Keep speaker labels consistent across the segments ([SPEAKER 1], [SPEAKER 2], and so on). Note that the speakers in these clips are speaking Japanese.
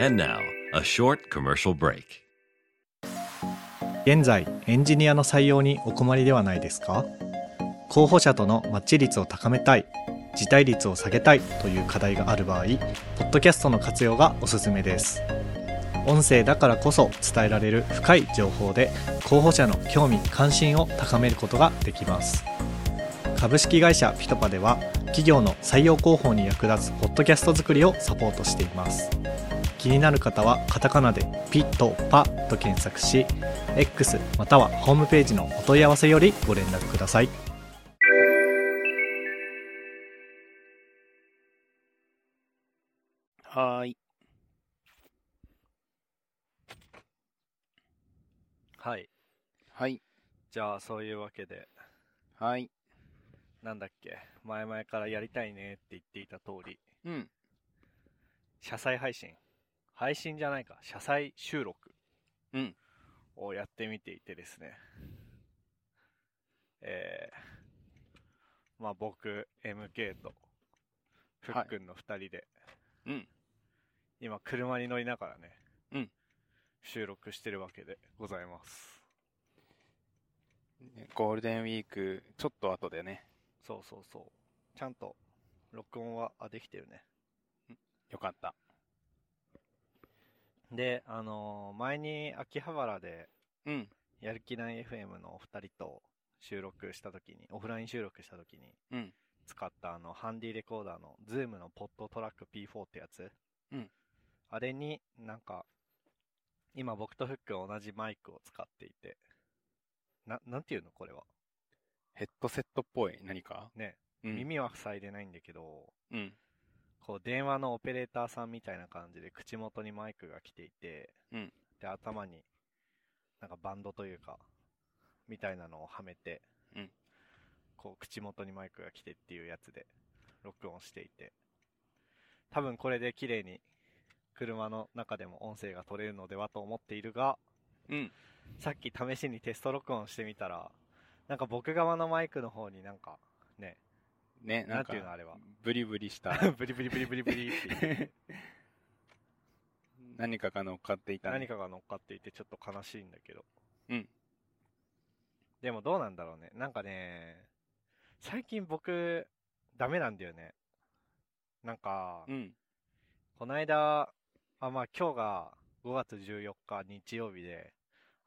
[SPEAKER 1] And now, a short commercial break.
[SPEAKER 2] 現在エンジニアの採用にお困りではないですか候補者とのマッチ率を高めたい辞退率を下げたいという課題がある場合ポッドキャストの活用がおすすめです音声だからこそ伝えられる深い情報で候補者の興味関心を高めることができます株式会社ピトパでは企業の採用広報に役立つポッドキャスト作りをサポートしています気になる方はカタカナでピトパと検索し X またはホームページのお問い合わせよりご連絡ください
[SPEAKER 3] はーい。
[SPEAKER 2] はい
[SPEAKER 3] はい。
[SPEAKER 2] じゃあそういうわけで
[SPEAKER 3] はい。
[SPEAKER 2] なんだっけ前々からやりたいねって言っていた通り
[SPEAKER 3] うん。
[SPEAKER 2] 車載配信配信じゃないか車載収録
[SPEAKER 3] うん
[SPEAKER 2] をやってみていてですねえー、まあ僕 MK とふっくんの2人で、
[SPEAKER 3] うん。
[SPEAKER 2] 今車に乗りながらね、
[SPEAKER 3] うん
[SPEAKER 2] 収録してるわけでございます
[SPEAKER 3] ゴールデンウィーク、ちょっと後でね。
[SPEAKER 2] そうそうそうちゃんと録音はあできてるね
[SPEAKER 3] よかった。
[SPEAKER 2] であのー前に秋葉原で
[SPEAKER 3] うん。
[SPEAKER 2] やる気ない FM のお二人と収録した時にオフライン収録した時に
[SPEAKER 3] うん。
[SPEAKER 2] 使ったあのハンディレコーダーの Zoom のポットトラック P4 ってやつ、
[SPEAKER 3] うん
[SPEAKER 2] あれになんか今僕とフックは同じマイクを使っていてななんていうのこれは
[SPEAKER 3] ヘッドセットっぽい何か
[SPEAKER 2] ね、
[SPEAKER 3] うん。
[SPEAKER 2] 耳は塞いでないんだけど
[SPEAKER 3] うん。
[SPEAKER 2] こう電話のオペレーターさんみたいな感じで口元にマイクが来ていて、
[SPEAKER 3] うん
[SPEAKER 2] で頭になんかバンドというかみたいなのをはめて、
[SPEAKER 3] うん
[SPEAKER 2] こう口元にマイクが来てっていうやつで録音していて多分これで綺麗に車の中でも音声が取れるのではと思っているが
[SPEAKER 3] うん。
[SPEAKER 2] さっき試しにテスト録音してみたらなんか僕側のマイクの方になんかね
[SPEAKER 3] ね、なん
[SPEAKER 2] なん
[SPEAKER 3] か、
[SPEAKER 2] ていうのあれは
[SPEAKER 3] ブリブリした。
[SPEAKER 2] ブリブリブリブリブリっていう
[SPEAKER 3] 何かが乗っかっていたね、
[SPEAKER 2] 何かが乗っかっていてちょっと悲しいんだけど。
[SPEAKER 3] うん。
[SPEAKER 2] でもどうなんだろうね。なんかね、最近僕、ダメなんだよね。なんか、
[SPEAKER 3] うん。
[SPEAKER 2] こないだ、あ、まあ今日が5月14日日曜日で、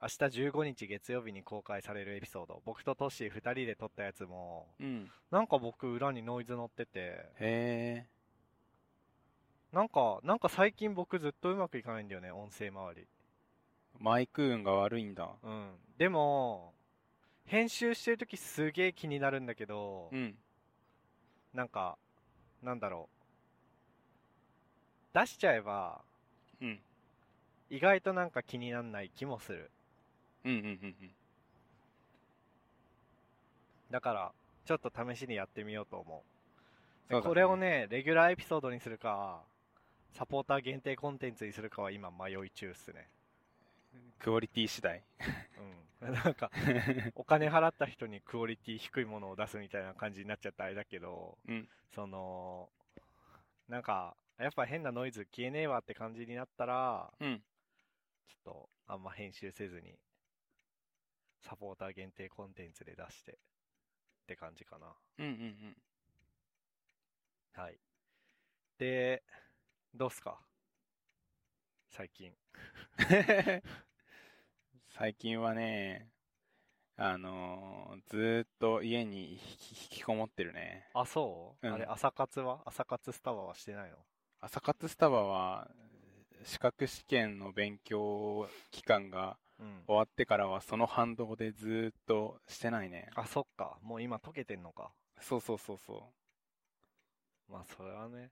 [SPEAKER 2] 明日15日月曜日に公開されるエピソード、僕とトッシー2人で撮ったやつも、
[SPEAKER 3] うん。
[SPEAKER 2] なんか僕裏にノイズ乗ってて、
[SPEAKER 3] へえ。
[SPEAKER 2] なんか、なんか最近僕ずっとうまくいかないんだよね、音声周り。
[SPEAKER 3] マイク運が悪いんだ。
[SPEAKER 2] うん。でも、編集してるときすげえ気になるんだけど、
[SPEAKER 3] うん。
[SPEAKER 2] なんか、なんだろう。出しちゃえば、
[SPEAKER 3] うん。
[SPEAKER 2] 意外となんか気になんない気もする。
[SPEAKER 3] うんうんうんうん。
[SPEAKER 2] だから、ちょっと試しにやってみようと思う。で
[SPEAKER 3] そうだね
[SPEAKER 2] これをね、レギュラーエピソードにするか、サポーター限定コンテンツにするかは今迷い中っすね。
[SPEAKER 3] クオリティ次第。
[SPEAKER 2] うん。なんか、お金払った人にクオリティ低いものを出すみたいな感じになっちゃったあれだけど、
[SPEAKER 3] うん
[SPEAKER 2] その、なんか、やっぱ変なノイズ消えねえわって感じになったら、
[SPEAKER 3] うん。
[SPEAKER 2] ちょっとあんま編集せずに、サポーター限定コンテンツで出してって感じかな。
[SPEAKER 3] うんうんうん。
[SPEAKER 2] はい。で、どうっすか最近。
[SPEAKER 3] 最近はね、あのーずーっと家に引き引きこもってるね。
[SPEAKER 2] あ、そう、
[SPEAKER 3] うん
[SPEAKER 2] あれ、朝活は朝活スタバはしてないの
[SPEAKER 3] 朝活スタバは、資格試験の勉強期間が
[SPEAKER 2] うん。
[SPEAKER 3] 終わってからはその反動でずーっとしてないね。
[SPEAKER 2] あ、そっか。もう今溶けてんのか。
[SPEAKER 3] そうそうそうそ
[SPEAKER 2] まあ、それはね、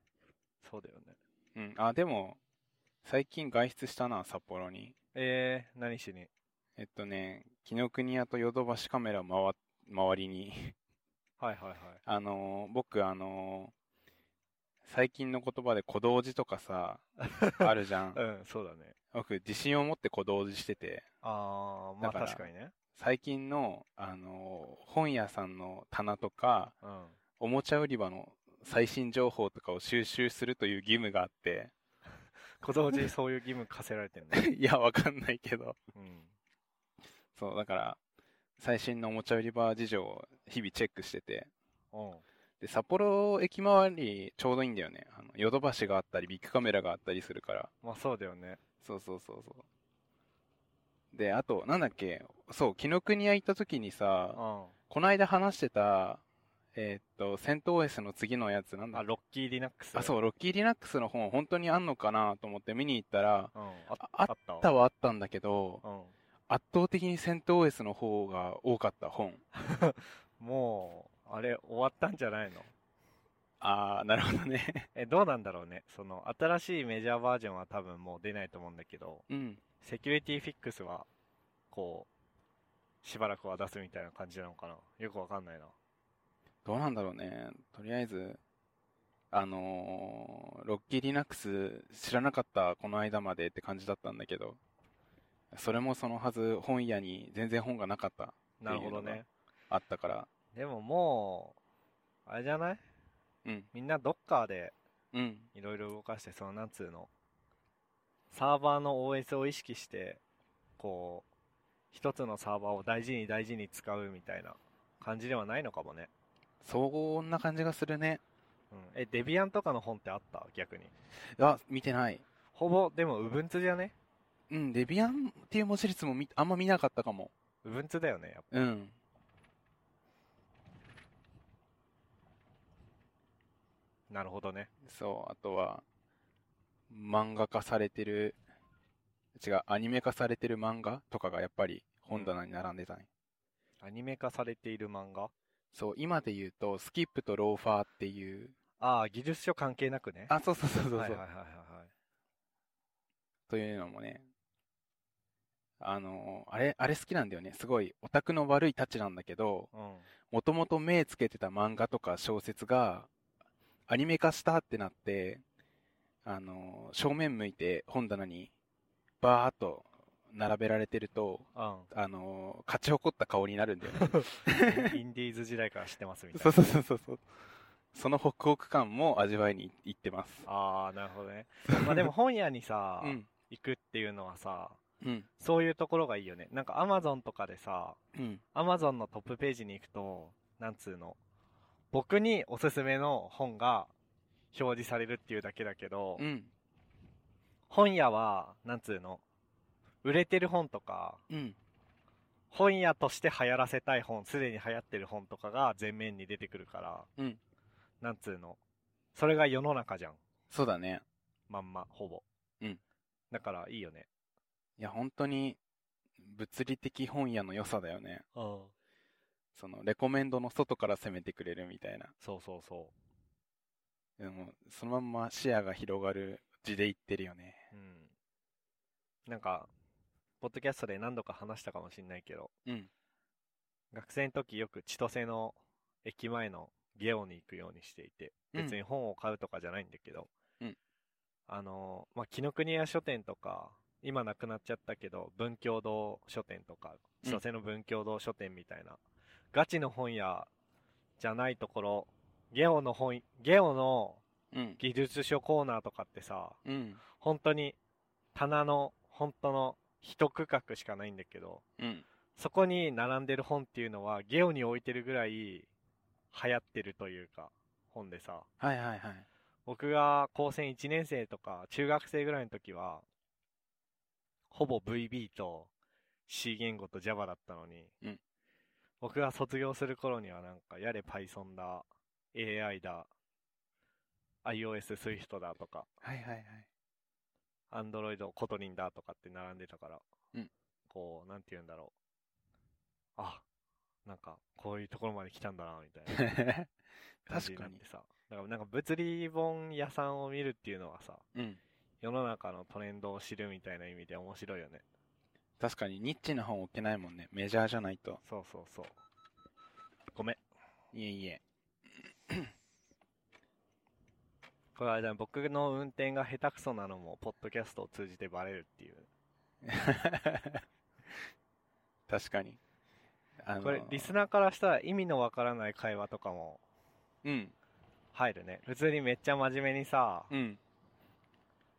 [SPEAKER 2] そうだよね。
[SPEAKER 3] う。うん。あ、でも、最近外出したな、札幌に。
[SPEAKER 2] えー、何しに
[SPEAKER 3] えっとね、紀ノ国屋とヨドバシカメラ回、周りに。
[SPEAKER 2] はいはいはい。
[SPEAKER 3] あのー僕、あのー最近の言葉で小道寺とか さ、あるじゃん。
[SPEAKER 2] うん、そうだね。
[SPEAKER 3] 僕、自信を持って小道寺してて、
[SPEAKER 2] あー、まあ
[SPEAKER 3] だから
[SPEAKER 2] 確かにね。
[SPEAKER 3] 最近の、あのー本屋さんの棚とか、
[SPEAKER 2] うん。
[SPEAKER 3] おもちゃ売り場の最新情報とかを収集するという義務があって、
[SPEAKER 2] 小僧寺そういう義務課せられてる ね。
[SPEAKER 3] いや、わかんないけど。
[SPEAKER 2] うん。
[SPEAKER 3] そう、だから、最新のおもちゃ売り場事情を日々チェックしてて。
[SPEAKER 2] おう
[SPEAKER 3] で、札幌駅周りちょうどいいんだよね。あの、ヨドバシがあったり、ビッグカメラがあったりするから。
[SPEAKER 2] まあそうだよね。
[SPEAKER 3] そうそうそうそう。で、あと、なんだっけ、そう、紀ノ国屋行った時に
[SPEAKER 2] うん。
[SPEAKER 3] さ、
[SPEAKER 2] あ、
[SPEAKER 3] こないだ話してた、えーっと、セント OS の次のやつなんだ
[SPEAKER 2] ロッキーリナックス。
[SPEAKER 3] あ、そう、ロッキーリナックスの本本当にあんのかなと思って見に行ったら、
[SPEAKER 2] うん。あ
[SPEAKER 3] あ
[SPEAKER 2] あった
[SPEAKER 3] あっ
[SPEAKER 2] わ
[SPEAKER 3] たはあったんだけど、
[SPEAKER 2] うん。
[SPEAKER 3] 圧倒的にセント OS の方が多かった本。
[SPEAKER 2] もう、あれ終わったんじゃないの
[SPEAKER 3] あー、なるほどね。
[SPEAKER 2] え、どうなんだろうね。その、新しいメジャーバージョンは多分もう出ないと思うんだけど、
[SPEAKER 3] うん。
[SPEAKER 2] セキュリティフィックスは、こう、しばらくは出すみたいな感じなのかな。よくわかんないな。
[SPEAKER 3] どうなんだろうね。とりあえず、あのーロッキーリナックス知らなかったこの間までって感じだったんだけど、それもそのはず本屋に全然本がなかった、
[SPEAKER 2] なるほど
[SPEAKER 3] っていう
[SPEAKER 2] ね。
[SPEAKER 3] あったから。
[SPEAKER 2] でももう、あれじゃない
[SPEAKER 3] うん。
[SPEAKER 2] みんなどっかで
[SPEAKER 3] うん。
[SPEAKER 2] いろいろ動かして、そのなんつうの、サーバーの OS を意識して、こう、一つのサーバーを大事に大事に使うみたいな感じではないのかもね。
[SPEAKER 3] そんな感じがするね。
[SPEAKER 2] うん、え、デビアンとかの本ってあった逆に。
[SPEAKER 3] あ、見てない。
[SPEAKER 2] ほぼ、でも、Ubuntu じゃね
[SPEAKER 3] うん、デビアンっていう文字列も見あんま見なかったかも。
[SPEAKER 2] ?Ubuntu だよね、やっぱ。
[SPEAKER 3] うん。
[SPEAKER 2] なるほどね。
[SPEAKER 3] そう、あとは、漫画化されてる、違う、アニメ化されてる漫画とかがやっぱり本棚に並んでたね。
[SPEAKER 2] アニメ化されている漫画
[SPEAKER 3] そう、今で言うと、スキップとローファーっていう、
[SPEAKER 2] ああ、技術書関係なくね。
[SPEAKER 3] あ、そうそうそうそうそう、
[SPEAKER 2] はいはいはいはいはい。
[SPEAKER 3] というのもね、あの、あれ、あれ好きなんだよね。すごい、オタクの悪いタッチなんだけど、
[SPEAKER 2] うん。
[SPEAKER 3] もともと目つけてた漫画とか小説が、アニメ化したってなって、あの、正面向いて本棚に、バーっと並べられてると、あの、勝ち誇った顔になるんだよね。
[SPEAKER 2] うん。イン ディーズ時代から知ってますみたい
[SPEAKER 3] そ
[SPEAKER 2] な。
[SPEAKER 3] うそうそうそうそう。そのホクホク感も味わいに行ってます。
[SPEAKER 2] ああ、なるほどね。まあでも本屋にさ、
[SPEAKER 3] うん。
[SPEAKER 2] 行くっていうのはさ、
[SPEAKER 3] うん。
[SPEAKER 2] そういうところがいいよね。なんか Amazon とかでさ、
[SPEAKER 3] うん。
[SPEAKER 2] Amazon のトップページに行くと、なんつうの、僕におすすめの本が表示されるっていうだけだけど、
[SPEAKER 3] うん。
[SPEAKER 2] 本屋は、なんつうの、売れてる本とか、
[SPEAKER 3] うん。
[SPEAKER 2] 本屋として流行らせたい本、すでに流行ってる本とかが前面に出てくるから、
[SPEAKER 3] うん
[SPEAKER 2] なんつうの、それが世の中じゃん。
[SPEAKER 3] そうだね。
[SPEAKER 2] まんま、ほぼ。
[SPEAKER 3] うん
[SPEAKER 2] だから、いいよね。
[SPEAKER 3] いや、本当に、物理的本屋の良さだよね。
[SPEAKER 2] うん。
[SPEAKER 3] その、レコメンドの外から攻めてくれるみたいな。
[SPEAKER 2] そうそうそ
[SPEAKER 3] でも、そのまんま視野が広がる字で言ってるよね。
[SPEAKER 2] う。うん。なんか、ポッドキャストで何度か話したかもしんないけど、
[SPEAKER 3] うん。
[SPEAKER 2] 学生の時よく千歳の駅前のゲオに行くようにしていて、
[SPEAKER 3] うん
[SPEAKER 2] 別に本を買うとかじゃないんだけど、
[SPEAKER 3] うん
[SPEAKER 2] あの、まあ、紀ノ国屋書店とか、今なくなっちゃったけど、文教堂書店とか、
[SPEAKER 3] うん
[SPEAKER 2] 千歳の文教堂書店みたいな、ガチの本屋じゃないところ、ゲオの本、ゲオの
[SPEAKER 3] うん。
[SPEAKER 2] 技術書コーナーとかってさ、
[SPEAKER 3] うん。
[SPEAKER 2] 本当に棚の本当の一区画しかないんだけど、
[SPEAKER 3] うん。
[SPEAKER 2] そこに並んでる本っていうのはゲオに置いてるぐらい流行ってるというか本でさ
[SPEAKER 3] はいはいはい。
[SPEAKER 2] 僕が高専1年生とか中学生ぐらいの時はほぼ VB と C 言語と Java だったのに、
[SPEAKER 3] うん
[SPEAKER 2] 僕が卒業する頃にはなんかやれ Python だ AI だ iOS Swift だとか
[SPEAKER 3] はいはいはい。
[SPEAKER 2] アンドロイド、コトリンだとかって並んでたから、
[SPEAKER 3] うん
[SPEAKER 2] こう、なんて言うんだろう。あ、なんか、こういうところまで来たんだな、みたいな感じ
[SPEAKER 3] 確
[SPEAKER 2] に
[SPEAKER 3] か
[SPEAKER 2] なっ
[SPEAKER 3] に
[SPEAKER 2] て。さ。だからなんか物理本屋さんを見るっていうのはさ、
[SPEAKER 3] うん。
[SPEAKER 2] 世の中のトレンドを知るみたいな意味で面白いよね。
[SPEAKER 3] 確かに、ニッチな本置けないもんね。メジャーじゃないと。
[SPEAKER 2] そうそうそう。ごめん。
[SPEAKER 3] いえいえ。
[SPEAKER 2] これはじゃ僕の運転が下手くそなのも、ポッドキャストを通じてバレるっていう。
[SPEAKER 3] 確かに。あの
[SPEAKER 2] これ、リスナーからしたら意味のわからない会話とかも
[SPEAKER 3] うん、
[SPEAKER 2] 入るね。普通にめっちゃ真面目にさ、
[SPEAKER 3] うん、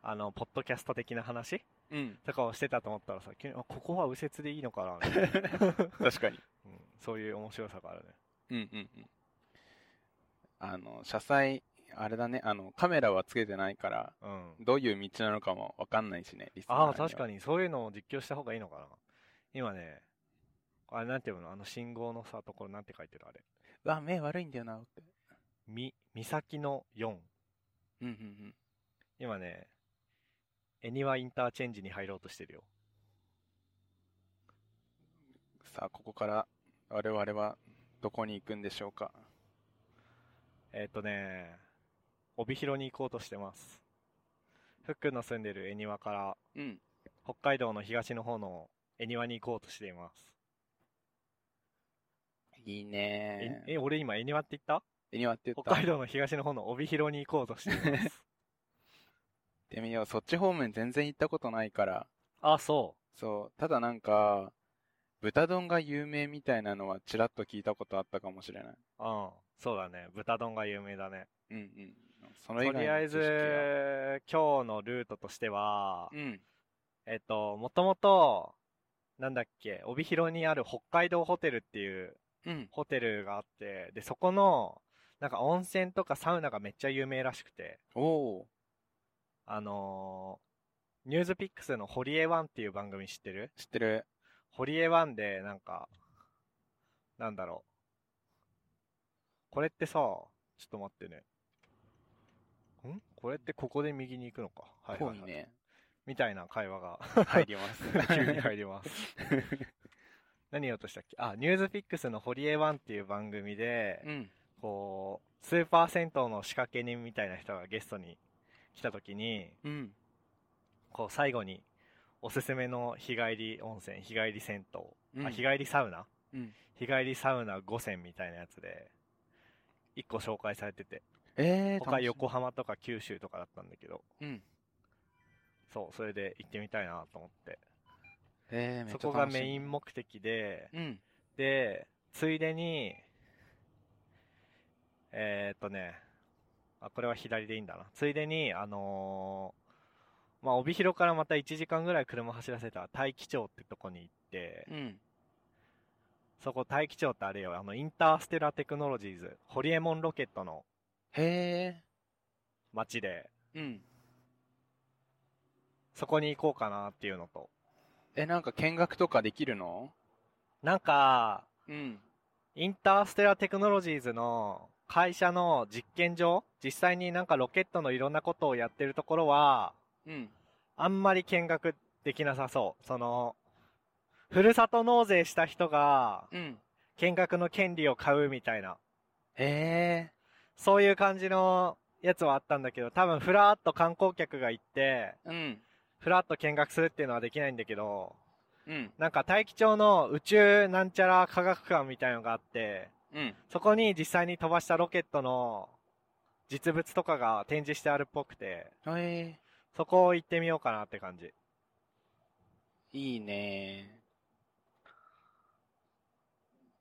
[SPEAKER 2] あの、ポッドキャスト的な話
[SPEAKER 3] うん。
[SPEAKER 2] とかをしてたと思ったらさ、急に、あここは右折でいいのかなみたいな
[SPEAKER 3] 確かに。
[SPEAKER 2] うんそういう面白さがあるね。
[SPEAKER 3] うんうんうん。あの、車載、あれだね、あの、カメラはつけてないから、
[SPEAKER 2] うん。
[SPEAKER 3] どういう道なのかもわかんないしね、リスナー
[SPEAKER 2] ああ、確か
[SPEAKER 3] に
[SPEAKER 2] に、そういうのを実況した方がいいのかな。今ね、あれなんていうのあの信号のさ、ところなんて書いてるあれ。
[SPEAKER 3] は。うわ、目悪いんだよな、僕。
[SPEAKER 2] み、岬の4。
[SPEAKER 3] うんうんうん。
[SPEAKER 2] 今ね、恵庭インターチェンジに入ろうとしてるよ。
[SPEAKER 3] さあ、ここから、我々は、どこに行くんでしょうか。
[SPEAKER 2] えーっ、とね、帯広に行こうとしてます。フックの住んでる恵庭から、
[SPEAKER 3] うん。
[SPEAKER 2] 北海道の東の方の恵庭に行こうとしています。
[SPEAKER 3] いい
[SPEAKER 2] え
[SPEAKER 3] ね、ー。
[SPEAKER 2] え俺今恵庭って言った
[SPEAKER 3] え、にわって言った。
[SPEAKER 2] 北海道の東の方の帯広に行こうとしてい ます。
[SPEAKER 3] 行ってみよう。そっち方面全然行ったことないから。
[SPEAKER 2] あ、そ
[SPEAKER 3] そう。ただなんか、豚丼が有名みたいなのはちらっと聞いたことあったかもしれない。
[SPEAKER 2] う。うん。そうだね。豚丼が有名だね。
[SPEAKER 3] うんうん。そ
[SPEAKER 2] と
[SPEAKER 3] の以外の
[SPEAKER 2] りあえ
[SPEAKER 3] 知識は
[SPEAKER 2] ず、今日のルートとしては、
[SPEAKER 3] うん。
[SPEAKER 2] えっと、もともと、なんだっけ、帯広にある北海道ホテルっていう
[SPEAKER 3] うん。
[SPEAKER 2] ホテルがあって、で、そこの、なんか温泉とかサウナがめっちゃ有名らしくて、
[SPEAKER 3] おお
[SPEAKER 2] あのーニュースピックスのホリエワンっていう番組知ってる
[SPEAKER 3] ー、知ってる。
[SPEAKER 2] ホリエワンで、なんか、なんだろう。これってさ、ちょっと待ってね。んこれってここで右に行くのか。はいはい、
[SPEAKER 3] ぽ
[SPEAKER 2] はい。
[SPEAKER 3] いね。
[SPEAKER 2] みたいな会話が
[SPEAKER 3] 入ります。
[SPEAKER 2] 急に入ります。何言おうとしたっけあ、ニュースピックスのホリエワンっていう番組で、
[SPEAKER 3] うん。
[SPEAKER 2] こう、スーパー銭湯の仕掛け人みたいな人がゲストに来た時に、
[SPEAKER 3] うん。
[SPEAKER 2] こう最後に、おすすめの日帰り温泉、日帰り銭湯、
[SPEAKER 3] うん
[SPEAKER 2] あ日帰りサウナ
[SPEAKER 3] うん。
[SPEAKER 2] 日帰りサウナ5選みたいなやつで、1個紹介されてて、
[SPEAKER 3] えー、
[SPEAKER 2] 他
[SPEAKER 3] 楽しみ
[SPEAKER 2] 横浜とか九州とかだったんだけど、
[SPEAKER 3] うん。
[SPEAKER 2] そう、それで行ってみたいなと思って。
[SPEAKER 3] えー、めっちゃ
[SPEAKER 2] そこが
[SPEAKER 3] 楽しみ
[SPEAKER 2] メイン。目的で、
[SPEAKER 3] うん。
[SPEAKER 2] で、ついでに、えー、っとね、あ、これは左でいいんだな。ついでに、あのーまあ、帯広からまた1時間ぐらい車走らせた大気町ってとこに行って、
[SPEAKER 3] うん。
[SPEAKER 2] そこ大気町ってあれよ、あの、インターステラテクノロジーズ、ホリエモンロケットの
[SPEAKER 3] へ
[SPEAKER 2] 街で、
[SPEAKER 3] ー。うん。
[SPEAKER 2] そこに行こうかなっていうのと。
[SPEAKER 3] え、なんか見学とかできるの
[SPEAKER 2] なんか、
[SPEAKER 3] うん。
[SPEAKER 2] インターステラテクノロジーズの会社の実験場実際になんかロケットのいろんなことをやってるところは、
[SPEAKER 3] うん。
[SPEAKER 2] あんまり見学できなさそう。その、ふるさと納税した人が、
[SPEAKER 3] うん。
[SPEAKER 2] 見学の権利を買うみたいな、
[SPEAKER 3] へ
[SPEAKER 2] そういう感じのやつはあったんだけど、多分ふらーっと観光客が行って、
[SPEAKER 3] ー。うん。
[SPEAKER 2] ふらっと見学するっていうのはできないんだけど、
[SPEAKER 3] うん。
[SPEAKER 2] なんか大気町の宇宙なんちゃら科学館みたいのがあって、
[SPEAKER 3] うん。
[SPEAKER 2] そこに実際に飛ばしたロケットの実物とかが展示してあるっぽくて、
[SPEAKER 3] え
[SPEAKER 2] そこ行ってみようかなって感じ。
[SPEAKER 3] ー、いいね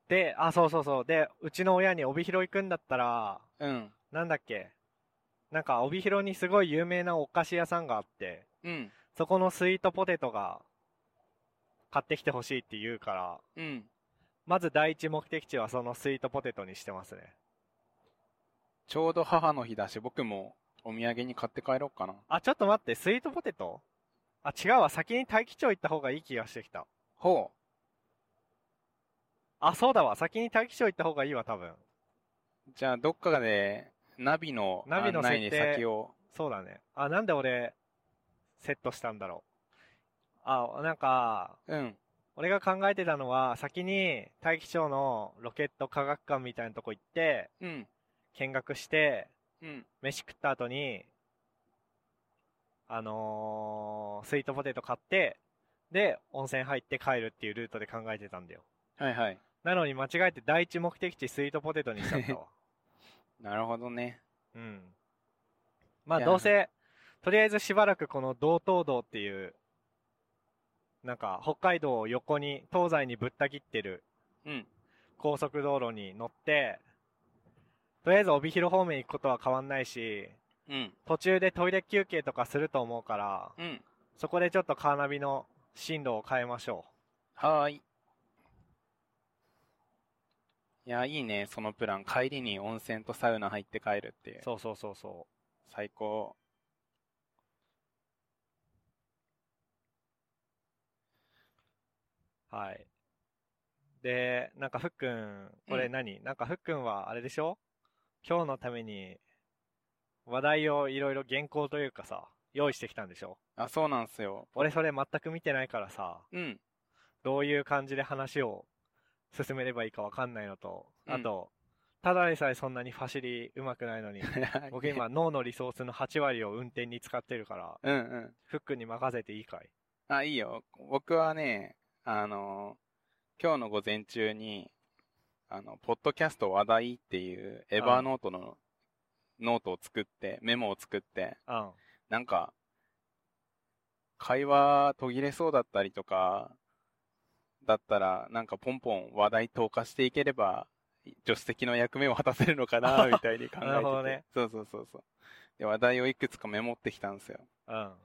[SPEAKER 2] で、あ、そうそうそう。で、うちの親に帯広行くんだったら、
[SPEAKER 3] ー。うん。
[SPEAKER 2] なんだっけ。なんか帯広にすごい有名なお菓子屋さんがあって、
[SPEAKER 3] うん。
[SPEAKER 2] そこのスイートポテトが買ってきてほしいって言うから、
[SPEAKER 3] うん。
[SPEAKER 2] まず第一目的地はそのスイートポテトにしてますね。
[SPEAKER 3] ちょうど母の日だし、僕もお土産に買って帰ろうかな。
[SPEAKER 2] あ、ちょっと待って、スイートポテトあ、違うわ。先に大気町行った方がいい気がしてきた。
[SPEAKER 3] ほ
[SPEAKER 2] あ、そうだわ。先に大気町行った方がいいわ、多分。
[SPEAKER 3] う。じゃあ、どっかで、ナビの
[SPEAKER 2] ナビ
[SPEAKER 3] 案
[SPEAKER 2] の
[SPEAKER 3] 内に
[SPEAKER 2] 設定
[SPEAKER 3] 先を。
[SPEAKER 2] そうだね。あ、なんで俺、セットしたんだろう。あ、なんか、
[SPEAKER 3] うん。
[SPEAKER 2] 俺が考えてたのは、先に大気町のロケット科学館みたいなとこ行って、
[SPEAKER 3] うん。
[SPEAKER 2] 見学して、
[SPEAKER 3] うん。
[SPEAKER 2] 飯食った後に、あのー、スイートポテト買って、で、温泉入って帰るっていうルートで考えてたんだよ。
[SPEAKER 3] はいはい。
[SPEAKER 2] なのに間違えて第一目的地スイートポテトにしちゃった わ。
[SPEAKER 3] なるほどね。
[SPEAKER 2] うん。まあ
[SPEAKER 3] いや
[SPEAKER 2] どうせ、とりあえずしばらくこの道東道っていう、なんか北海道を横に、東西にぶった切ってる
[SPEAKER 3] うん。
[SPEAKER 2] 高速道路に乗って、とりあえず帯広方面行くことは変わんないし、
[SPEAKER 3] うん。
[SPEAKER 2] 途中でトイレ休憩とかすると思うから、
[SPEAKER 3] うん。
[SPEAKER 2] そこでちょっとカーナビの進路を変えましょ
[SPEAKER 3] はーい。いや、いいね、そのプラン。帰りに温泉とサウナ入って帰るっていう
[SPEAKER 2] う。。そうそうそうそ
[SPEAKER 3] 最高。
[SPEAKER 2] う。はい。で、なんかふっくん、これ何、なんかふっくんはあれでしょ今日のために話題をいろいろ原稿というかさ、用意してきたんでしょ
[SPEAKER 3] あ、そうなんすよ。
[SPEAKER 2] 俺それ全く見てないからさ、
[SPEAKER 3] うん。
[SPEAKER 2] どういう感じで話を進めればいいかわかんないのと、
[SPEAKER 3] うん
[SPEAKER 2] あと、ただでさえそんなにファシリ上手くないのに、 僕今脳のリソースの8割を運転に使ってるから、
[SPEAKER 3] うんうん。
[SPEAKER 2] フックに任せていいかい
[SPEAKER 3] あ、いいよ。僕はね、あの、今日の午前中に、あの、ポッドキャスト話題っていう、エバーノートのノートを作って、メモを作って、
[SPEAKER 2] うん。
[SPEAKER 3] なんか、会話途切れそうだったりとか、だったら、なんかポンポン話題投下していければ、助手席の役目を果たせるのか な、みたいに考えてて。
[SPEAKER 2] なるほどね
[SPEAKER 3] そうそうそうそう。で、話題をいくつかメモってきたんですよ。
[SPEAKER 2] うん。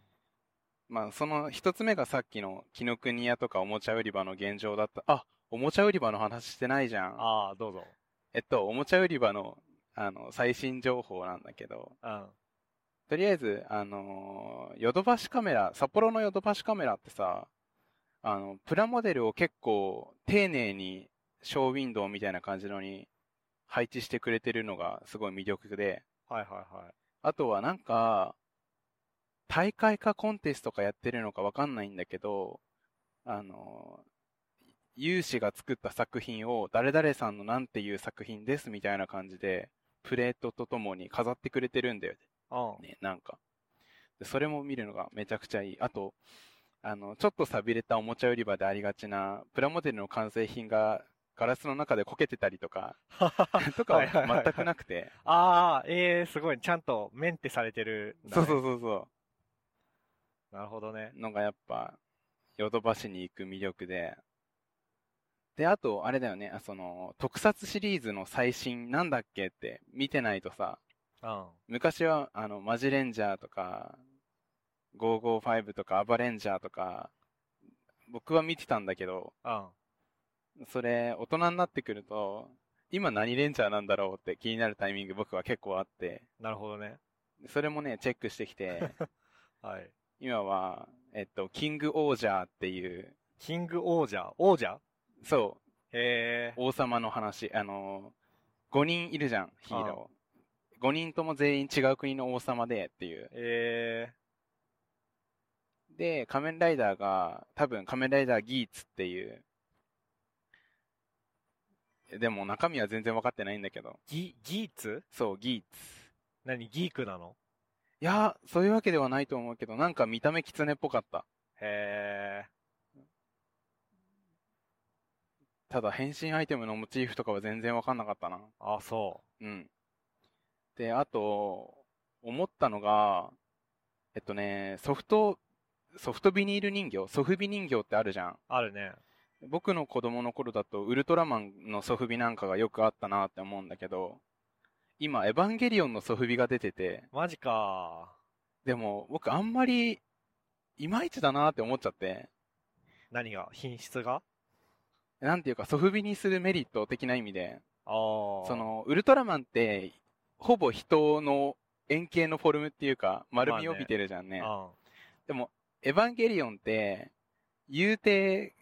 [SPEAKER 3] まあ、その一つ目がさっきの、紀ノ国屋とかおもちゃ売り場の現状だった。あ、おもちゃ売り場の話してないじゃん。
[SPEAKER 2] ああ、どうぞ。
[SPEAKER 3] えっと、おもちゃ売り場の、あの、最新情報なんだけど、
[SPEAKER 2] うん。
[SPEAKER 3] とりあえず、あのーヨドバシカメラ、札幌のヨドバシカメラってさ、あの、プラモデルを結構丁寧にショーウィンドウみたいな感じのに配置してくれてるのがすごい魅力で、
[SPEAKER 2] はいはいはい。
[SPEAKER 3] あとはなんか、大会かコンテストかやってるのかわかんないんだけど、あのー有志が作った作品を誰々さんのなんていう作品ですみたいな感じで、プレートとともに飾ってくれてるんだよね
[SPEAKER 2] うん。
[SPEAKER 3] ね、なんか。でそれも見るのがめちゃくちゃいい。あと、あの、ちょっと寂れたおもちゃ売り場でありがちな、プラモデルの完成品がガラスの中でこけてたりとか、 とか
[SPEAKER 2] はいはいはいは
[SPEAKER 3] はい全くなくて。
[SPEAKER 2] ああ、ええすごい。ちゃんとメンテされてるんだ
[SPEAKER 3] そ
[SPEAKER 2] ね、
[SPEAKER 3] うそうそうそ
[SPEAKER 2] なるほどね。
[SPEAKER 3] う。のがやっぱ、ヨドバシに行く魅力で。で、あと、あれだよね、あその、特撮シリーズの最新なんだっけって見てないとさ、
[SPEAKER 2] うん。
[SPEAKER 3] 昔は、あの、マジレンジャーとか、555とか、アバレンジャーとか、僕は見てたんだけど、
[SPEAKER 2] うん。
[SPEAKER 3] それ、大人になってくると、今何レンジャーなんだろうって気になるタイミング僕は結構あって、
[SPEAKER 2] なるほどね。
[SPEAKER 3] それもね、チェックしてきて、
[SPEAKER 2] はい。
[SPEAKER 3] 今は、えっと、キングオージャーっていう、
[SPEAKER 2] キング王者王者
[SPEAKER 3] そ
[SPEAKER 2] へ
[SPEAKER 3] う、王様の話、あの、5人いるじゃん、ヒーロー。5人とも全員違う国の王様でっていう
[SPEAKER 2] え。。え
[SPEAKER 3] で、仮面ライダーが、多分仮面ライダーギーツっていう、でも中身は全然分かってないんだけど、
[SPEAKER 2] ー、ギ、ギーツ
[SPEAKER 3] そう、ギーツ。
[SPEAKER 2] 何ギークなの
[SPEAKER 3] いやー、そういうわけではないと思うけど、なんか見た目キツネっぽかった。
[SPEAKER 2] へえ。
[SPEAKER 3] ただ変身アイテムのモチーフとかは全然分かんなかったな。
[SPEAKER 2] あ、そ
[SPEAKER 3] うん。で、あと、思ったのが、えっとね、ソフト、ソフトビニール人形、ソフビ人形ってあるじゃん。
[SPEAKER 2] う。あるね。
[SPEAKER 3] 僕の子供の頃だと、ウルトラマンのソフビなんかがよくあったなって思うんだけど、今、エヴァンゲリオンのソフビが出てて、
[SPEAKER 2] マジか
[SPEAKER 3] でも、僕あんまり、いまいちだなって思っちゃって、
[SPEAKER 2] 何が品質が
[SPEAKER 3] なんていうか、ソフビにするメリット的な意味で、
[SPEAKER 2] ああ。
[SPEAKER 3] そ、の、ウルトラマンって、ほぼ人の円形のフォルムっていうか、丸みを帯びてるじゃんね。
[SPEAKER 2] うん。
[SPEAKER 3] でも、エヴァンゲリオンって、言うて、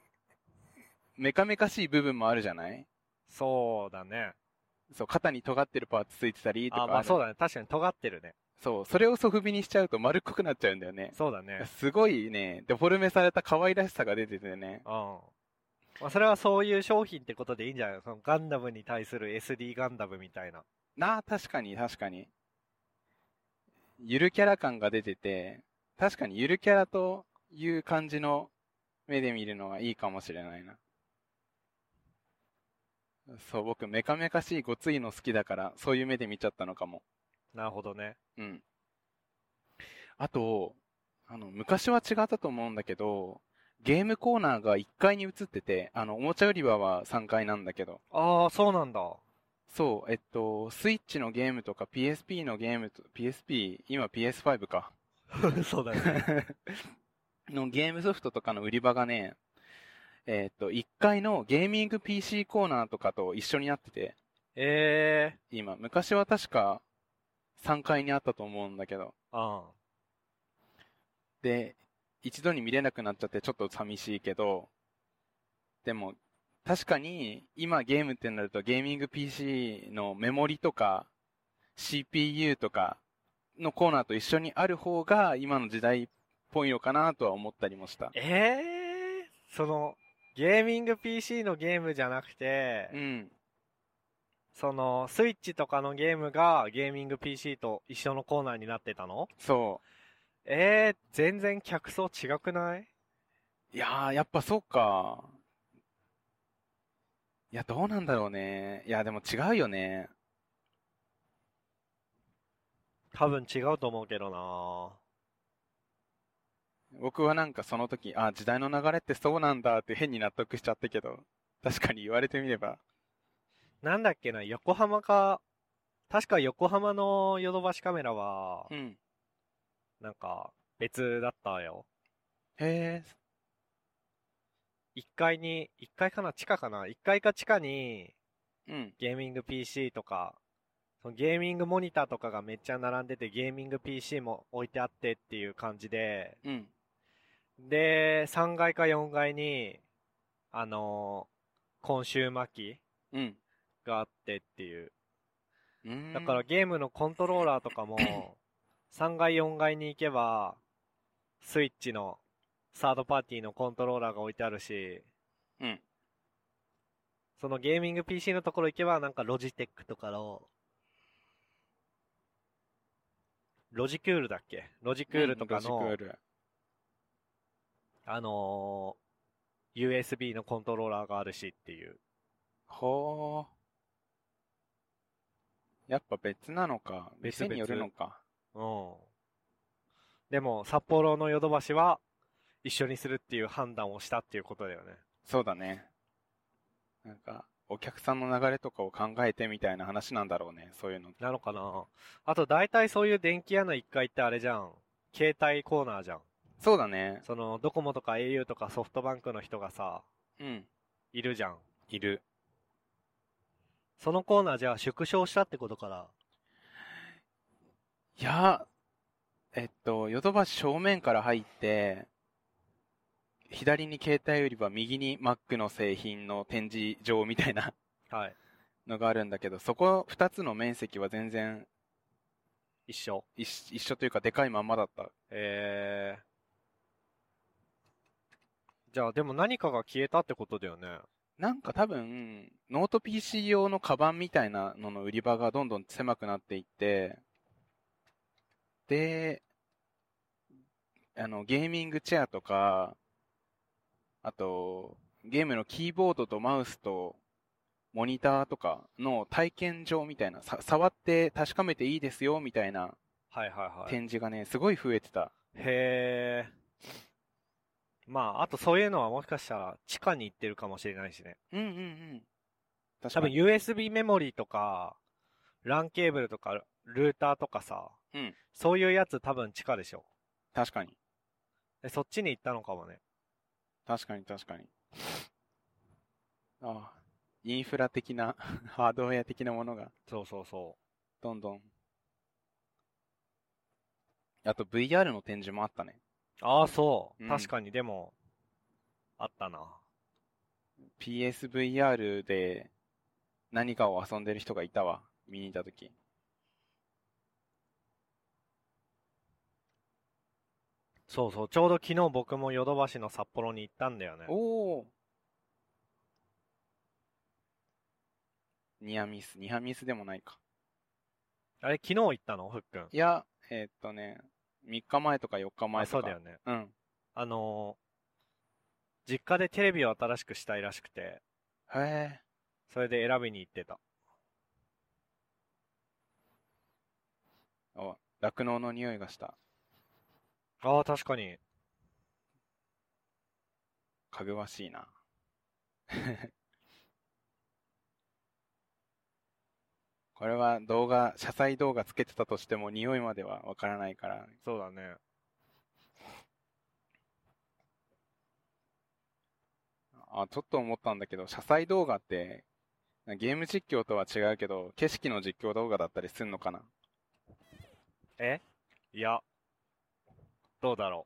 [SPEAKER 3] メカメカしい部分もあるじゃない
[SPEAKER 2] そうだね。
[SPEAKER 3] そう、肩に尖ってるパーツついてたりとか
[SPEAKER 2] あ、
[SPEAKER 3] る
[SPEAKER 2] まあそうだね。確かに尖ってるね。
[SPEAKER 3] そう、それをソフビにしちゃうと丸っこくなっちゃうんだよね。
[SPEAKER 2] そうだね。
[SPEAKER 3] すごいね、デフォルメされた可愛らしさが出ててね
[SPEAKER 2] うん。。まあそれはそういう商品ってことでいいんじゃないのそのガンダムに対する SD ガンダムみたいな。
[SPEAKER 3] なあ、確かに確かに。ゆるキャラ感が出てて、確かにゆるキャラという感じの目で見るのはいいかもしれないな。そう、僕、メカメカしいごついの好きだから、そういう目で見ちゃったのかも。
[SPEAKER 2] なるほどね。
[SPEAKER 3] うん。あと、あの、昔は違ったと思うんだけど、ゲームコーナーが1階に移ってて、あの、おもちゃ売り場は3階なんだけど、
[SPEAKER 2] ああ、そうなんだ。
[SPEAKER 3] そう、えっと、スイッチのゲームとか PSP のゲームと、PSP、今 PS5 か。
[SPEAKER 2] そうだね。
[SPEAKER 3] のゲームソフトとかの売り場がね、えーっと、1階のゲーミング PC コーナーとかと一緒になってて、
[SPEAKER 2] ええ
[SPEAKER 3] 今、昔は確か3階にあったと思うんだけど、
[SPEAKER 2] あ
[SPEAKER 3] で、一度に見れなくなっちゃってちょっと寂しいけど、でも、確かに今ゲームってなるとゲーミング PC のメモリとか CPU とかのコーナーと一緒にある方が今の時代っぽいのかなとは思ったりもした。
[SPEAKER 2] ええーその、ゲーミング PC のゲームじゃなくて、
[SPEAKER 3] うん。
[SPEAKER 2] その、スイッチとかのゲームがゲーミング PC と一緒のコーナーになってたの
[SPEAKER 3] そ。
[SPEAKER 2] ええ全然客層違くないう
[SPEAKER 3] いやー、やっぱそうか。いや、どうなんだろうね。いや、でも違うよね。
[SPEAKER 2] 多分違うと思うけどな
[SPEAKER 3] 僕はなんかその時、あ、時代の流れってそうなんだって変に納得しちゃったけど、確かに言われてみれば。
[SPEAKER 2] なんだっけな、横浜か、確か横浜のヨドバシカメラは、
[SPEAKER 3] ん。
[SPEAKER 2] なんか、別だったよ。
[SPEAKER 3] へえ、
[SPEAKER 2] 1階に、1階かな地下かな ?1 階か地下に、
[SPEAKER 3] うん。
[SPEAKER 2] ゲーミング PC とか、そのゲーミングモニターとかがめっちゃ並んでて、ゲーミング PC も置いてあってっていう感じで、
[SPEAKER 3] うん。
[SPEAKER 2] で、3階か4階に、あのー、コンシューマ機
[SPEAKER 3] うん。
[SPEAKER 2] があってっていう。
[SPEAKER 3] うーん
[SPEAKER 2] だから、ゲームのコントローラーとかも、3階4階に行けば、スイッチのサードパーティーのコントローラーが置いてあるし、
[SPEAKER 3] うん。
[SPEAKER 2] そのゲーミング PC のところ行けば、なんかロジテックとかの、ロジクールだっけロジクールとかの、
[SPEAKER 3] うんロジクール
[SPEAKER 2] あのー USB のコントローラーがあるしっていう。
[SPEAKER 3] ほー。やっぱ別なのか。
[SPEAKER 2] 別
[SPEAKER 3] 店によるのか。
[SPEAKER 2] うん。でも、札幌のヨドバシは、一緒にするっていう判断をしたっていうことだよね。
[SPEAKER 3] そうだね。なんか、お客さんの流れとかを考えてみたいな話なんだろうね。そういうの。
[SPEAKER 2] なのかなあと、大体そういう電気屋の1階ってあれじゃん。携帯コーナーじゃん。
[SPEAKER 3] そうだね。
[SPEAKER 2] その、ドコモとか au とかソフトバンクの人がさ、
[SPEAKER 3] うん。
[SPEAKER 2] いるじゃん。
[SPEAKER 3] いる。
[SPEAKER 2] そのコーナーじゃあ縮小したってことから。
[SPEAKER 3] いや、えっと、ヨドバシ正面から入って、左に携帯売り場、右に Mac の製品の展示場みたいな
[SPEAKER 2] はい。
[SPEAKER 3] のがあるんだけど、そこ2つの面積は全然
[SPEAKER 2] 一緒。
[SPEAKER 3] 一緒一緒というかでかいまんまだった。
[SPEAKER 2] えー。じゃあ、でも何かが消えたってことだよね。
[SPEAKER 3] なんか多分、ノート PC 用のカバンみたいなのの売り場がどんどん狭くなっていって、で、あの、ゲーミングチェアとか、あと、ゲームのキーボードとマウスと、モニターとかの体験場みたいな、さ触って確かめていいですよみたいな
[SPEAKER 2] はいはいはい。
[SPEAKER 3] 展示がね、すごい増えてた。
[SPEAKER 2] へー。まあ、あとそういうのはもしかしたら地下に行ってるかもしれないしね。
[SPEAKER 3] うんうんうん。
[SPEAKER 2] 多
[SPEAKER 3] 確か
[SPEAKER 2] 分
[SPEAKER 3] に。
[SPEAKER 2] USB メモリーとか、LAN ケーブルとか、ルーターとかさ、
[SPEAKER 3] うん
[SPEAKER 2] そういうやつ多分地下でしょ。
[SPEAKER 3] 確かに。
[SPEAKER 2] でそっちに行ったのかもね。
[SPEAKER 3] 確かに確かに。ああ、インフラ的な、 ハードウェア的なものが、
[SPEAKER 2] そうそうそ
[SPEAKER 3] どんどん。あと VR の展示もあったね。
[SPEAKER 2] う。ああ、そう。
[SPEAKER 3] うん
[SPEAKER 2] 確かに、でも、あったな。
[SPEAKER 3] PSVR で何かを遊んでる人がいたわ。見に行った時。
[SPEAKER 2] そうそう。ちょうど昨日僕もヨドバシの札幌に行ったんだよね。
[SPEAKER 3] おおニアミス、ニアミスでもないか。
[SPEAKER 2] あれ、昨日行ったのふっくん。
[SPEAKER 3] いや、えーっとね、3日前とか4日前
[SPEAKER 2] あ、
[SPEAKER 3] とか。
[SPEAKER 2] そうだよね。
[SPEAKER 3] うん。
[SPEAKER 2] あのー実家でテレビを新しくしたいらしくて、
[SPEAKER 3] へえ。
[SPEAKER 2] それで選びに行ってた。
[SPEAKER 3] お、酪農の匂いがした。
[SPEAKER 2] ああ、確かに。
[SPEAKER 3] かぐわ しいな。俺は動画、車載動画つけてたとしても匂いまではわからないから、
[SPEAKER 2] そうだね。
[SPEAKER 3] あ、ちょっと思ったんだけど、車載動画って、ゲーム実況とは違うけど、景色の実況動画だったりすんのかな
[SPEAKER 2] えいや、どうだろ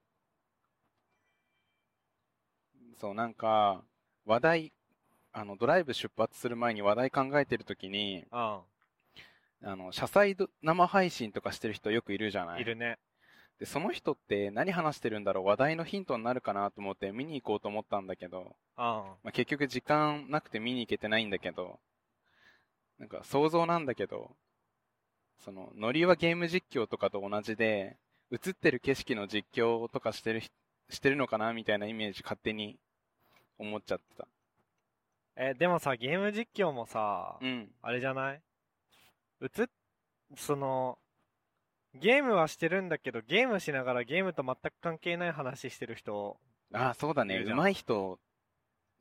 [SPEAKER 3] そう、なんか、話題、あの、ドライブ出発する前に話題考えてるときに、
[SPEAKER 2] う。う。
[SPEAKER 3] あの、車載ど生配信とかしてる人よくいるじゃなんい
[SPEAKER 2] いるね。
[SPEAKER 3] で、その人って何話してるんだろう話題のヒントになるかなと思って見に行こうと思ったんだけど、
[SPEAKER 2] うん。
[SPEAKER 3] まあ、結局時間なくて見に行けてないんだけど、なんか想像なんだけど、その、ノリはゲーム実況とかと同じで、映ってる景色の実況とかしてるひ、してるのかなみたいなイメージ勝手に思っちゃってた。
[SPEAKER 2] え、でもさ、ゲーム実況もさ、
[SPEAKER 3] うん。
[SPEAKER 2] あれじゃない映っ、その、ゲームはしてるんだけど、ゲームしながらゲームと全く関係ない話してる人、
[SPEAKER 3] ああ、そうだ
[SPEAKER 2] い
[SPEAKER 3] ね。
[SPEAKER 2] るじゃん
[SPEAKER 3] 上手い人、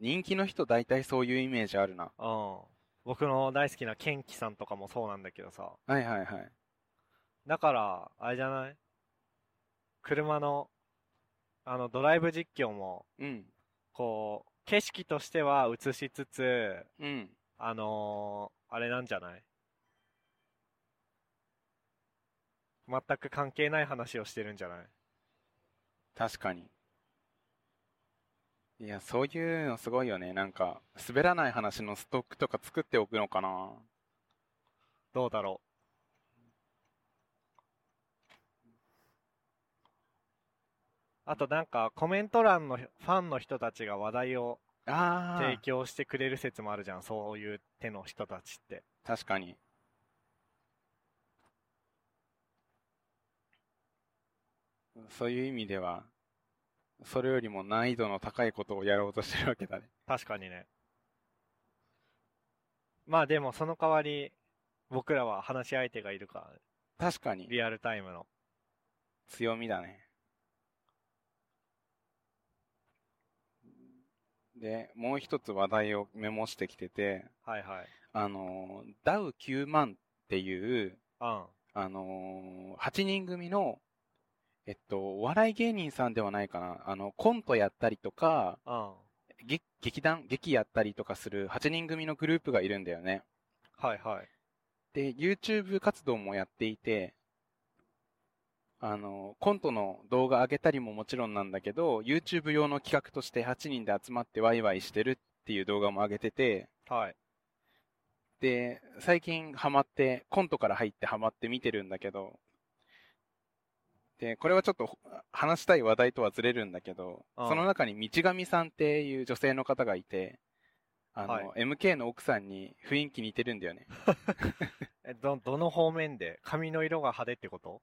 [SPEAKER 3] 人気の人大体そういうイメージあるな。
[SPEAKER 2] うん。僕の大好きなケンキさんとかもそうなんだけどさ。
[SPEAKER 3] はいはいはい。
[SPEAKER 2] だから、あれじゃない車の、あの、ドライブ実況も、
[SPEAKER 3] うん。
[SPEAKER 2] こう、景色としては映しつつ、
[SPEAKER 3] うん。
[SPEAKER 2] あのー、あれなんじゃない全く関係ない話をしてるんじゃない
[SPEAKER 3] 確かに。いや、そういうのすごいよね。なんか、滑らない話のストックとか作っておくのかな。
[SPEAKER 2] どうだろうあとなんかコメント欄のファンの人たちが話題を
[SPEAKER 3] あ
[SPEAKER 2] 提
[SPEAKER 3] あ、
[SPEAKER 2] 供してくれる説もあるじゃんそういう手の人たちって
[SPEAKER 3] 確かに。そういう意味では、それよりも難易度の高いことをやろうとしてるわけだね。
[SPEAKER 2] 確かにねまあでもその代わり僕らは話し相手がいるからね
[SPEAKER 3] 確かに、
[SPEAKER 2] リアルタイムの
[SPEAKER 3] 強みだね。で、もう一つ話題をメモしてきてて、
[SPEAKER 2] はいはい
[SPEAKER 3] あの、ダウ9万っていう、
[SPEAKER 2] うん
[SPEAKER 3] あの、8人組の、えっと、お笑い芸人さんではないかな。あの、コントやったりとか、
[SPEAKER 2] うん
[SPEAKER 3] 劇劇団、劇やったりとかする8人組のグループがいるんだよね。
[SPEAKER 2] はいはい
[SPEAKER 3] で、YouTube 活動もやっていて、あの、コントの動画上げたりももちろんなんだけど、YouTube 用の企画として8人で集まってワイワイしてるっていう動画も上げてて、
[SPEAKER 2] はい
[SPEAKER 3] で、最近ハマって、コントから入ってハマって見てるんだけど、で、これはちょっとほ話したい話題とはずれるんだけど、
[SPEAKER 2] うん
[SPEAKER 3] その中に道上さんっていう女性の方がいて、あの、
[SPEAKER 2] はい
[SPEAKER 3] MK の奥さんに雰囲気似てるんだよね。
[SPEAKER 2] えどどの方面で髪の色が派手ってこと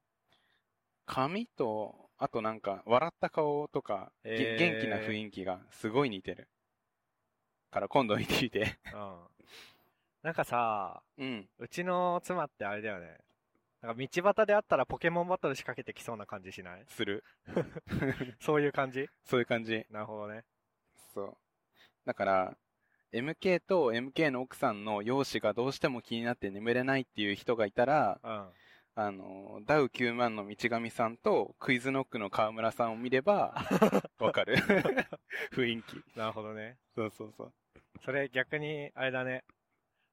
[SPEAKER 3] 髪と、あとなんか、笑った顔とか、げ
[SPEAKER 2] えー
[SPEAKER 3] 元気な雰囲気がすごい似てる。から今度見てみて。
[SPEAKER 2] うんなんかさ
[SPEAKER 3] うん。
[SPEAKER 2] うちの妻ってあれだよねなんか道端であったらポケモンバトル仕掛けてきそうな感じしない
[SPEAKER 3] する。
[SPEAKER 2] そういう感じ
[SPEAKER 3] そういう感じ。
[SPEAKER 2] なるほどね
[SPEAKER 3] そう。だから、MK と MK の奥さんの容姿がどうしても気になって眠れないっていう人がいたら、
[SPEAKER 2] うん
[SPEAKER 3] あの、ダウ9万の道上さんとクイズノックの河村さんを見れば、わかる。 雰囲気。
[SPEAKER 2] なるほどね
[SPEAKER 3] そうそうそう。
[SPEAKER 2] それ逆にあれだね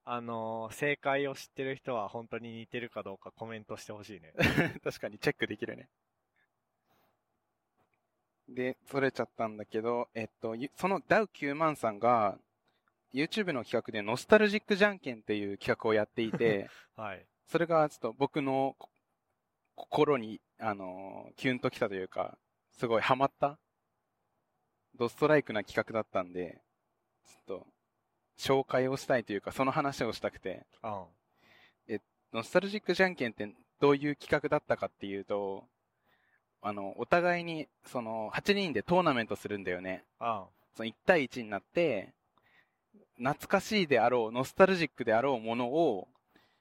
[SPEAKER 2] あのー正解を知ってる人は本当に似てるかどうかコメントしてほしいね
[SPEAKER 3] 確かにチェックできるね。で、それちゃったんだけど、えっと、ゆそのダウ9万さんが、YouTube の企画でノスタルジックじゃんけんっていう企画をやっていて、
[SPEAKER 2] はい
[SPEAKER 3] それがちょっと僕のこ心に、あのーキュンときたというか、すごいハマった、ドストライクな企画だったんで、ちょっと、紹介をしたいというか、その話をしたくて、
[SPEAKER 2] うん
[SPEAKER 3] ノスタルジックじゃんけんってどういう企画だったかっていうと、あの、お互いに、その、8人でトーナメントするんだよね。
[SPEAKER 2] うん
[SPEAKER 3] その1対1になって、懐かしいであろう、ノスタルジックであろうものを、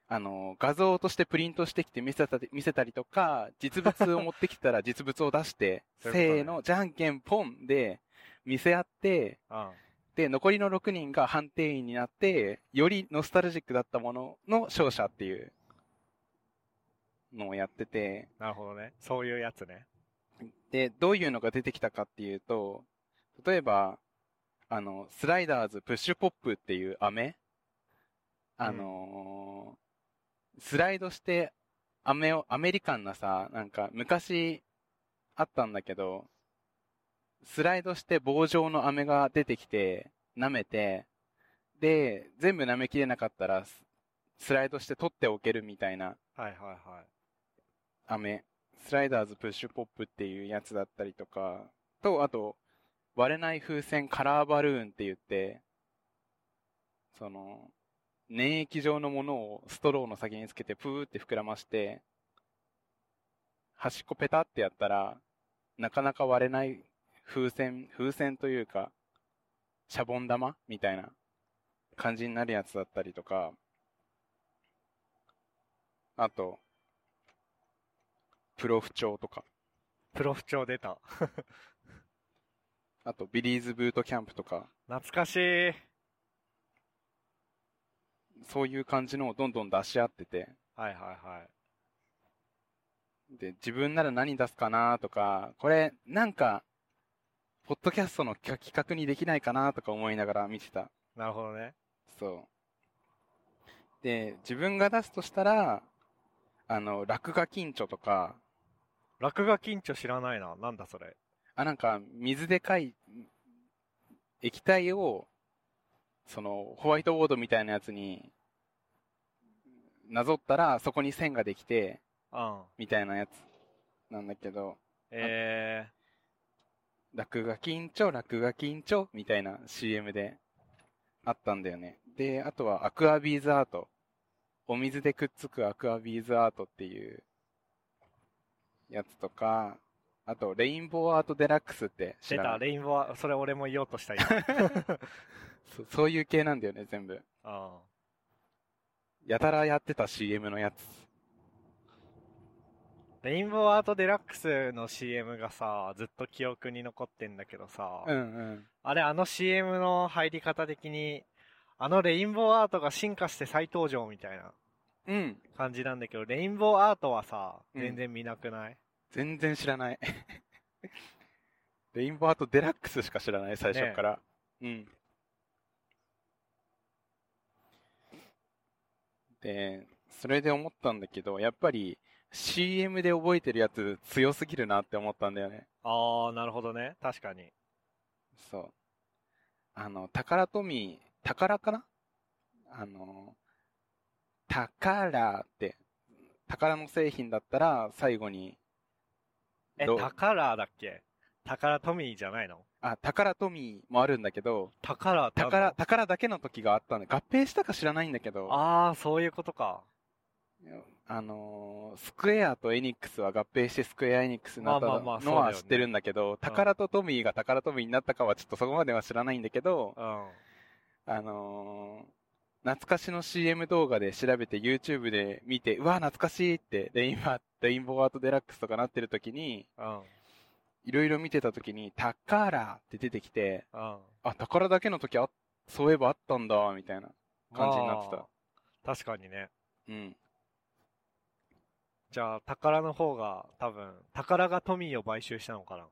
[SPEAKER 3] あの、画像としてプリントしてきて見せたり、見せたりとか、実物を持ってき たら実物を出して、
[SPEAKER 2] そういうことね
[SPEAKER 3] せーの、じゃんけんポンで見せ合って、
[SPEAKER 2] うん
[SPEAKER 3] で、残りの6人が判定員になって、よりノスタルジックだったものの勝者っていうのをやってて、
[SPEAKER 2] なるほどね。そういうやつね。
[SPEAKER 3] で、どういうのが出てきたかっていうと、例えば、あの、スライダーズプッシュポップっていう飴、あのースライドして飴を、アメリカンなさ、なんか昔あったんだけど、スライドして棒状の飴が出てきて、舐めて、で、全部舐めきれなかったら、ススライドして取っておけるみたいな
[SPEAKER 2] はいはいはい。
[SPEAKER 3] 飴、スライダーズプッシュポップっていうやつだったりとか、と、あと、割れない風船カラーバルーンって言って、その、粘液状のものをストローの先につけてプーって膨らまして、端っこペタってやったら、なかなか割れない風船、風船というか、シャボン玉みたいな感じになるやつだったりとか、あと、プロフ帳とか、
[SPEAKER 2] プロフ帳出た。
[SPEAKER 3] あとビリーズブートキャンプとか、
[SPEAKER 2] 懐かしい。
[SPEAKER 3] そういう感じのをどんどん出し合ってて、
[SPEAKER 2] はいはいはい。
[SPEAKER 3] で、自分なら何出すかなとか、これ、なんか、ポッドキャストの企画企画にできないかなとか思いながら見てた。
[SPEAKER 2] なるほどね。
[SPEAKER 3] そう。で、自分が出すとしたら、あの、落書きんちょとか、
[SPEAKER 2] 落書きんちょ知らないな。なんだそれ。
[SPEAKER 3] あ、なんか、水でかい、液体を、その、ホワイトボードみたいなやつに、なぞったら、そこに線ができて、
[SPEAKER 2] うん。
[SPEAKER 3] みたいなやつ、なんだけど、
[SPEAKER 2] え
[SPEAKER 3] 落書きんちょ、落書きんちょ、みたいな CM であったんだよね。で、あとはアクアビーズアート。お水でくっつくアクアビーズアートっていうやつとか、あとレインボーアートデラックスって
[SPEAKER 2] ー、
[SPEAKER 3] 知
[SPEAKER 2] 出
[SPEAKER 3] らな
[SPEAKER 2] た。
[SPEAKER 3] い
[SPEAKER 2] レインボーは、それ俺も言おうとした今。
[SPEAKER 3] そそういう系なんだよね、全部。
[SPEAKER 2] うん。
[SPEAKER 3] やたらやってた CM のやつ。
[SPEAKER 2] レインボーアートデラックスの CM がさ、ずっと記憶に残ってんだけどさ、
[SPEAKER 3] うんうん。
[SPEAKER 2] あれあの CM の入り方的に、あのレインボーアートが進化して再登場みたいな
[SPEAKER 3] うん。
[SPEAKER 2] 感じなんだけど、レインボーアートはさ、
[SPEAKER 3] うん
[SPEAKER 2] 全然見なくない、
[SPEAKER 3] 全然知らない。レインボーアートデラックスしか知らない、最初から。うん。で、それで思ったんだけど、やっぱり CM で覚えてるやつ強すぎるなって思ったんだよね。
[SPEAKER 2] ああ、なるほどね。確かに。
[SPEAKER 3] そう。あの、宝トミー、宝かなあの、宝って、宝の製品だったら最後に、
[SPEAKER 2] え、
[SPEAKER 3] ど
[SPEAKER 2] タカラーだっけタカラトミーじゃないの
[SPEAKER 3] あ、宝トミーもあるんだけど、
[SPEAKER 2] タカラーってあんの
[SPEAKER 3] 宝、宝だけの時があったんで、合併したか知らないんだけど、あ、
[SPEAKER 2] ああ、そういうことか。
[SPEAKER 3] のースクエアとエニックスは合併してスクエアエニックスになった
[SPEAKER 2] まあまあまあ
[SPEAKER 3] の
[SPEAKER 2] そうだよ
[SPEAKER 3] は
[SPEAKER 2] ね
[SPEAKER 3] 知ってるんだけど、宝とトミーが宝トミーになったかはちょっとそこまでは知らないんだけど、
[SPEAKER 2] うん。
[SPEAKER 3] あのー懐かしの CM 動画で調べて YouTube で見て、うわ、懐かしいって、レインボー、レインボーアートデラックスとかなってる時に、
[SPEAKER 2] うん。
[SPEAKER 3] いろいろ見てた時に、宝って出てきて、
[SPEAKER 2] うん。
[SPEAKER 3] あ、宝だけの時あ、そういえばあったんだ、みたいな感じになってた
[SPEAKER 2] ま。あ。確かにね。
[SPEAKER 3] うん。
[SPEAKER 2] じゃあ、宝の方が、多分、宝がトミーを買収したのかな。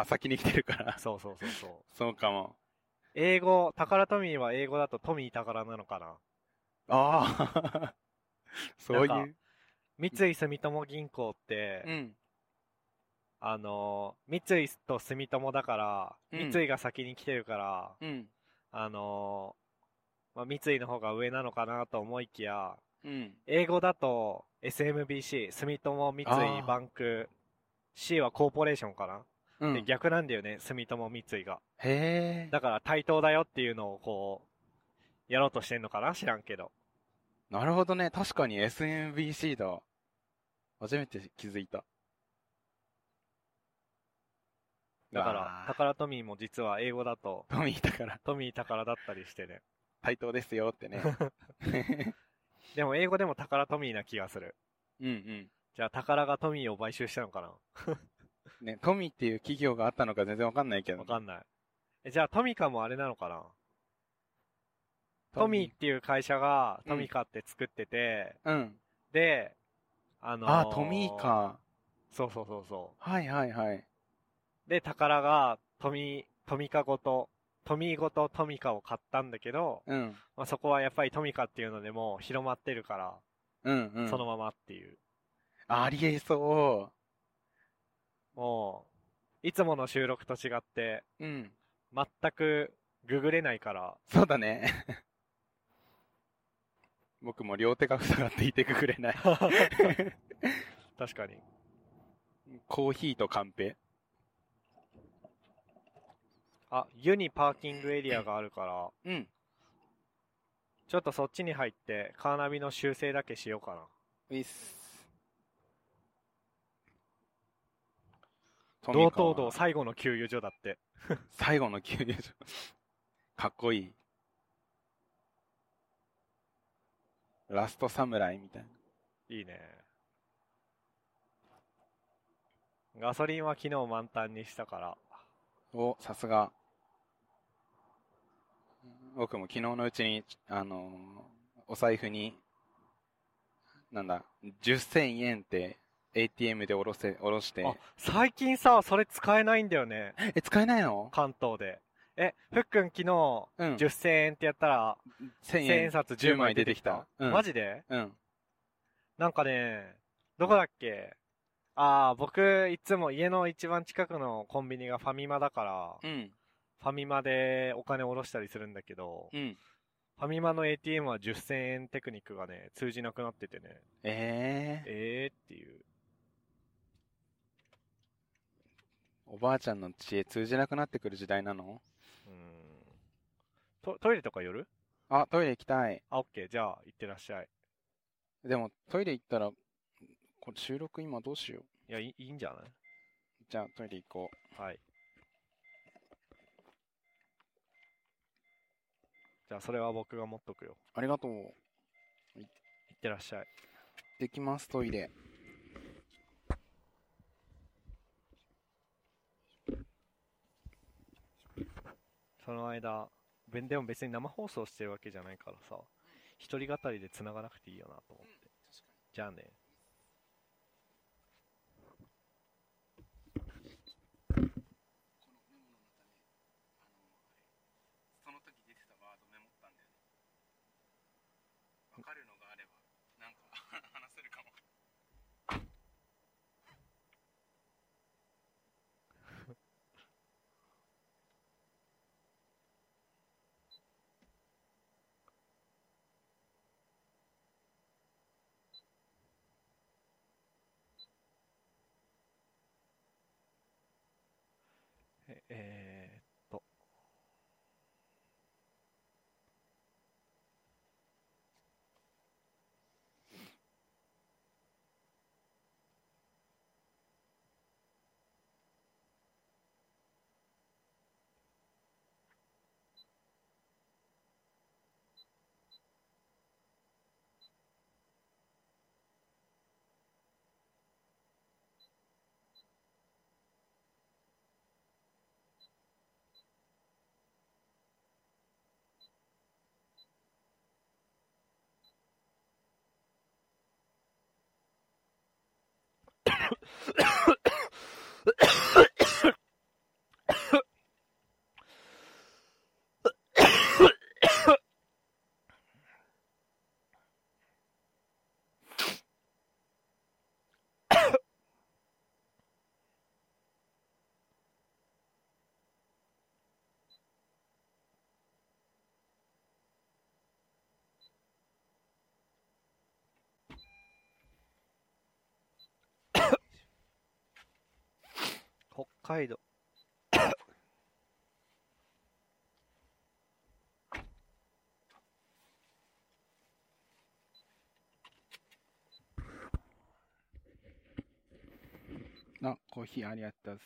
[SPEAKER 3] あ、先に来てるから。
[SPEAKER 2] そうそうそうそう。
[SPEAKER 3] そうかも。
[SPEAKER 2] 英語、宝トミーは英語だとトミー宝なのかな。
[SPEAKER 3] ああ。 そうい
[SPEAKER 2] なん
[SPEAKER 3] う
[SPEAKER 2] か。三井住友銀行って、
[SPEAKER 3] うん。
[SPEAKER 2] あのー、三井と住友だから、
[SPEAKER 3] うん
[SPEAKER 2] 三井が先に来てるから、
[SPEAKER 3] うん。
[SPEAKER 2] あのー、まあ、三井の方が上なのかなと思いきや、
[SPEAKER 3] うん。
[SPEAKER 2] 英語だと SMBC、住友三井
[SPEAKER 3] あー
[SPEAKER 2] バンク、C はコーポレーションかな、
[SPEAKER 3] うん。
[SPEAKER 2] で
[SPEAKER 3] へ
[SPEAKER 2] 逆なんだよね、住友三井が。
[SPEAKER 3] え。
[SPEAKER 2] だから対等だよっていうのをこう、やろうとしてんのかな知らんけど。
[SPEAKER 3] なるほどね。確かに SMBC だ。初めて気づいた。
[SPEAKER 2] だか
[SPEAKER 3] う
[SPEAKER 2] ら
[SPEAKER 3] わ、ー
[SPEAKER 2] 宝トミーも実は英語だと、
[SPEAKER 3] トミーだから、
[SPEAKER 2] トミー宝だったりしてね。
[SPEAKER 3] 対等ですよってね。
[SPEAKER 2] でも英語でも宝トミーな気がする。
[SPEAKER 3] うんうん。
[SPEAKER 2] じゃあ宝がトミーを買収したのか
[SPEAKER 3] ね、トミーっていう企業があったのか全然わかんないけ
[SPEAKER 2] な
[SPEAKER 3] ど
[SPEAKER 2] わ。かんない。えじゃあトミカもあれなのかなトミーっていう会社が
[SPEAKER 3] う
[SPEAKER 2] ト
[SPEAKER 3] ん
[SPEAKER 2] ミカって作ってて、
[SPEAKER 3] ー。うん。
[SPEAKER 2] で、あの
[SPEAKER 3] あ、トミー。か。
[SPEAKER 2] そうそうそうそ
[SPEAKER 3] はいはいはい。
[SPEAKER 2] う。で、宝がトミ、トミカごと、トミーごとトミカを買ったんだけど、
[SPEAKER 3] うん。
[SPEAKER 2] まあ、そこはやっぱりトミカっていうのでもう広まってるから、
[SPEAKER 3] うんうん。
[SPEAKER 2] そのままっていう。
[SPEAKER 3] ありえそ
[SPEAKER 2] もう、いつもの収録と違って、
[SPEAKER 3] う。うん。
[SPEAKER 2] 全くググれない から、
[SPEAKER 3] そうだね。僕も両手が塞がっていてくれない。
[SPEAKER 2] 確かに。
[SPEAKER 3] コーヒーとカンペ。
[SPEAKER 2] あ、湯にパーキングエリアがあるから、
[SPEAKER 3] うん。
[SPEAKER 2] ちょっとそっちに入って、カーナビの修正だけしようかな。
[SPEAKER 3] ウィス。
[SPEAKER 2] 道東道
[SPEAKER 3] 最
[SPEAKER 2] 最後の給油所だって。
[SPEAKER 3] 最後の給油所。 かっこいい。ラストサムライみたいな。
[SPEAKER 2] いいね。ガソリンは昨日満タンにしたから。
[SPEAKER 3] お、さすが。僕も昨日のうちに、あのーお財布に、なんだ、10銭円って ATM でおろせ、おろして。
[SPEAKER 2] あ、最近さ、それ使えないんだよね。
[SPEAKER 3] え、使えないの
[SPEAKER 2] 関東で。え、ふっくん昨日、
[SPEAKER 3] うん。
[SPEAKER 2] 10千円ってやったら、
[SPEAKER 3] 1000
[SPEAKER 2] 1000円札10枚出てきた。
[SPEAKER 3] うん
[SPEAKER 2] マジで
[SPEAKER 3] うん。
[SPEAKER 2] なんかね、どこだっけああ、僕、いつも家の一番近くのコンビニがファミマだから、
[SPEAKER 3] うん。
[SPEAKER 2] ファミマでお金下ろしたりするんだけど、
[SPEAKER 3] うん。
[SPEAKER 2] ファミマの ATM は10千円テクニックがね、通じなくなっててね、
[SPEAKER 3] ええ
[SPEAKER 2] えーっていう。
[SPEAKER 3] おばあちゃんの知恵通じなくなってくる時代なの
[SPEAKER 2] うーんトトイレとか寄る
[SPEAKER 3] あ、トイレ行きたい。
[SPEAKER 2] あ、オッケー、じゃあ、行ってらっしゃい。
[SPEAKER 3] でも、トイレ行ったら、これ収録今どうしよう。
[SPEAKER 2] いや、いいいいんじゃない
[SPEAKER 3] じゃあ、トイレ行こ
[SPEAKER 2] はい。じゃあ、それは僕が持っとくよ。
[SPEAKER 3] う。ありがとう。行
[SPEAKER 2] 行ってらっしゃい。
[SPEAKER 3] ってきます、トイレ。
[SPEAKER 2] その間、べんでも別に生放送してるわけじゃないからさ、一人語りで繋がなくていいよなと思って。じゃあね。
[SPEAKER 3] その時出てたワードメモったんだよね。わかるのがあれば、なんか話せるかも。
[SPEAKER 2] ええーっと。北海道。
[SPEAKER 3] あ、コーヒーありがとうっす。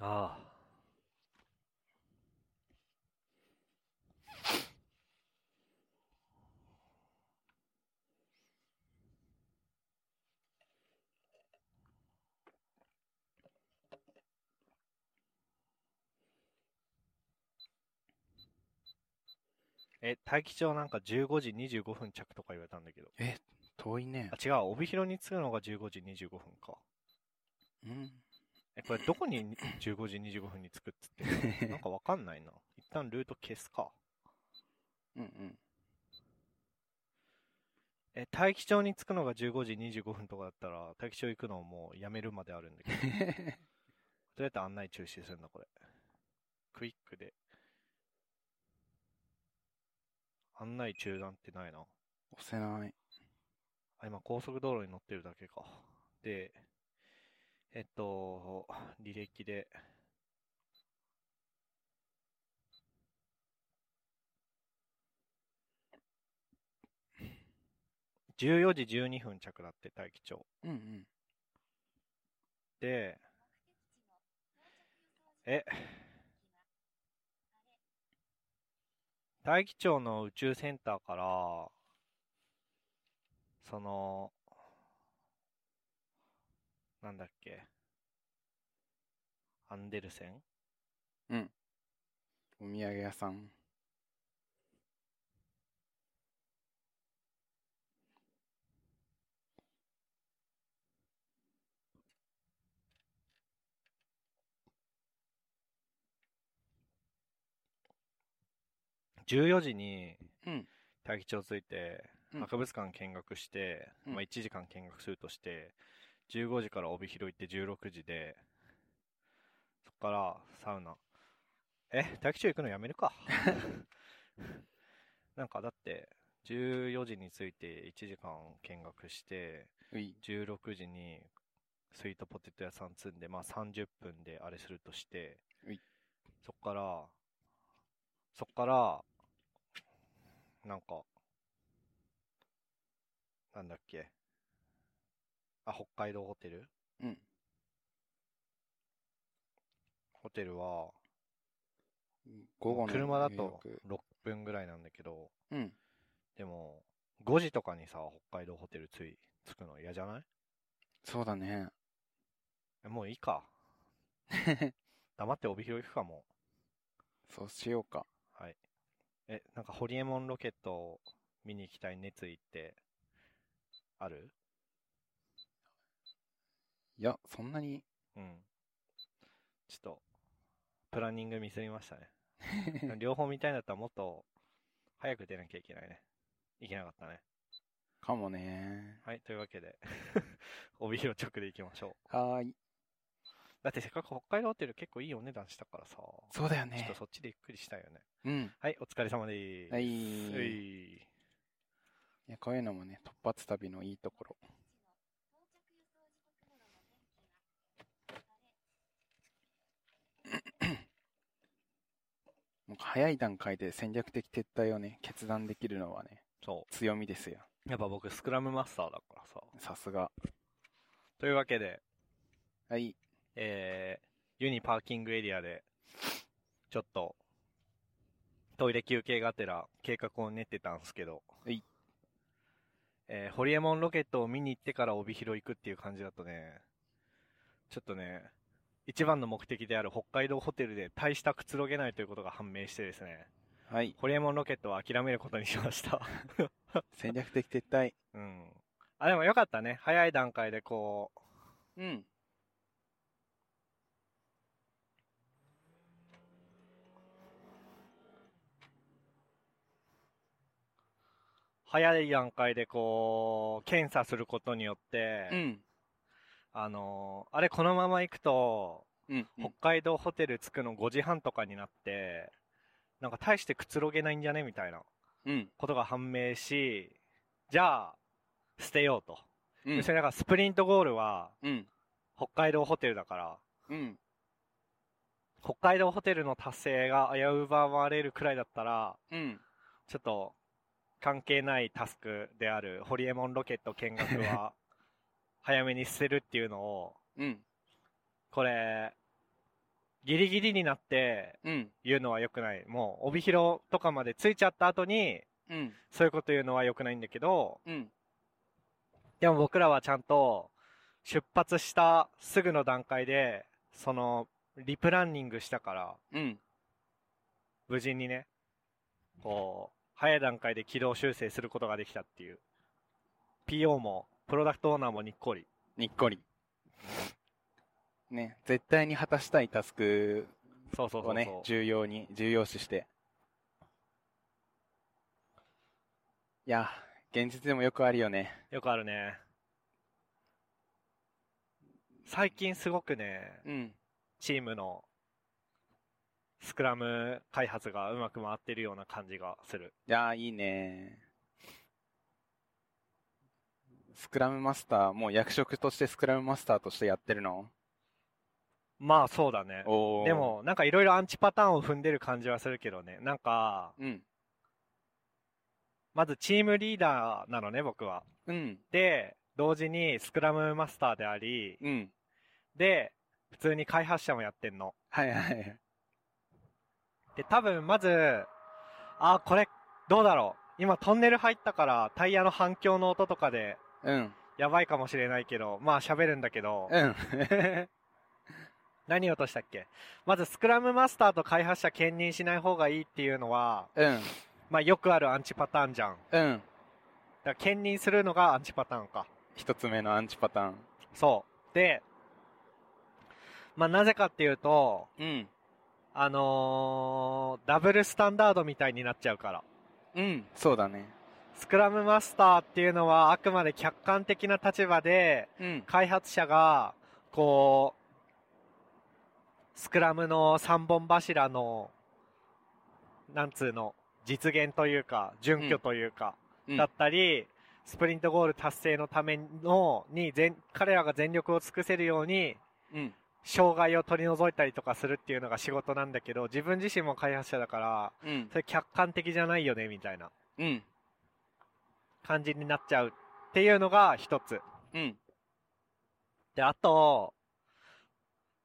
[SPEAKER 2] ああ。え、大気町なんか15時25分着とか言われたんだけど。
[SPEAKER 3] 遠いね
[SPEAKER 2] あ、。違う、帯広に着くのが15時25分か。
[SPEAKER 3] うん。
[SPEAKER 2] え、これどこに15時25分に着くっつってんの なんかわかんないな。一旦ルート消すか。
[SPEAKER 3] うんうん。
[SPEAKER 2] え、大気町に着くのが15時25分とかだったら、大気町行くのをもうやめるまであるんだけど。どうやって案内中止するんだ、これ。クイックで。案内中断ってないな。
[SPEAKER 3] 押せない。
[SPEAKER 2] あ、今高速道路に乗ってるだけか。で、えっと、履歴で。14時12分着だって、大気町。
[SPEAKER 3] うんうん。
[SPEAKER 2] で、え、大気町の宇宙センターから、その、なんだっけ、アンデルセン
[SPEAKER 3] お土産屋さん。
[SPEAKER 2] 14時に
[SPEAKER 3] うん
[SPEAKER 2] 大気町着いて、
[SPEAKER 3] うん
[SPEAKER 2] 博物館見学して、
[SPEAKER 3] うん
[SPEAKER 2] まあ、1時間見学するとして15時から帯広行って16時でそこからサウナえ大気町行くのやめる かなんかだって14時に着いて1時間見学して
[SPEAKER 3] うい。
[SPEAKER 2] 16時にスイートポテト屋さん積んで、まあ、30分であれするとして
[SPEAKER 3] うい、
[SPEAKER 2] そっから、そっから、なんか、なんだっけ、あ、北海道ホテル
[SPEAKER 3] うん。
[SPEAKER 2] ホテルは、
[SPEAKER 3] 午後の
[SPEAKER 2] 車だ
[SPEAKER 3] 入
[SPEAKER 2] と
[SPEAKER 3] 浴
[SPEAKER 2] 6分ぐらいなんだけど、
[SPEAKER 3] うん。
[SPEAKER 2] でも、5時とかにさ、北海道ホテルつい、着くの嫌じゃない
[SPEAKER 3] そうだ ね。
[SPEAKER 2] えもういいか。黙って帯広行くかもう。
[SPEAKER 3] そうしようか。
[SPEAKER 2] はい。え、なんか、ホリエモンロケットを見に行きたい熱意って、ある
[SPEAKER 3] いや、そんな に。
[SPEAKER 2] うん。ちょっと、プランニングミスりましたね。両方見たいんだったらもっと、早く出なきゃいけないね。いけなかったね。
[SPEAKER 3] かもね。
[SPEAKER 2] はい、というわけで、 帯広直で行きましょう。
[SPEAKER 3] はーい。
[SPEAKER 2] だってせっかく北海道ホテル結構いいお値段したからさ。
[SPEAKER 3] そうだよ
[SPEAKER 2] ちょっと
[SPEAKER 3] ね。
[SPEAKER 2] そっちでゆっくりしたいよね。
[SPEAKER 3] うん。
[SPEAKER 2] はい、お疲れ様でーす。
[SPEAKER 3] はいう
[SPEAKER 2] い
[SPEAKER 3] いやこういうのもね、突発旅のいいところ。 もう早い段階で戦略的撤退をね、決断できるのはね、
[SPEAKER 2] そ
[SPEAKER 3] 強みですよ。
[SPEAKER 2] う。やっぱ僕、スクラムマスターだからさ。
[SPEAKER 3] さすが。
[SPEAKER 2] というわけで、
[SPEAKER 3] はい。
[SPEAKER 2] えーユニパーキングエリアで、ちょっと、トイレ休憩がてら計画を練ってたんですけど、
[SPEAKER 3] はい
[SPEAKER 2] えーホリエモンロケットを見に行ってから帯広行くっていう感じだとね、ちょっとね、一番の目的である北海道ホテルで大したくつろげないということが判明してですね、
[SPEAKER 3] はい。
[SPEAKER 2] ホリエモンロケットは諦めることにしま した。
[SPEAKER 3] 戦略的撤退。
[SPEAKER 2] うん。あ、でもよかったね。早い段階でこう、
[SPEAKER 3] うん。
[SPEAKER 2] 早い段階でこう、検査することによって、
[SPEAKER 3] うん。
[SPEAKER 2] あのーあれこのまま行くと、
[SPEAKER 3] うん。
[SPEAKER 2] 北海道ホテル着くの5時半とかになって、なんか大してくつろげないんじゃねみたいな
[SPEAKER 3] うん。
[SPEAKER 2] ことが判明し、じゃあ、捨てようと。
[SPEAKER 3] うん
[SPEAKER 2] それだからスプリントゴールは
[SPEAKER 3] うん。
[SPEAKER 2] 北海道ホテルだから、
[SPEAKER 3] うん。
[SPEAKER 2] 北海道ホテルの達成が危うまれるくらいだったら、
[SPEAKER 3] うん。
[SPEAKER 2] ちょっと関係ないタスクであるホリエモンロケット見学 は早めに捨てるっていうのを、
[SPEAKER 3] うん。
[SPEAKER 2] これ、ギリギリになって
[SPEAKER 3] うん。
[SPEAKER 2] 言うのは良くない。もう、帯広とかまで着いちゃった後に、
[SPEAKER 3] うん。
[SPEAKER 2] そういうこと言うのは良くないんだけど、
[SPEAKER 3] うん。
[SPEAKER 2] でも僕らはちゃんと、出発したすぐの段階で、その、リプランニングしたから、
[SPEAKER 3] うん。
[SPEAKER 2] 無事にね、こう、早い段階で軌道修正することができたっていう。PO も、プロダクトオーナーもにっこり。
[SPEAKER 3] にっこり。ね、絶対に果たしたいタスク
[SPEAKER 2] そうそうそ
[SPEAKER 3] を
[SPEAKER 2] う
[SPEAKER 3] ね、
[SPEAKER 2] そう。
[SPEAKER 3] 重要に、重要視して。いや、現実でもよくあるよね。
[SPEAKER 2] よくあるね。最近すごくね、
[SPEAKER 3] うん。
[SPEAKER 2] チームのスクラム開発がうまく回ってるような感じがする。
[SPEAKER 3] いやー、いいねスクラムマスター、もう役職としてスクラムマスターとしてやってるの
[SPEAKER 2] まあそうだね。
[SPEAKER 3] おー
[SPEAKER 2] で、も、なんかいろいろアンチパターンを踏んでる感じはするけどね。なんか、
[SPEAKER 3] うん。
[SPEAKER 2] まずチームリーダーなのね、僕は。
[SPEAKER 3] うん。
[SPEAKER 2] で、同時にスクラムマスターであり、
[SPEAKER 3] うん。
[SPEAKER 2] で、普通に開発者もやってんの。
[SPEAKER 3] はいはい。
[SPEAKER 2] で、多分まず、あ、これ、どうだろう。今トンネル入ったから、タイヤの反響の音とかで、
[SPEAKER 3] うん。
[SPEAKER 2] やばいかもしれないけど、まあ喋るんだけど、
[SPEAKER 3] うん。
[SPEAKER 2] 何を落としたっけまずスクラムマスターと開発者兼任しない方がいいっていうのは、
[SPEAKER 3] うん。
[SPEAKER 2] まあよくあるアンチパターンじゃん。だか
[SPEAKER 3] うん。
[SPEAKER 2] ら兼任するのがアンチパターンか。
[SPEAKER 3] 一つ目のアンチパターン。
[SPEAKER 2] そう。で、まあなぜかっていうと、
[SPEAKER 3] うん。
[SPEAKER 2] あのーダブルスタンダードみたいになっちゃうから。
[SPEAKER 3] うん。そうだね。
[SPEAKER 2] スクラムマスターっていうのはあくまで客観的な立場で、
[SPEAKER 3] うん。
[SPEAKER 2] 開発者が、こう、スクラムの3本柱の、なんつうの、実現というか、準拠というか、
[SPEAKER 3] うん
[SPEAKER 2] だったり、スプリントゴール達成のための、に全、彼らが全力を尽くせるように、
[SPEAKER 3] うん。
[SPEAKER 2] 障害を取り除いたりとかするっていうのが仕事なんだけど、自分自身も開発者だから、
[SPEAKER 3] うん
[SPEAKER 2] そ。れ客観的じゃないよね、みたいな
[SPEAKER 3] うん。
[SPEAKER 2] 感じになっちゃうっていうのが一つ。
[SPEAKER 3] うん。
[SPEAKER 2] で、あと、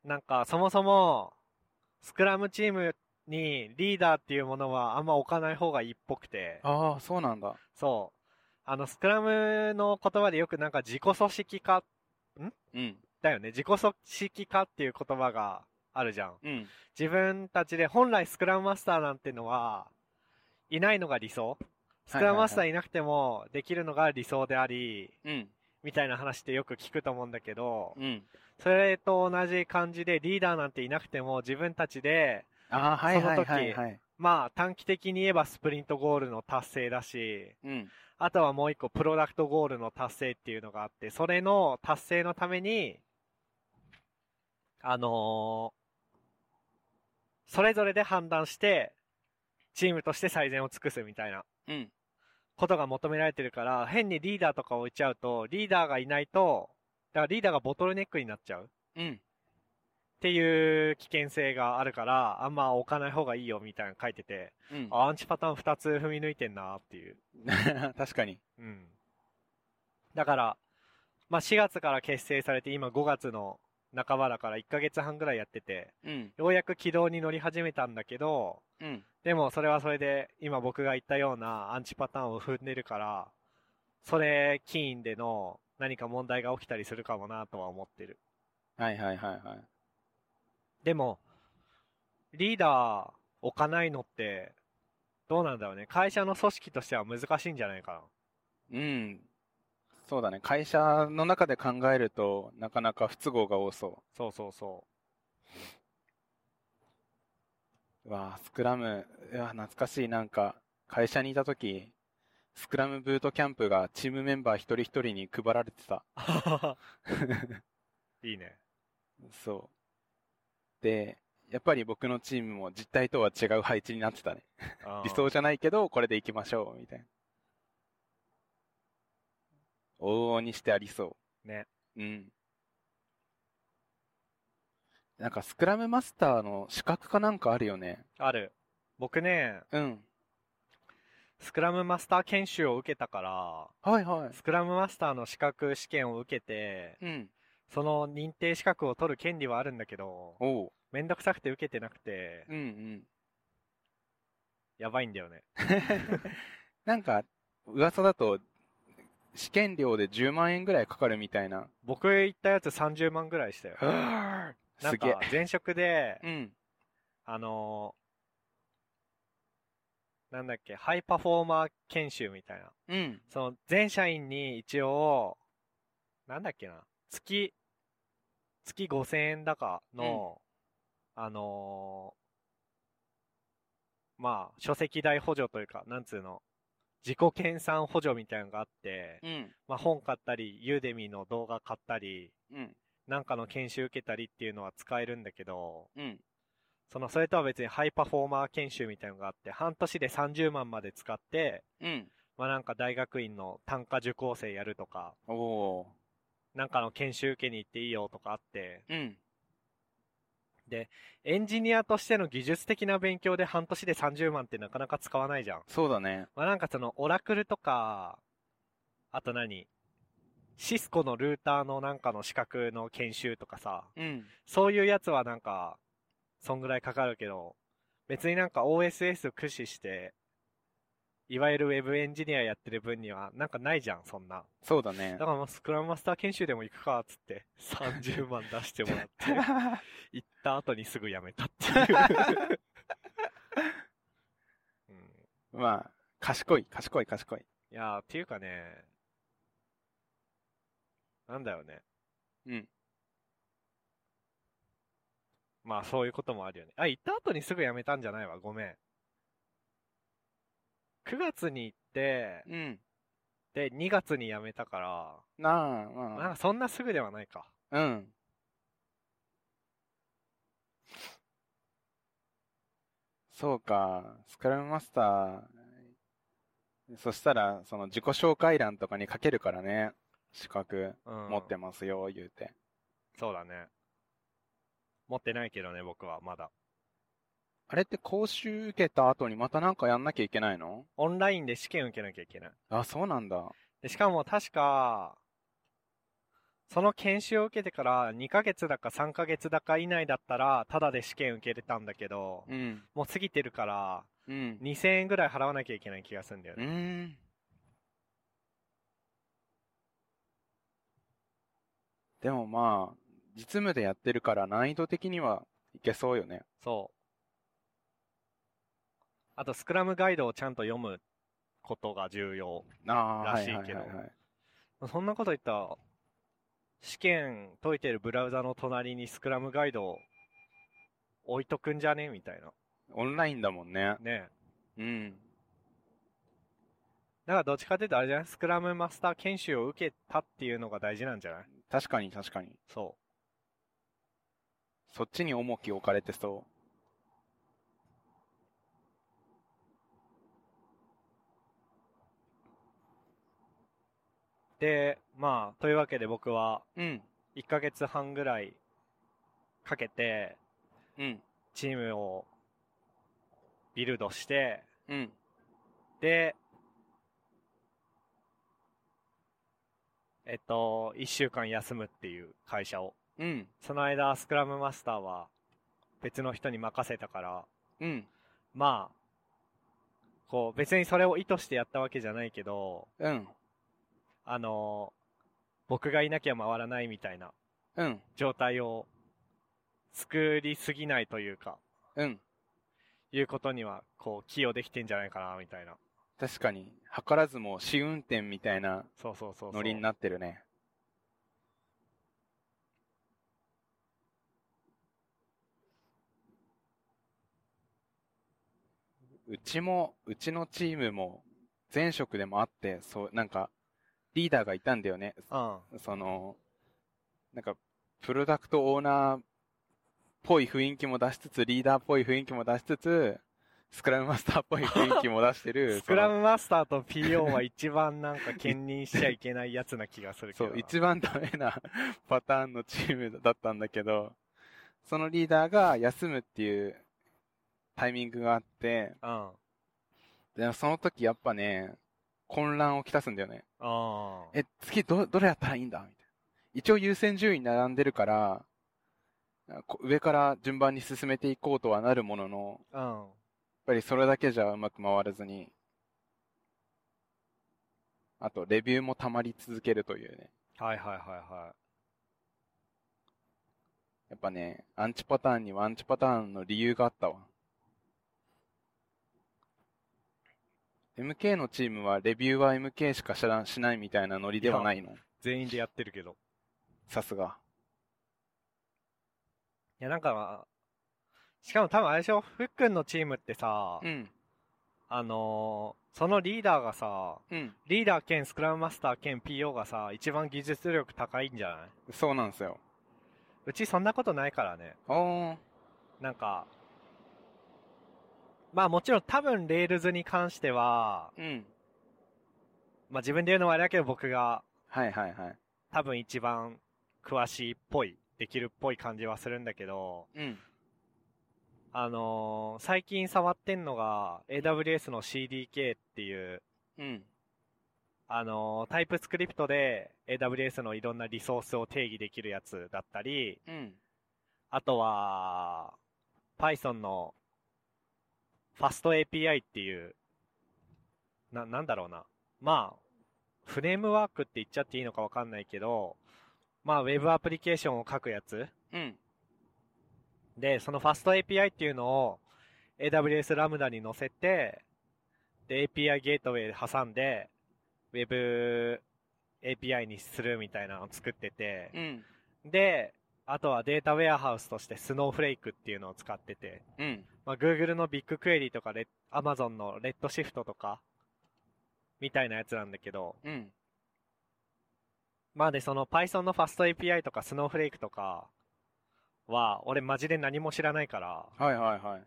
[SPEAKER 2] なんか、そもそも、スクラムチームにリーダーっていうものはあんま置かない方がいいっぽくて、
[SPEAKER 3] ああ、そうなんだ。
[SPEAKER 2] そう。あの、スクラムの言葉でよくなんか自己組織化、
[SPEAKER 3] うん。
[SPEAKER 2] だよね。自己組織化っていう言葉があるじゃん。
[SPEAKER 3] うん。
[SPEAKER 2] 自分たちで、本来スクラムマスターなんてのは、いないのが理想。スクラムマスターいなくてもできるのが理想であり、
[SPEAKER 3] うん。
[SPEAKER 2] みたいな話ってよく聞くと思うんだけど、
[SPEAKER 3] うん。
[SPEAKER 2] それと同じ感じでリーダーなんていなくても自分たちで、
[SPEAKER 3] ああ、はいはいはい
[SPEAKER 2] そ
[SPEAKER 3] はい。
[SPEAKER 2] まあ短期的に言えばスプリントゴールの達成だし、
[SPEAKER 3] うん。
[SPEAKER 2] あとはもう一個プロダクトゴールの達成っていうのがあって、それの達成のために、あのーそれぞれで判断して、チームとして最善を尽くすみたいな
[SPEAKER 3] うん。
[SPEAKER 2] ことが求められてるから、変にリーダーとか置いちゃうと、リーダーがいないと、だからリーダーがボトルネックになっちゃう。
[SPEAKER 3] うん。
[SPEAKER 2] っていう危険性があるから、あんま置かない方がいいよみたいなの書いてて、
[SPEAKER 3] うん。
[SPEAKER 2] あアンチパターン2つ踏み抜いてんなっていう。
[SPEAKER 3] 確かに。
[SPEAKER 2] うん。だから、まあ4月から結成されて、今5月の半ばだから1ヶ月半ぐらいやってて、
[SPEAKER 3] うん。
[SPEAKER 2] ようやく軌道に乗り始めたんだけど、
[SPEAKER 3] うん。
[SPEAKER 2] でもそれはそれで、今僕が言ったようなアンチパターンを踏んでるから、それ起因での何か問題が起きたりするかもなとは思ってる。
[SPEAKER 3] はいはいはいはい。
[SPEAKER 2] でも、リーダー置かないのって、どうなんだろうね。会社の組織としては難しいんじゃないか
[SPEAKER 3] うん。そうだね。会社の中で考えると、なかなか不都合が多そ。
[SPEAKER 2] な。そうそうそう
[SPEAKER 3] うわあ、スクラム。いや、懐かしい。なんか、会社にいた時、スクラムブートキャンプがチームメンバー一人一人に配られてた。
[SPEAKER 2] う。いいね。
[SPEAKER 3] そう。で、やっぱり僕のチームも実態とは違う配置になってたね。
[SPEAKER 2] あー
[SPEAKER 3] 理想じゃないけど、これでいきましょう、みたいな。往々にしてありそう。
[SPEAKER 2] ね。
[SPEAKER 3] うん。なんか、スクラムマスターの資格かなんかあるよね。
[SPEAKER 2] ある。僕ね、
[SPEAKER 3] うん。
[SPEAKER 2] スクラムマスター研修を受けたから、
[SPEAKER 3] はいはい。
[SPEAKER 2] スクラムマスターの資格試験を受けて、
[SPEAKER 3] うん。
[SPEAKER 2] その認定資格を取る権利はあるんだけど、
[SPEAKER 3] おう。
[SPEAKER 2] めんどくさくて受けてなくて、
[SPEAKER 3] うんうん。
[SPEAKER 2] やばいんだよね。
[SPEAKER 3] なんか、噂だと、試験料で10万円ぐらいかかるみたいな。
[SPEAKER 2] 僕行ったやつ30万ぐらいしたよ。な
[SPEAKER 3] す
[SPEAKER 2] ん
[SPEAKER 3] げえ
[SPEAKER 2] か。前職で、
[SPEAKER 3] うん。
[SPEAKER 2] あのーなんだっけ、ハイパフォーマー研修みたいな。
[SPEAKER 3] うん。
[SPEAKER 2] その全社員に一応、なんだっけな、月、月5000円だかの、あのーまあ、書籍代補助というか、なんつうの、自己研鑽補助みたいなのがあって、
[SPEAKER 3] うん。
[SPEAKER 2] まあ本買ったり、ユーデミの動画買ったり、
[SPEAKER 3] うん。
[SPEAKER 2] なんかの研修受けたりっていうのは使えるんだけど、
[SPEAKER 3] うん。
[SPEAKER 2] その、それとは別にハイパフォーマー研修みたいなのがあって、半年で30万まで使って、
[SPEAKER 3] うん。
[SPEAKER 2] まあなんか大学院の単価受講生やるとか、
[SPEAKER 3] おお
[SPEAKER 2] なんかの研修受けに行っていいよとかあって、
[SPEAKER 3] ー。うん。
[SPEAKER 2] エンジニアとしての技術的な勉強で半年で30万ってなかなか使わないじゃん。
[SPEAKER 3] そうだね。
[SPEAKER 2] まあなんかその、オラクルとか、あと何シスコのルーターのなんかの資格の研修とかさ、
[SPEAKER 3] うん。
[SPEAKER 2] そういうやつはなんか、そんぐらいかかるけど、別になんか OSS を駆使して、いわゆるウェブエンジニアやってる分には、なんかないじゃん、そんな。
[SPEAKER 3] そうだね
[SPEAKER 2] だ。からまあスクラムマスター研修でも行くか、つって、30万出してもらって、 行った後にすぐ辞めたっていう。うん、
[SPEAKER 3] まあ、賢い、賢い、賢い。
[SPEAKER 2] いやー、っていうかね、なんだよね。
[SPEAKER 3] うん。
[SPEAKER 2] まあそういうこともあるよね。あ、行った後にすぐ辞めたんじゃないわ。ごめん。9月に行って、
[SPEAKER 3] うん。
[SPEAKER 2] で、2月に辞めたから、
[SPEAKER 3] なあ、
[SPEAKER 2] なん
[SPEAKER 3] ま
[SPEAKER 2] かそんなすぐではないか。
[SPEAKER 3] あ。うん。そうか、スクラムマスター。そしたら、その自己紹介欄とかに書けるからね。資格
[SPEAKER 2] うん。
[SPEAKER 3] 持ってますよ、言うて。
[SPEAKER 2] そうだね。持ってないけどね、僕は、まだ。
[SPEAKER 3] あれって講習受けた後にまたなんかやんなきゃいけないの
[SPEAKER 2] オンラインで試験受けなきゃいけない。
[SPEAKER 3] あ、そうなんだ。
[SPEAKER 2] で、しかも確か、その研修を受けてから2ヶ月だか3ヶ月だか以内だったら、ただで試験受けれたんだけど、
[SPEAKER 3] うん。
[SPEAKER 2] もう過ぎてるから、
[SPEAKER 3] うん。
[SPEAKER 2] 2000円ぐらい払わなきゃいけない気がするんだよ
[SPEAKER 3] う
[SPEAKER 2] ね。
[SPEAKER 3] ーん。でもまあ、実務でやってるから難易度的にはいけそうよね。
[SPEAKER 2] そう。あと、スクラムガイドをちゃんと読むことが重要。
[SPEAKER 3] ああ、
[SPEAKER 2] らしいけど
[SPEAKER 3] はいはいはいはい
[SPEAKER 2] そんなこと言ったら、試験解いてるブラウザの隣にスクラムガイドを置いとくんじゃねみたいな。
[SPEAKER 3] オンラインだもんね。
[SPEAKER 2] ねえ
[SPEAKER 3] うん。
[SPEAKER 2] だからどっちかっていうとあれじゃないスクラムマスター研修を受けたっていうのが大事なんじゃない
[SPEAKER 3] 確かに確かに。
[SPEAKER 2] そ。
[SPEAKER 3] そっちに重きを置かれてそう
[SPEAKER 2] で、まあ、というわけで僕は
[SPEAKER 3] う。うん。
[SPEAKER 2] 1ヶ月半ぐらいかけて
[SPEAKER 3] うん。
[SPEAKER 2] チームをビルドして、
[SPEAKER 3] うん。
[SPEAKER 2] で、えっと、1週間休むっていう会社を。
[SPEAKER 3] うん。
[SPEAKER 2] その間、スクラムマスターは別の人に任せたから、
[SPEAKER 3] うん。
[SPEAKER 2] まあ、こう、別にそれを意図してやったわけじゃないけど、
[SPEAKER 3] うん。
[SPEAKER 2] あの僕がいなきゃ回らないみたいな
[SPEAKER 3] うん。
[SPEAKER 2] 状態を作りすぎないというか、
[SPEAKER 3] うん。
[SPEAKER 2] いうことには、こう、寄与できてんじゃないかな、みたいな。
[SPEAKER 3] 確かに、図らずも試運転みたいな
[SPEAKER 2] そうそうそうそう。
[SPEAKER 3] ノリになってるね。うちも、うちのチームも、前職でもあって、そう、なんか、リーダーがいたんだよね。
[SPEAKER 2] うん。
[SPEAKER 3] その、なんか、プロダクトオーナーっぽい雰囲気も出しつつ、リーダーっぽい雰囲気も出しつつ、スクラムマスターっぽい雰囲気も出してる。
[SPEAKER 2] スクラムマスターと PO は一番なんか兼任しちゃいけないやつな気がするけ
[SPEAKER 3] そ
[SPEAKER 2] どな。
[SPEAKER 3] う、一番ダメな パターンのチームだったんだけど、そのリーダーが休むっていうタイミングがあって、
[SPEAKER 2] うん。あ
[SPEAKER 3] でその時やっぱね、混乱をきたすんだよね。
[SPEAKER 2] あ。
[SPEAKER 3] え、次ど、どれやったらいいんだみたいな。一応優先順位に並んでるから、こ上から順番に進めていこうとはなるものの、
[SPEAKER 2] うん。は
[SPEAKER 3] やっぱりそれだけじゃうまく回らずに、あと、レビューも溜まり続けるというね。
[SPEAKER 2] いはいはいは
[SPEAKER 3] やっぱね、アンチパターンにはアンチパターンの理由があったわ。MK のチームはレビューは MK しかしらしないみたいなノリではないの。
[SPEAKER 2] い。全員でやってるけど。
[SPEAKER 3] さすが。
[SPEAKER 2] いやなんか、しかも多分あれでしょふっくんのチームってさ、
[SPEAKER 3] うん、
[SPEAKER 2] あのーそのリーダーがさ、
[SPEAKER 3] うん、
[SPEAKER 2] リーダー兼スクラムマスター兼 PO がさ、一番技術力高いんじゃない
[SPEAKER 3] そうなんですよ。
[SPEAKER 2] うちそんなことないからね。
[SPEAKER 3] おー、
[SPEAKER 2] なんか、まあもちろん多分レールズに関しては、
[SPEAKER 3] うん。
[SPEAKER 2] まあ自分で言うのもあれだけど僕が
[SPEAKER 3] はいはいはい。
[SPEAKER 2] 多分一番詳しいっぽい、できるっぽい感じはするんだけど、
[SPEAKER 3] うん。
[SPEAKER 2] あのー最近触ってんのが AWS の CDK っていう、
[SPEAKER 3] うん。
[SPEAKER 2] あのータイプスクリプトで AWS のいろんなリソースを定義できるやつだったり、
[SPEAKER 3] うん。
[SPEAKER 2] あとは、Python の FastAPI っていう、な、なんだろうな。まあ、フレームワークって言っちゃっていいのかわかんないけど、まあ、ウェブアプリケーションを書くやつ
[SPEAKER 3] うん。
[SPEAKER 2] で、その FastAPI っていうのを AWS ラムダに載せて、で、API ゲートウェイ挟んで、Web API にするみたいなのを作ってて、
[SPEAKER 3] うん。
[SPEAKER 2] で、あとはデータウェアハウスとして Snowflake っていうのを使ってて、
[SPEAKER 3] うん。
[SPEAKER 2] まあ、Google のビッグクエリとかレ、Amazon の Redshift とか、みたいなやつなんだけど、
[SPEAKER 3] うん。
[SPEAKER 2] まあで、その Python の FastAPI とか Snowflake とかは、俺マジで何も知らないから、
[SPEAKER 3] はいはいはい。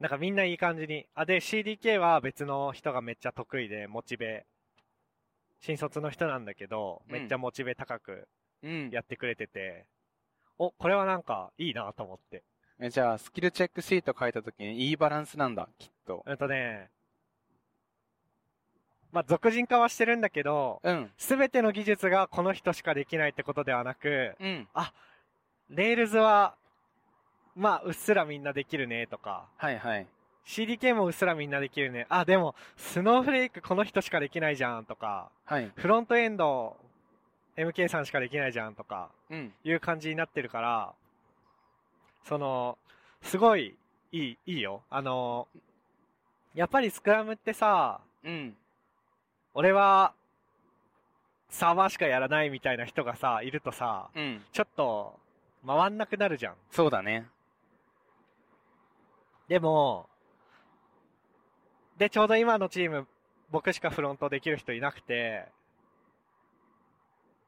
[SPEAKER 2] なんかみんないい感じに。あ、で、CDK は別の人がめっちゃ得意で、モチベ、新卒の人なんだけど、
[SPEAKER 3] うん
[SPEAKER 2] めっちゃモチベ高く
[SPEAKER 3] うん。
[SPEAKER 2] やってくれてて、お、これはなんかいいなと思って。
[SPEAKER 3] えじゃあ、スキルチェックシート書いたときにいいバランスなんだ、きっと。
[SPEAKER 2] うんとね、まあ、俗人化はしてるんだけど、
[SPEAKER 3] うん。
[SPEAKER 2] すべての技術がこの人しかできないってことではなく、
[SPEAKER 3] うん。
[SPEAKER 2] レールズは、まあ、うっすらみんなできるね、とか、
[SPEAKER 3] はいはい。
[SPEAKER 2] CDK もうっすらみんなできるね。あ、でも、スノーフレークこの人しかできないじゃん、とか、
[SPEAKER 3] はい。
[SPEAKER 2] フロントエンド、MK さんしかできないじゃんとか、
[SPEAKER 3] うん。
[SPEAKER 2] いう感じになってるから、その、すごい、いい、いいよ。あの、やっぱりスクラムってさ、
[SPEAKER 3] うん。
[SPEAKER 2] 俺は、サーバーしかやらないみたいな人がさ、いるとさ、
[SPEAKER 3] うん。
[SPEAKER 2] ちょっと、回んなくなるじゃん。
[SPEAKER 3] そうだね。
[SPEAKER 2] でも、で、ちょうど今のチーム、僕しかフロントできる人いなくて、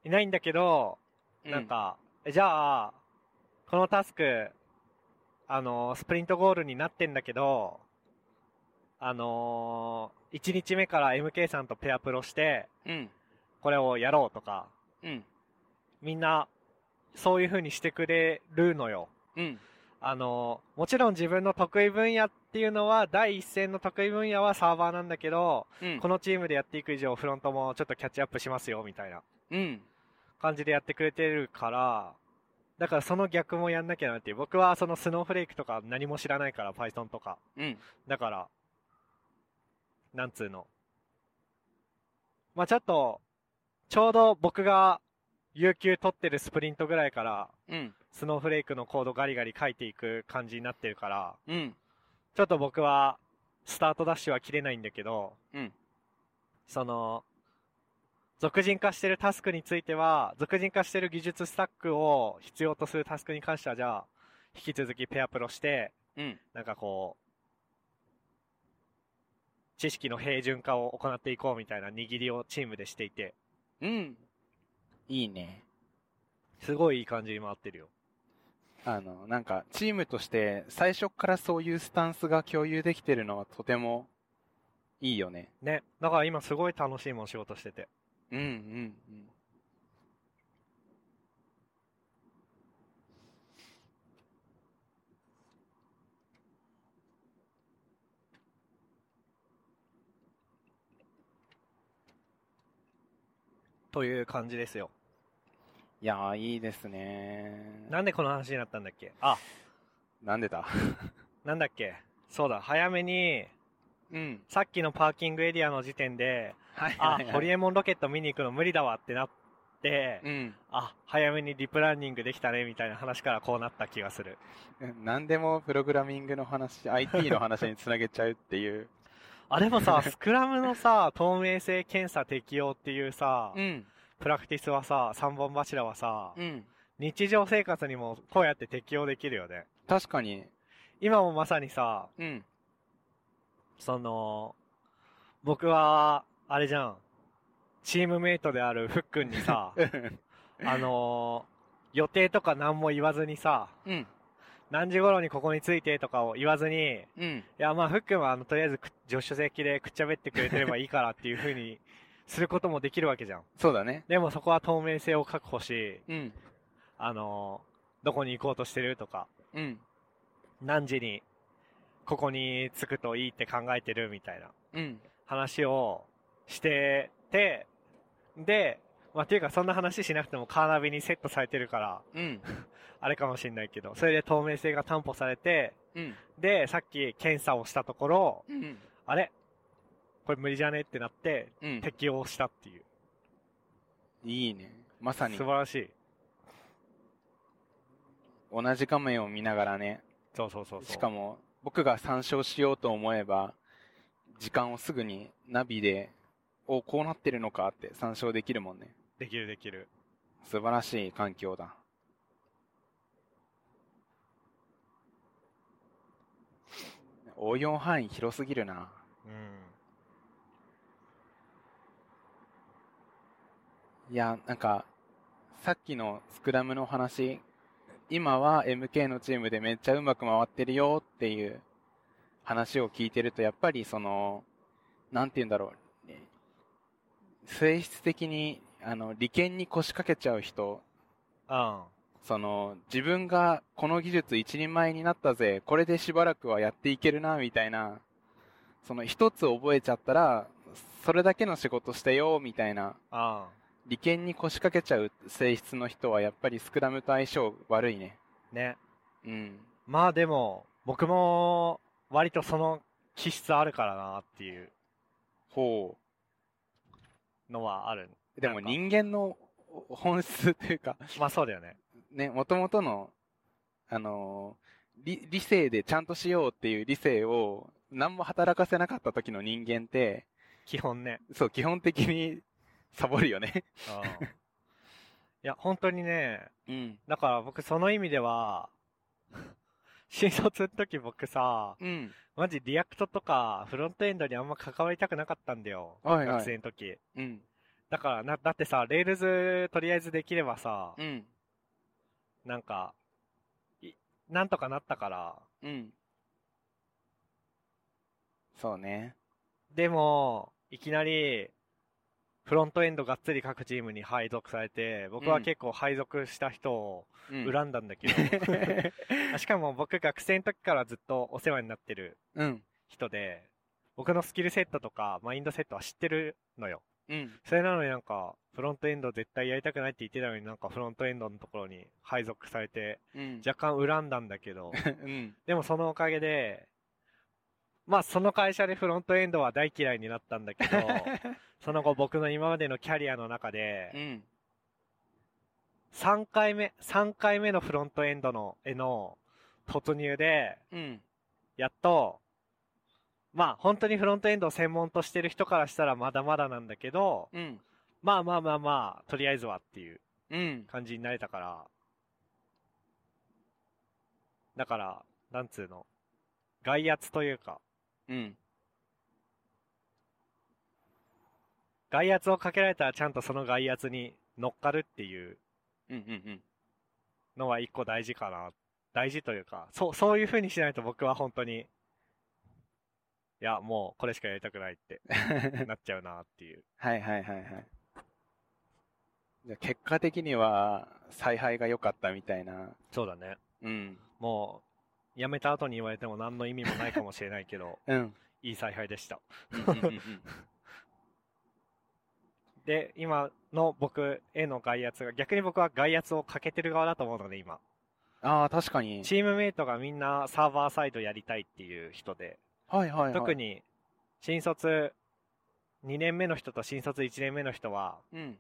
[SPEAKER 2] いないんだけど、
[SPEAKER 3] う
[SPEAKER 2] なん、か、えじゃあ、このタスク、あのースプリントゴールになってんだけど、あのー、1日目から MK さんとペアプロして、
[SPEAKER 3] うん。
[SPEAKER 2] これをやろうとか、
[SPEAKER 3] うん。
[SPEAKER 2] みんな、そういう風にしてくれるのよ。
[SPEAKER 3] うん。
[SPEAKER 2] あのーもちろん自分の得意分野っていうのは、第一線の得意分野はサーバーなんだけど、
[SPEAKER 3] うん。
[SPEAKER 2] このチームでやっていく以上、フロントもちょっとキャッチアップしますよ、みたいな。
[SPEAKER 3] うん。
[SPEAKER 2] 感じでやってくれてるから、だからその逆もやんなきゃなっていう。僕はそのスノーフレークとか何も知らないから、Python とか。
[SPEAKER 3] うん。
[SPEAKER 2] だから、なんつうの。まあちょっと、ちょうど僕が、有給取ってるスプリントぐらいから、
[SPEAKER 3] うん。
[SPEAKER 2] スノーフレークのコードガリガリ書いていく感じになってるから、
[SPEAKER 3] うん。
[SPEAKER 2] ちょっと僕は、スタートダッシュは切れないんだけど、
[SPEAKER 3] うん
[SPEAKER 2] その、俗人化してるタスクについては、俗人化してる技術スタックを必要とするタスクに関しては、じゃあ、引き続きペアプロして、
[SPEAKER 3] うん。
[SPEAKER 2] なんかこう、知識の平準化を行っていこうみたいな握りをチームでしていて、
[SPEAKER 3] うん。いいね。
[SPEAKER 2] すごいいい感じに回ってるよ。
[SPEAKER 3] あの、なんか、チームとして最初からそういうスタンスが共有できてるのはとてもいいよね。
[SPEAKER 2] ね。だから今すごい楽しいもん仕事してて。
[SPEAKER 3] うんうんうん。
[SPEAKER 2] という感じですよ。
[SPEAKER 3] いやー、いいですね。
[SPEAKER 2] なんでこの話になったんだっけあ、
[SPEAKER 3] なんでだ
[SPEAKER 2] なんだっけそうだ、早めに、
[SPEAKER 3] うん。
[SPEAKER 2] さっきのパーキングエリアの時点で、
[SPEAKER 3] はい
[SPEAKER 2] あ
[SPEAKER 3] はい、はい。
[SPEAKER 2] ホリエモンロケット見に行くの無理だわってなって、
[SPEAKER 3] うん。
[SPEAKER 2] あ、早めにリプランニングできたねみたいな話からこうなった気がする。
[SPEAKER 3] 何でもプログラミングの話、IT の話につなげちゃうっていう。
[SPEAKER 2] あ、でもさ、スクラムのさ、透明性検査適用っていうさ、
[SPEAKER 3] ん。
[SPEAKER 2] プラクティスはさ、三本柱はさ、
[SPEAKER 3] うん。
[SPEAKER 2] 日常生活にもこうやって適用できるよね。
[SPEAKER 3] 確かに。
[SPEAKER 2] 今もまさにさ、
[SPEAKER 3] うん。、
[SPEAKER 2] その、僕は、あれじゃん、チームメイトであるふっくんにさ
[SPEAKER 3] う
[SPEAKER 2] あのー予定とか何も言わずにさ、
[SPEAKER 3] ん。
[SPEAKER 2] 何時頃にここに着いてとかを言わずに、
[SPEAKER 3] うん。
[SPEAKER 2] いや、まあ、ふっくんは、あの、とりあえずく、助手席でくっちゃべってくれてればいいからっていう風に、することもできるわけじゃん。
[SPEAKER 3] そうだね。
[SPEAKER 2] でもそこは透明性を確保し、
[SPEAKER 3] うん。
[SPEAKER 2] あのどこに行こうとしてるとか、
[SPEAKER 3] うん。
[SPEAKER 2] 何時に、ここに着くといいって考えてるみたいな
[SPEAKER 3] うん。
[SPEAKER 2] 話をしてて、で、まあ、っていうかそんな話しなくてもカーナビにセットされてるから、
[SPEAKER 3] うん。
[SPEAKER 2] あれかもしんないけど、それで透明性が担保されて、
[SPEAKER 3] うん。
[SPEAKER 2] で、さっき検査をしたところ、
[SPEAKER 3] うん。
[SPEAKER 2] あれこれ無理じゃねってなって、
[SPEAKER 3] うん。
[SPEAKER 2] 適応したっていう。
[SPEAKER 3] いいね。まさに
[SPEAKER 2] 素、晴らしい。
[SPEAKER 3] 同じ画面を見ながらね。
[SPEAKER 2] そうそうそうそう。
[SPEAKER 3] しか
[SPEAKER 2] も。
[SPEAKER 3] も、僕が参照しようと思えば、時間をすぐにナビで、お、こうなってるのかって参照できるもんね。
[SPEAKER 2] できるできる。
[SPEAKER 3] 素晴らしい環境だ。応用範囲広すぎるな。
[SPEAKER 2] うん。
[SPEAKER 3] いや、なんか、さっきのスクラムの話、今は MK のチームでめっちゃうまく回ってるよっていう話を聞いてると、やっぱりその、なんて言うんだろう。性質的に、あの、利権に腰掛けちゃう人
[SPEAKER 2] うん。
[SPEAKER 3] その、自分がこの技術一人前になったぜ、これでしばらくはやっていけるな、みたいな、その一つ覚えちゃったら、それだけの仕事してよ、みたいな、
[SPEAKER 2] うん。
[SPEAKER 3] 利権に腰掛けちゃう性質の人はやっぱりスクラムと相性悪いね。
[SPEAKER 2] ね。
[SPEAKER 3] うん。
[SPEAKER 2] まあでも、僕も、割とその気質あるからなっていう
[SPEAKER 3] ほ
[SPEAKER 2] のはある。
[SPEAKER 3] う。で
[SPEAKER 2] な
[SPEAKER 3] も
[SPEAKER 2] んか
[SPEAKER 3] 人間の本質というか、
[SPEAKER 2] まあそうだよね。
[SPEAKER 3] ね、もともとの、あのー理、理性でちゃんとしようっていう理性を、何も働かせなかった時の人間って、
[SPEAKER 2] 基本ね。
[SPEAKER 3] そう、基本的にサボるよね。
[SPEAKER 2] うん。いや、本当にね、
[SPEAKER 3] うん。
[SPEAKER 2] だから僕その意味では、 新卒の時僕さ、
[SPEAKER 3] うん。
[SPEAKER 2] マジリアクトとかフロントエンドにあんま関わりたくなかったんだよ。
[SPEAKER 3] はいはい
[SPEAKER 2] 学生の時。
[SPEAKER 3] うん。
[SPEAKER 2] だからな、だってさ、レールズとりあえずできればさ、
[SPEAKER 3] うん。
[SPEAKER 2] なんか、いなんとかなったから。
[SPEAKER 3] うん。そうね。
[SPEAKER 2] でも、いきなり、フロントエンドがっつり各チームに配属されて、僕は結構配属した人を
[SPEAKER 3] うん。
[SPEAKER 2] 恨んだんだけど、しかも僕学生の時からずっとお世話になってる
[SPEAKER 3] うん。
[SPEAKER 2] 人で、僕のスキルセットとかマインドセットは知ってるのよ。
[SPEAKER 3] うん。
[SPEAKER 2] それなのになんか、フロントエンド絶対やりたくないって言ってたのになんかフロントエンドのところに配属されて、
[SPEAKER 3] うん。
[SPEAKER 2] 若干恨んだんだけ ど、
[SPEAKER 3] うん。
[SPEAKER 2] でもそのおかげで、まあその会社でフロントエンドは大嫌いになったんだ けど、その後僕の今までのキャリアの中
[SPEAKER 3] う
[SPEAKER 2] で、
[SPEAKER 3] ん。
[SPEAKER 2] 3回目、3回目のフロントエンドの、への突入で、
[SPEAKER 3] うん。
[SPEAKER 2] やっと、まあ本当にフロントエンドを専門としてる人からしたらまだまだなんだけど、
[SPEAKER 3] うん。
[SPEAKER 2] まあまあまあまあ、とりあえずはっていう
[SPEAKER 3] うん。
[SPEAKER 2] 感じになれたから、だから、なんつうの、外圧というか、
[SPEAKER 3] うん。
[SPEAKER 2] 外圧をかけられたらちゃんとその外圧に乗っかるっていう
[SPEAKER 3] うん。うん。
[SPEAKER 2] のは一個大事かな。大事というか、そう、そういう風にしないと僕は本当に、いや、もうこれしかやりたくないってなっちゃうなっていう。
[SPEAKER 3] はいはいはいはい。じゃあ結果的には、采配が良かったみたいな。
[SPEAKER 2] そうだね。
[SPEAKER 3] うん。、
[SPEAKER 2] もう、辞めた後に言われても何の意味もないかもしれないけど
[SPEAKER 3] うん。
[SPEAKER 2] いい采配でした。
[SPEAKER 3] うんうんうんうん
[SPEAKER 2] で、今の僕への外圧が、逆に僕は外圧をかけてる側だと思うので、今。
[SPEAKER 3] ああ、確かに。
[SPEAKER 2] チームメイトがみんなサーバーサイドやりたいっていう人で、
[SPEAKER 3] はいはいはい。
[SPEAKER 2] 特。に新卒2年目の人と新卒1年目の人は、
[SPEAKER 3] うん。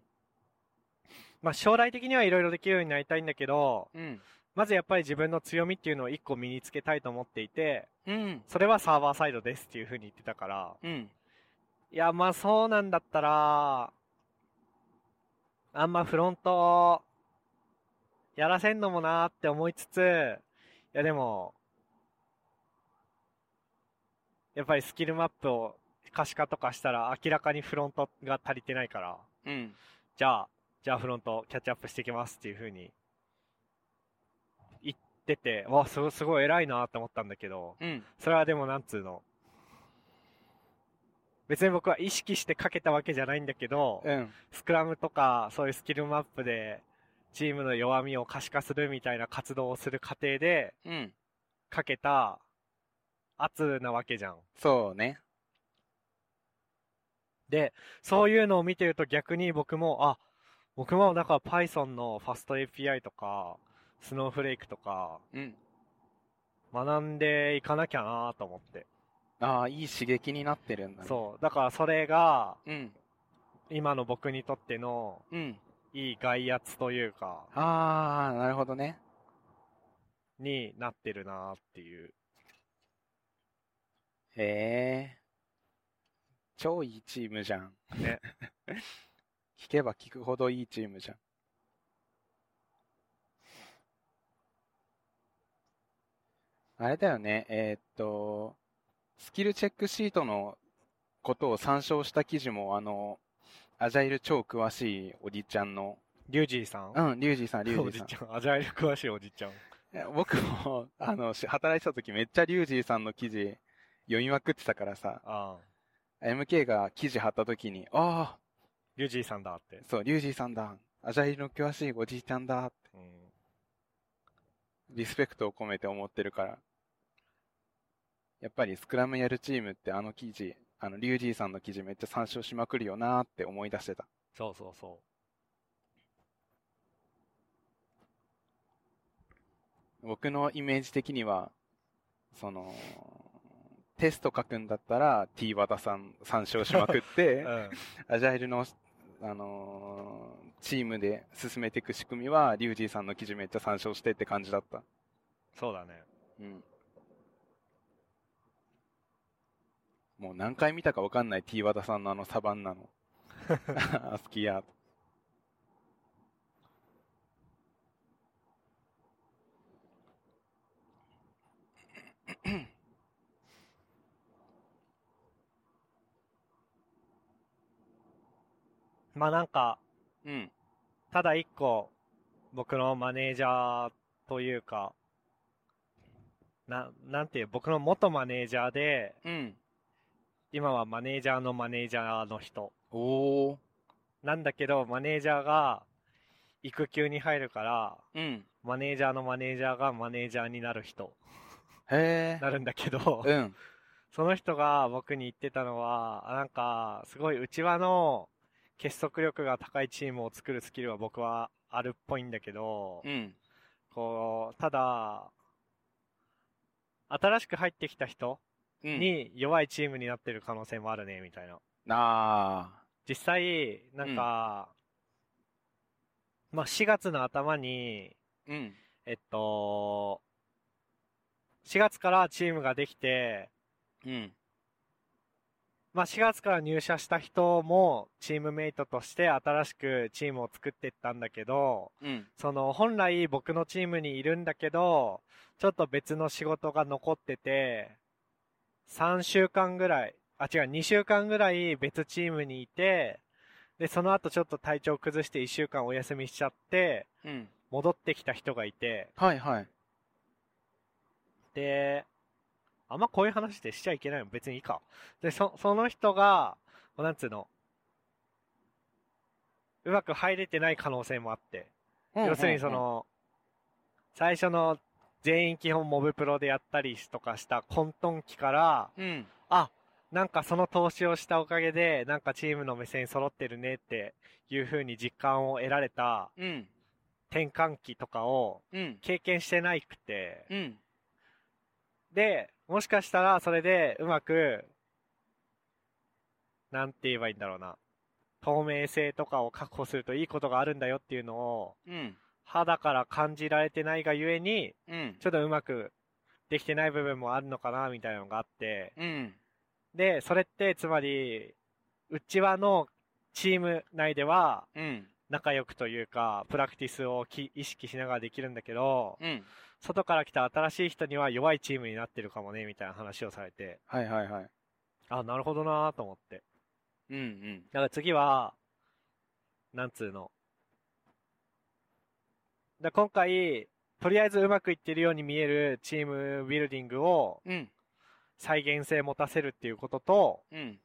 [SPEAKER 2] まあ将来的にはいろいろできるようになりたいんだけど、
[SPEAKER 3] うん。
[SPEAKER 2] まずやっぱり自分の強みっていうのを1個身につけたいと思っていて、
[SPEAKER 3] うん。
[SPEAKER 2] それはサーバーサイドですっていうふうに言ってたから、
[SPEAKER 3] うん。
[SPEAKER 2] いや、まあそうなんだったら、あんまフロント、やらせんのもなーって思いつつ、いやでも、やっぱりスキルマップを可視化とかしたら明らかにフロントが足りてないから、
[SPEAKER 3] うん。
[SPEAKER 2] じゃあ、じゃあフロントキャッチアップしてきますっていう風に言ってて、わ、すごいすごい偉いなって思ったんだけど、
[SPEAKER 3] うん。
[SPEAKER 2] それはでもなんつうの。別に僕は意識してかけたわけじゃないんだけど、
[SPEAKER 3] うん。
[SPEAKER 2] スクラムとかそういうスキルマップでチームの弱みを可視化するみたいな活動をする過程で
[SPEAKER 3] うん。
[SPEAKER 2] かけた圧なわけじゃん。
[SPEAKER 3] そうね。
[SPEAKER 2] で、そういうのを見てると逆に僕も、あ、僕もだから Python の Fast API とか、Snowflake とか
[SPEAKER 3] うん。
[SPEAKER 2] 学んでいかなきゃなと思って。
[SPEAKER 3] ああ、いい刺激になってるんだね。
[SPEAKER 2] そう。だからそれが
[SPEAKER 3] う。うん。
[SPEAKER 2] 今の僕にとっての
[SPEAKER 3] うん。
[SPEAKER 2] いい外圧というか、
[SPEAKER 3] ああ、なるほどね。
[SPEAKER 2] になってるなっていう。
[SPEAKER 3] へえ。超いいチームじゃん。
[SPEAKER 2] ね。
[SPEAKER 3] 聞けば聞くほどいいチームじゃん。あれだよね、えーっと、スキルチェックシートのことを参照した記事も、あの、アジャイル超詳しいおじちゃんの、
[SPEAKER 2] リュウジーさん
[SPEAKER 3] うん、リュウジーさん、リュ
[SPEAKER 2] お
[SPEAKER 3] ウジ
[SPEAKER 2] じ
[SPEAKER 3] ーさん
[SPEAKER 2] ち。ゃん。アジャイル詳しいおじちゃん。
[SPEAKER 3] いや僕も、あの、し働いてた時めっちゃリュウジーさんの記事読みまくってたからさ、
[SPEAKER 2] ああ
[SPEAKER 3] MK が記事貼った時に、ああ、
[SPEAKER 2] リュウジーさんだって。
[SPEAKER 3] そう、リュウジーさんだ。アジャイルの詳しいおじいちゃんだ。
[SPEAKER 2] うん。
[SPEAKER 3] リスペクトを込めて思ってるから。やっぱりスクラムやるチームってあの記事、あの、リュウジーさんの記事めっちゃ参照しまくるよなーって思い出してた。
[SPEAKER 2] そうそうそ
[SPEAKER 3] 僕のイメージ的には、その、テスト書くんだったら T 和田さん参照しまく
[SPEAKER 2] う。
[SPEAKER 3] っ
[SPEAKER 2] う
[SPEAKER 3] て、
[SPEAKER 2] ん。
[SPEAKER 3] アジャイルの、あのーチームで進めていく仕組みは、リュウジーさんの記事めっちゃ参照してって感じだった。
[SPEAKER 2] そうだね。
[SPEAKER 3] うん。もう何回見たかわかんない T 和田さんのあのサバンナ の。アスキーアート。
[SPEAKER 2] まあなんか、
[SPEAKER 3] うん。
[SPEAKER 2] ただ一個、僕のマネージャーというか、な、なんていう、僕の元マネージャーで、
[SPEAKER 3] うん。
[SPEAKER 2] 今はマネージャーのマネージャーの人。
[SPEAKER 3] おお。
[SPEAKER 2] なんだけど、マネージャーが育休に入るから、
[SPEAKER 3] うん。
[SPEAKER 2] マネージャーのマネージャーがマネージャーになる 人、
[SPEAKER 3] へえ。
[SPEAKER 2] なるんだけど、
[SPEAKER 3] うん。
[SPEAKER 2] その人が僕に言ってたのは、あなんか、すごい内輪の結束力が高いチームを作るスキルは僕はあるっぽいんだけど、
[SPEAKER 3] うん。
[SPEAKER 2] こう、ただ、新しく入ってきた人
[SPEAKER 3] うん。
[SPEAKER 2] に弱いチームになってる可能性もあるね、みたいな。
[SPEAKER 3] ああ。
[SPEAKER 2] 実際、なんか、まあ、4月の頭に、
[SPEAKER 3] うん。
[SPEAKER 2] えっと、4月からチームができて、
[SPEAKER 3] うん。
[SPEAKER 2] まあ、4月から入社した人もチームメイトとして新しくチームを作っていったんだけど、
[SPEAKER 3] うん。
[SPEAKER 2] その本来僕のチームにいるんだけど、ちょっと別の仕事が残ってて、3週間ぐらい、あ、違う、2週間ぐらい別チームにいて、で、その後ちょっと体調崩して1週間お休みしちゃって、
[SPEAKER 3] うん。
[SPEAKER 2] 戻ってきた人がいて、
[SPEAKER 3] はいはい。
[SPEAKER 2] で、あんまこういう話ってしちゃいけないの別にいいか。で、そ、その人が、こうなんつうの、うまく入れてない可能性もあって。要するにその、最初の全員基本モブプロでやったりとかした混沌期から、
[SPEAKER 3] うん。
[SPEAKER 2] あ、なんかその投資をしたおかげで、なんかチームの目線揃ってるねっていう風に実感を得られた
[SPEAKER 3] うん、
[SPEAKER 2] 転換期とかを
[SPEAKER 3] うん、
[SPEAKER 2] 経験してないくて、
[SPEAKER 3] うん、
[SPEAKER 2] で、もしかしたらそれでうまく、なんて言えばいいんだろうな。透明性とかを確保するといいことがあるんだよっていうのを
[SPEAKER 3] うん、
[SPEAKER 2] 肌から感じられてないがゆえに、
[SPEAKER 3] うん、
[SPEAKER 2] ちょっとうまくできてない部分もあるのかなみたいなのがあって、
[SPEAKER 3] うん、
[SPEAKER 2] で、それってつまり、うちわのチーム内では
[SPEAKER 3] うん、
[SPEAKER 2] 仲良くというか、プラクティスをき意識しながらできるんだけど、
[SPEAKER 3] うん。
[SPEAKER 2] 外から来た新しい人には弱いチームになってるかもねみたいな話をされて、
[SPEAKER 3] はいはいはい。
[SPEAKER 2] あ、なるほどなと思って。
[SPEAKER 3] うん、うん。
[SPEAKER 2] だから次は、なんつうの。だから今回、とりあえずうまくいってるように見えるチームビルディングを
[SPEAKER 3] うん、
[SPEAKER 2] 再現性持たせるっていうことと、
[SPEAKER 3] うん、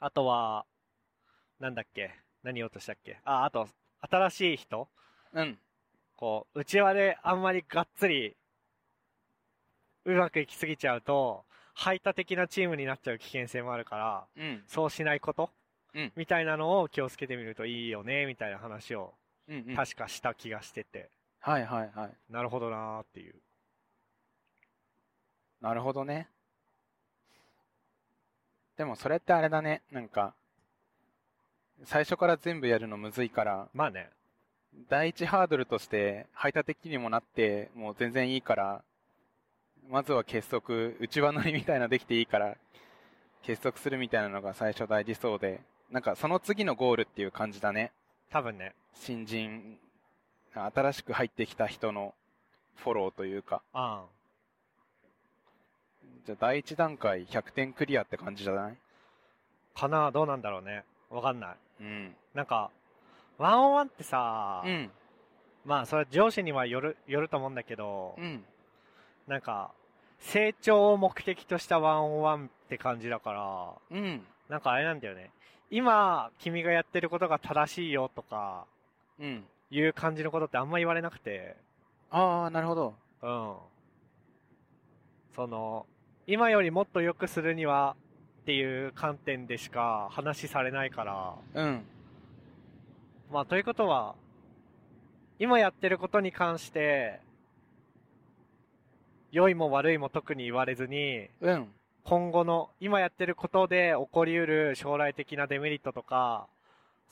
[SPEAKER 2] あとは、なんだっけ何言おうとしたっけあ、あと、新しい人
[SPEAKER 3] うん、
[SPEAKER 2] こう、内輪であんまりがっつり、うまくいきすぎちゃうと、排他的なチームになっちゃう危険性もあるから、
[SPEAKER 3] うん、
[SPEAKER 2] そうしないこと、
[SPEAKER 3] うん
[SPEAKER 2] みたいなのを気をつけてみるといいよね、みたいな話を
[SPEAKER 3] うん、うん。はい
[SPEAKER 2] 確かした気がしてて、
[SPEAKER 3] はいはい。
[SPEAKER 2] なるほどなーっていう。
[SPEAKER 3] なるほどね。でもそれってあれだね。なんか、最初から全部やるのむずいから、
[SPEAKER 2] まあね。
[SPEAKER 3] 第一ハードルとして排他的にもなって、もう全然いいから、まずは結束、内輪乗りみたいなできていいから、結束するみたいなのが最初大事そうで、なんかその次のゴールっていう感じだね。
[SPEAKER 2] 多分ね。
[SPEAKER 3] 新人、新しく入ってきた人のフォローというか。
[SPEAKER 2] あん。
[SPEAKER 3] じゃあ第一段階100点クリアって感じじゃない
[SPEAKER 2] かなどうなんだろうね。わかんない。
[SPEAKER 3] うん。
[SPEAKER 2] なんか、ワンオンワンってさ、
[SPEAKER 3] うん。
[SPEAKER 2] まあそれは上司にはよる、よると思うんだけど、
[SPEAKER 3] うん。
[SPEAKER 2] なんか、成長を目的としたワンオンワンって感じだから、
[SPEAKER 3] うん。
[SPEAKER 2] なんかあれなんだよね。今、君がやってることが正しいよとか、
[SPEAKER 3] うん。
[SPEAKER 2] いう感じのことってあんま言われなくて、
[SPEAKER 3] ああ、なるほど。
[SPEAKER 2] うん。その、今よりもっと良くするには、っていう観点でしか話されないから、
[SPEAKER 3] うん。
[SPEAKER 2] まあ、ということは、今やってることに関して、良いも悪いも特に言われずに、
[SPEAKER 3] うん。
[SPEAKER 2] 今後の今やってることで起こりうる将来的なデメリットとか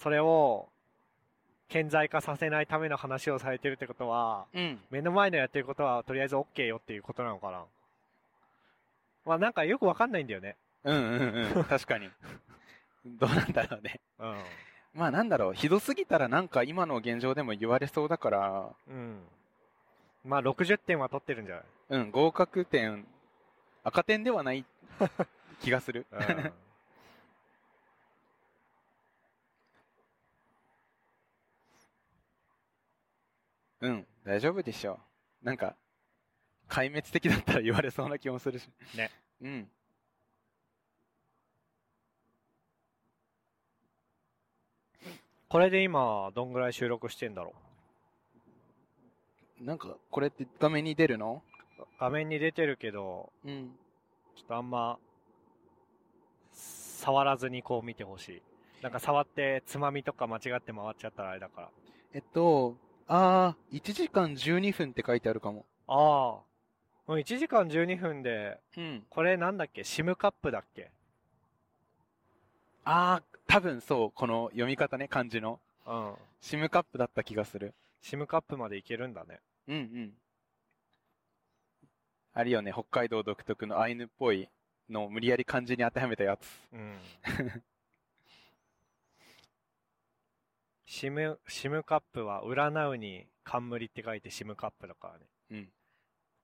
[SPEAKER 2] それを顕在化させないための話をされてるってことは
[SPEAKER 3] うん。
[SPEAKER 2] 目の前のやってることはとりあえず OK よっていうことなのかなまあなんかよくわかんないんだよね
[SPEAKER 3] うんうん うん。確かに。どうなんだろうね。
[SPEAKER 2] うん
[SPEAKER 3] まあなんだろう。ひどすぎたらなんか今の現状でも言われそうだから、
[SPEAKER 2] うんまあ60点は取ってるんじゃない
[SPEAKER 3] うん、合格点、赤点では ない気がする。
[SPEAKER 2] うん、
[SPEAKER 3] うん、大丈夫でしょう。なんか、壊滅的だったら言われそうな気もするし。
[SPEAKER 2] ね。
[SPEAKER 3] うん。
[SPEAKER 2] これで今どんぐらい収録してんだろ
[SPEAKER 3] なんか、これって画面に出るの
[SPEAKER 2] う画面に出てるけど
[SPEAKER 3] うん。
[SPEAKER 2] ちょっとあんま、触らずにこう見てほしい。なんか触ってつまみとか間違って回っちゃったらあれだから。
[SPEAKER 3] えっと、あー、1時間12分って書いてあるかも。
[SPEAKER 2] ああ。もう1時間12分で、
[SPEAKER 3] うん。
[SPEAKER 2] これなんだっけシムカップだっけ
[SPEAKER 3] あー、多分そう、この読み方ね、漢字の。
[SPEAKER 2] うん。
[SPEAKER 3] シムカップだった気がする。
[SPEAKER 2] シムカップまでいけるんだね。
[SPEAKER 3] うんうん。あるよね、北海道独特のアイヌっぽいのを無理やり漢字に当てはめたやつ。
[SPEAKER 2] うん。シム、シムカップは占うに冠って書いてシムカップだからね。
[SPEAKER 3] うん。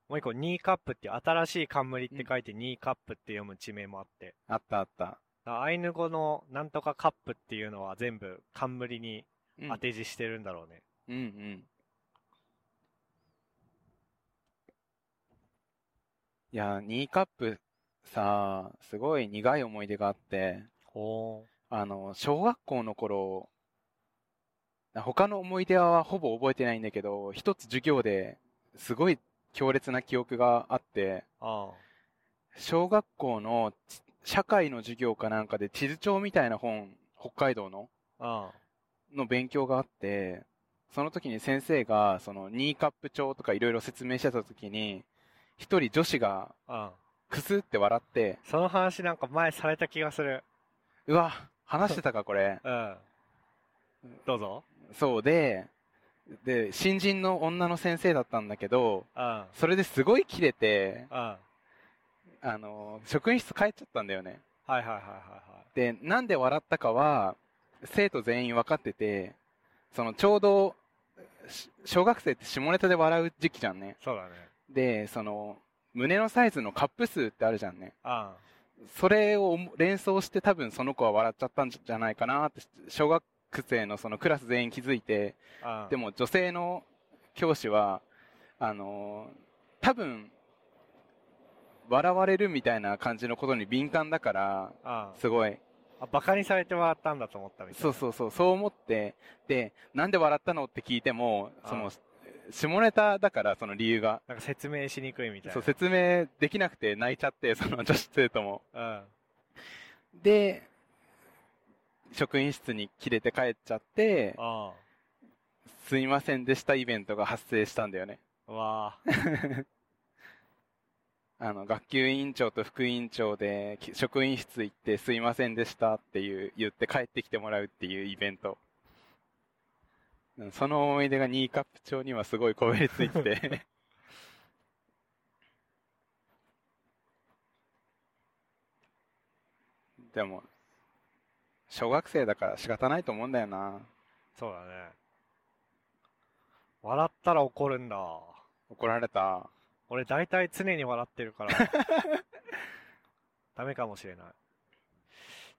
[SPEAKER 2] もう一個、ニーカップっていう新しい冠って書いてニーカップって読む地名もあって。
[SPEAKER 3] あったあった。
[SPEAKER 2] だからアイヌ語のなんとかカップっていうのは全部冠に
[SPEAKER 3] うん
[SPEAKER 2] 当て字してるんだろうね。
[SPEAKER 3] うんうん。いやー、ニーカップさ、すごい苦い思い出があって、
[SPEAKER 2] ほ
[SPEAKER 3] あの、小学校の頃、他の思い出はほぼ覚えてないんだけど、一つ授業ですごい強烈な記憶があって、
[SPEAKER 2] う。あ
[SPEAKER 3] 小学校のち社会の授業かなんかで地図帳みたいな本、北海道の、
[SPEAKER 2] うん。
[SPEAKER 3] の勉強があって、その時に先生が、その、ニーカップ帳とかいろいろ説明してた時に、一人女子が、
[SPEAKER 2] うん。
[SPEAKER 3] くすって笑って、
[SPEAKER 2] その話なんか前された気がする。
[SPEAKER 3] うわ、話してたか、これ。
[SPEAKER 2] うん。どうぞ。
[SPEAKER 3] そうで、で、新人の女の先生だったんだけど、
[SPEAKER 2] うん。
[SPEAKER 3] それですごいキレて、
[SPEAKER 2] うん。はい
[SPEAKER 3] あの、職員室帰っちゃったんだよね。
[SPEAKER 2] はいはいはいはい。
[SPEAKER 3] で、なんで笑ったかは、生徒全員分かってて、そのちょうど、し小学生って下ネタで笑う時期じゃんね。
[SPEAKER 2] そうだね。
[SPEAKER 3] で、その、胸のサイズのカップ数ってあるじゃんね。
[SPEAKER 2] うん。
[SPEAKER 3] それを思連想して多分その子は笑っちゃったんじゃないかなって、小学生のそのクラス全員気づいて、
[SPEAKER 2] うん。
[SPEAKER 3] でも女性の教師は、あのー多分、笑われるみたいな感じのことに敏感だから、
[SPEAKER 2] うん。あ、
[SPEAKER 3] すごい。
[SPEAKER 2] バカにされて笑ったんだと思ったみたいな。
[SPEAKER 3] そうそうそう、そう思って、で、なんで笑ったのって聞いても、そ
[SPEAKER 2] あ
[SPEAKER 3] の、下ネタだから、その理由が。
[SPEAKER 2] なんか説明しにくいみたいな。
[SPEAKER 3] そう、説明できなくて泣いちゃって、その女子生徒も。
[SPEAKER 2] うん。
[SPEAKER 3] で、職員室に切れて帰っちゃって、
[SPEAKER 2] うん。
[SPEAKER 3] すいませんでしたイベントが発生したんだよね。
[SPEAKER 2] うわ
[SPEAKER 3] あの、学級委員長と副委員長で、き職員室行ってすいませんでしたっていう、言って帰ってきてもらうっていうイベント。うんその思い出がニーカップ帳にはすごいこびりついてて。でも、小学生だから仕方ないと思うんだよな。
[SPEAKER 2] ーそうだね。笑ったら怒るんだ。
[SPEAKER 3] 怒られた。
[SPEAKER 2] 俺大体常に笑ってる から。ダメかもしれない。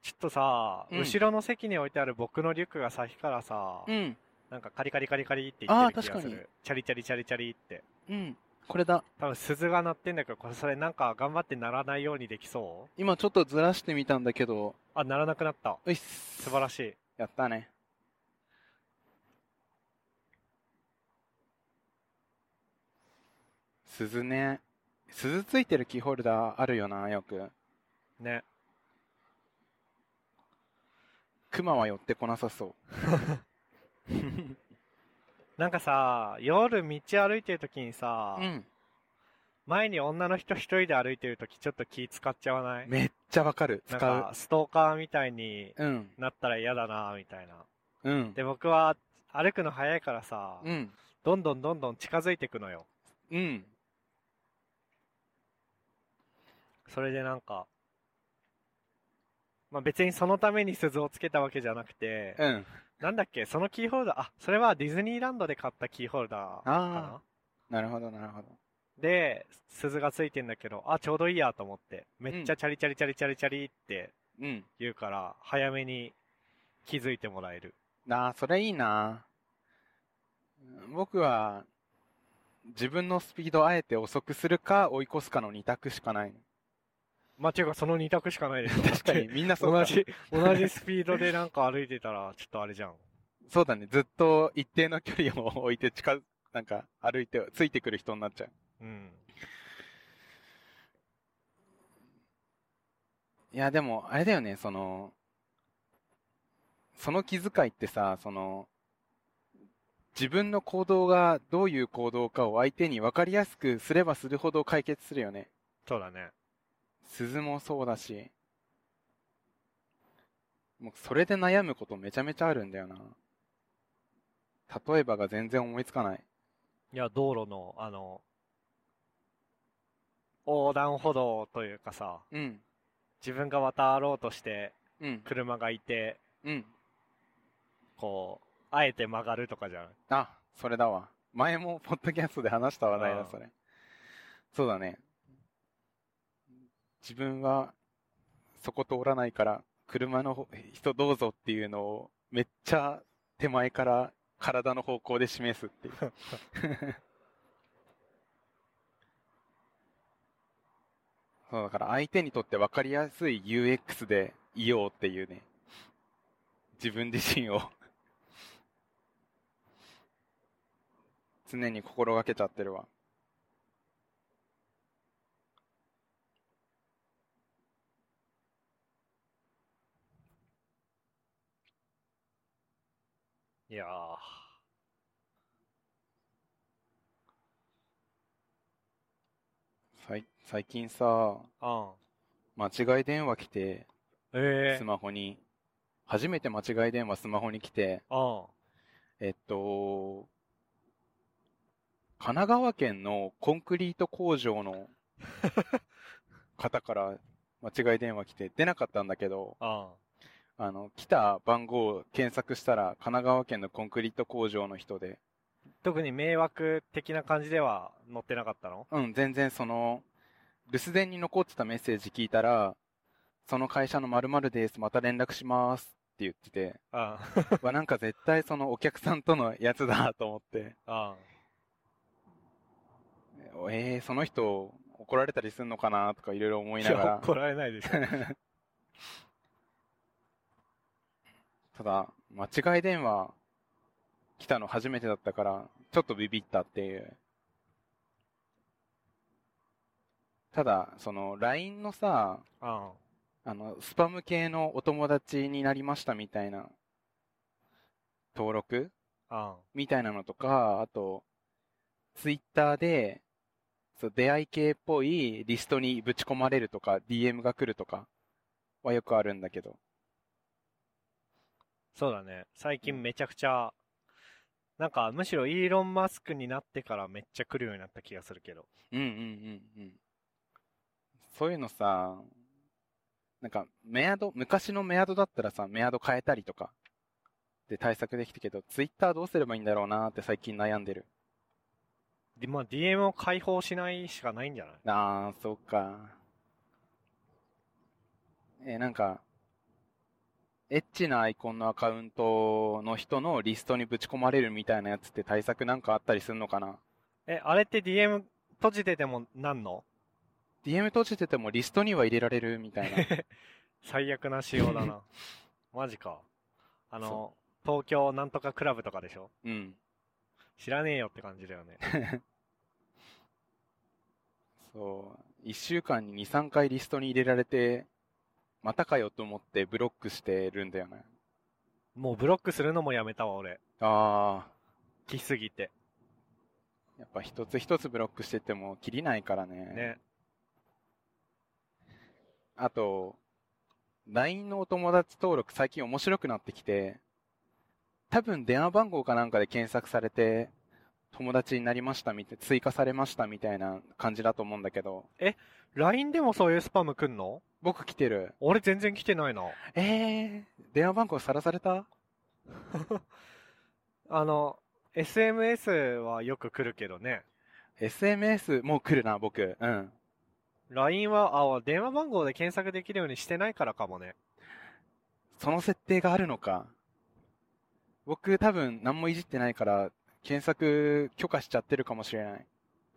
[SPEAKER 2] ちょっとさ、
[SPEAKER 3] うん
[SPEAKER 2] 後ろの席に置いてある僕のリュックが先からさ、
[SPEAKER 3] ん、
[SPEAKER 2] なんかカリカリカリカリって言ってる気
[SPEAKER 3] あー
[SPEAKER 2] がす
[SPEAKER 3] 確かに
[SPEAKER 2] る。チャリチャリチャリチャリって。
[SPEAKER 3] うん、これだ。
[SPEAKER 2] 多分鈴が鳴ってんだけど、これそれなんか頑張って鳴らないようにできそう
[SPEAKER 3] 今ちょっとずらしてみたんだけど、
[SPEAKER 2] あ、鳴らなくなった。
[SPEAKER 3] ういっ
[SPEAKER 2] 素
[SPEAKER 3] 素
[SPEAKER 2] 晴らしい。
[SPEAKER 3] やったね。鈴ね。鈴ついてるキーホルダーあるよな、よく。
[SPEAKER 2] ね。
[SPEAKER 3] 熊は寄ってこなさそう。
[SPEAKER 2] なんかさ、夜道歩いてる時にさ、
[SPEAKER 3] うん。
[SPEAKER 2] 前に女の人一人で歩いてる時ちょっと気使っちゃわない
[SPEAKER 3] めっちゃわかる。
[SPEAKER 2] なん
[SPEAKER 3] 使
[SPEAKER 2] かストーカーみたいに
[SPEAKER 3] う。うん。
[SPEAKER 2] なったら嫌だなみたいな。
[SPEAKER 3] うん。
[SPEAKER 2] で、僕は歩くの早いからさ、
[SPEAKER 3] うん。
[SPEAKER 2] どんどんどんどん近づいてくのよ。
[SPEAKER 3] うん。
[SPEAKER 2] それでなんか、まあ、別にそのために鈴をつけたわけじゃなくて、
[SPEAKER 3] うん。
[SPEAKER 2] なんだっけ、そのキーホルダー、あ、それはディズニーランドで買ったキーホルダーか
[SPEAKER 3] あ
[SPEAKER 2] な
[SPEAKER 3] なるほど、なるほど。
[SPEAKER 2] で、鈴がついてんだけど、あ、ちょうどいいやと思って、めっちゃチャリチャリチャリチャリチャリって
[SPEAKER 3] うん。
[SPEAKER 2] 言うから、早めに気づいてもらえる。
[SPEAKER 3] なあ、それいいな。僕は、自分のスピードをあえて遅くするか、追い越すかの二択しかない。
[SPEAKER 2] まあ、ていうかその2択しかないでしょ。
[SPEAKER 3] 確かに、みんなそ う
[SPEAKER 2] 同
[SPEAKER 3] か
[SPEAKER 2] じ、同じスピードでなんか歩いてたら、ちょっとあれじゃん。
[SPEAKER 3] そうだね。ずっと一定の距離を置いて近 づ、なんか歩いて、ついてくる人になっちゃう。
[SPEAKER 2] うん。
[SPEAKER 3] いや、でも、あれだよね、その、その気遣いってさ、その、自分の行動がどういう行動かを相手に分かりやすくすればするほど解決するよね。
[SPEAKER 2] そうだね。
[SPEAKER 3] 鈴もそうだし。もうそれで悩むことめちゃめちゃあるんだよな。例えばが全然思いつかない。
[SPEAKER 2] いや、道路の、あの、横断歩道というかさ、
[SPEAKER 3] うん、
[SPEAKER 2] 自分が渡ろうとして、
[SPEAKER 3] うん、
[SPEAKER 2] 車がいて、
[SPEAKER 3] うん。
[SPEAKER 2] こう、あえて曲がるとかじゃん。
[SPEAKER 3] あ、それだわ。前もポッドキャストで話した話題
[SPEAKER 2] あ
[SPEAKER 3] だ、
[SPEAKER 2] ー
[SPEAKER 3] それ。そうだね。自分は、そこ通らないから、車の方人どうぞっていうのを、めっちゃ手前から体の方向で示 すっていう。そうだから相手にとって分かりやすい UX でいようっていうね。自分自身を常に心がけちゃってるわ。
[SPEAKER 2] いやー
[SPEAKER 3] さい最近さ、
[SPEAKER 2] うん。
[SPEAKER 3] 間違い電話来て、
[SPEAKER 2] ええ
[SPEAKER 3] スマホに、初めて間違い電話スマホに来て、
[SPEAKER 2] うん。
[SPEAKER 3] えっと、神奈川県のコンクリート工 場の方から間違い電話来て出なかったんだけど、
[SPEAKER 2] うん。
[SPEAKER 3] あの、来た番号を検索したら神奈川県のコンクリート工場の人で、
[SPEAKER 2] 特に迷惑的な感じでは載ってなかったの
[SPEAKER 3] うん、全然その、留守電に残ってたメッセージ聞いたら、その会社の〇〇です、また連絡しますって言ってて、
[SPEAKER 2] うん。
[SPEAKER 3] わ、なんか絶対そのお客さんとのやつだと思って、
[SPEAKER 2] うん。
[SPEAKER 3] えー、その人怒られたりすんのかなとかいろいろ思い
[SPEAKER 2] い
[SPEAKER 3] なが
[SPEAKER 2] や
[SPEAKER 3] ら、
[SPEAKER 2] 怒られないでしょ。
[SPEAKER 3] ただ、間違い電話来たの初めてだったから、ちょっとビビったっていう。ただ、その LINE のさ、
[SPEAKER 2] うん。
[SPEAKER 3] あの、スパム系のお友達になりましたみたいな、登録
[SPEAKER 2] うん。
[SPEAKER 3] みたいなのとか、あと、ツイッターで、そう、出会い系っぽいリストにぶち込まれるとか、DM が来るとか、はよくあるんだけど。
[SPEAKER 2] そうだね。最近めちゃくちゃ、なんかむしろイーロン・マスクになってからめっちゃ来るようになった気がするけど。
[SPEAKER 3] うんうんうんうん。そういうのさ、なんか、メアド、昔のメアドだったらさ、メアド変えたりとか、で対策できたけど、ツイッターどうすればいいんだろうなーって最近悩んでる。
[SPEAKER 2] で、まあ DM を開放しないしかないんじゃない
[SPEAKER 3] あー、そうか。えーなんか、エッチなアイコンのアカウントの人のリストにぶち込まれるみたいなやつって対策なんかあったりすんのかな
[SPEAKER 2] え、あれって DM 閉じててもなんの
[SPEAKER 3] ?DM 閉じててもリストには入れられるみたいな。
[SPEAKER 2] 最悪な仕様だ な。マジか。あの、東京なんとかクラブとかでしょ
[SPEAKER 3] うん。
[SPEAKER 2] 知らねえよって感じだよね。
[SPEAKER 3] そう。一週間に2、3回リストに入れられて、またかよと思ってブロックしてるんだよね。
[SPEAKER 2] もうブロックするのもやめたわ、俺。
[SPEAKER 3] あ
[SPEAKER 2] 来すぎて。
[SPEAKER 3] あ。やっぱ一つ一つブロックしてっても切りないからね。
[SPEAKER 2] ね。
[SPEAKER 3] あと、LINE のお友達登録最近面白くなってきて、多分電話番号かなんかで検索されて、友達になりましたみたい、追加されましたみたいな感じだと思うんだけど、
[SPEAKER 2] LINE でもそういうスパム来んの
[SPEAKER 3] 僕来てる。
[SPEAKER 2] 俺全然来てないな。
[SPEAKER 3] えー、電話番号さらされた
[SPEAKER 2] あの、SMS はよく来るけどね。
[SPEAKER 3] ?SMS もう来るな、僕。うん。
[SPEAKER 2] LINE は、あ、電話番号で検索できるようにしてないからかもね。
[SPEAKER 3] その設定があるのか。僕多分何もいじってないから、検索許可しちゃってるかもしれない。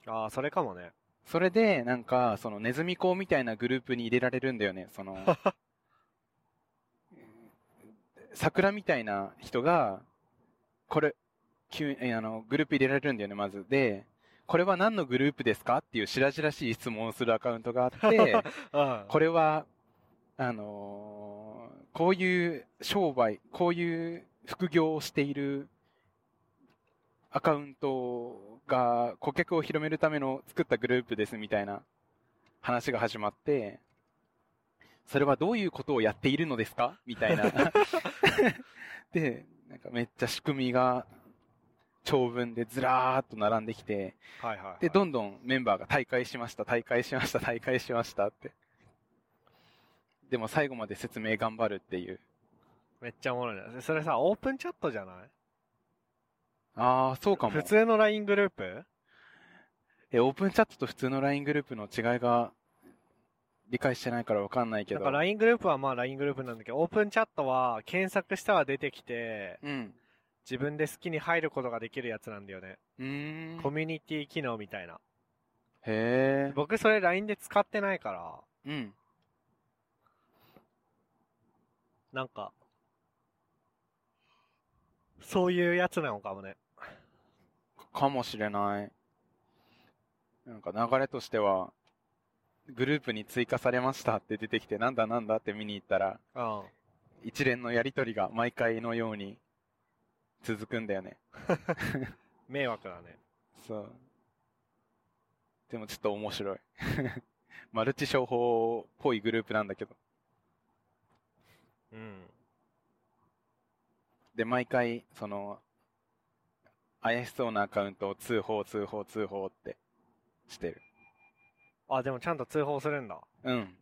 [SPEAKER 2] ああ、それかもね。
[SPEAKER 3] それで、なんか、そのネズミ講みたいなグループに入れられるんだよね、その。桜みたいな人が、これ、急えあの、グループ入れられるんだよね、まず。で、これは何のグループですかっていう白々しい質問をするアカウントがあって、
[SPEAKER 2] うん。
[SPEAKER 3] これは、あのーこういう商売、こういう副業をしているアカウントが顧客を広めるための作ったグループですみたいな話が始まって、それはどういうことをやっているのですかみたいな。で、なんかめっちゃ仕組みが長文でずらーっと並んできて、
[SPEAKER 2] はいはい、はい。
[SPEAKER 3] で、どんどんメンバーが大会しました、大会しました、大会しましたって。でも最後まで説明頑張るっていう。
[SPEAKER 2] めっちゃおもろいな。それさ、オープンチャットじゃない
[SPEAKER 3] ああ、そうかも。
[SPEAKER 2] 普通の LINE グループ
[SPEAKER 3] え、オープンチャットと普通の LINE グループの違いが理解してないからわかんないけ
[SPEAKER 2] な
[SPEAKER 3] ど。
[SPEAKER 2] んか LINE グループはまあ LINE グループなんだけど、オープンチャットは検索したら出てきて、
[SPEAKER 3] うん。
[SPEAKER 2] 自分で好きに入ることができるやつなんだよね。
[SPEAKER 3] うーん。
[SPEAKER 2] コミュニティ機能みたいな。
[SPEAKER 3] へえ。
[SPEAKER 2] 僕それ LINE で使ってないから、
[SPEAKER 3] うん。
[SPEAKER 2] なんか、そういうやつなのかもね。
[SPEAKER 3] かもしれない。なんか流れとしては、グループに追加されましたって出てきて、なんだなんだって見に行ったら、
[SPEAKER 2] うん。
[SPEAKER 3] 一連のやりとりが毎回のように続くんだよね。
[SPEAKER 2] 迷惑だね。
[SPEAKER 3] そう。でもちょっと面白い。 マルチ商法っぽいグループなんだけど。
[SPEAKER 2] うん。
[SPEAKER 3] で、毎回、その、怪しそうなアカウントを通報、通報、通報ってしてる。
[SPEAKER 2] あ、でもちゃんと通報するんだ。
[SPEAKER 3] うん。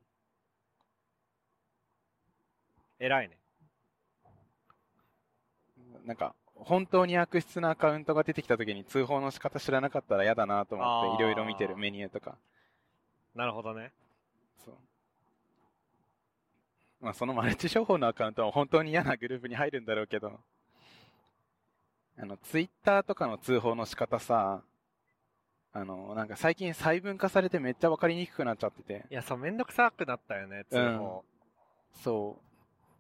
[SPEAKER 2] 偉いね。
[SPEAKER 3] なんか、本当に悪質なアカウントが出てきた時に通報の仕方知らなかったら嫌だなと思って、い
[SPEAKER 2] あー
[SPEAKER 3] ろいろ見てるメニューとか。
[SPEAKER 2] なるほどね。
[SPEAKER 3] そう。まあ、そのマルチ商法のアカウントは本当に嫌なグループに入るんだろうけど、あの、ツイッターとかの通報の仕方さ、あの、なんか最近細分化されてめっちゃわかりにくくなっちゃってて、
[SPEAKER 2] いや、そう、めんどくさくなったよね、通報。
[SPEAKER 3] そう。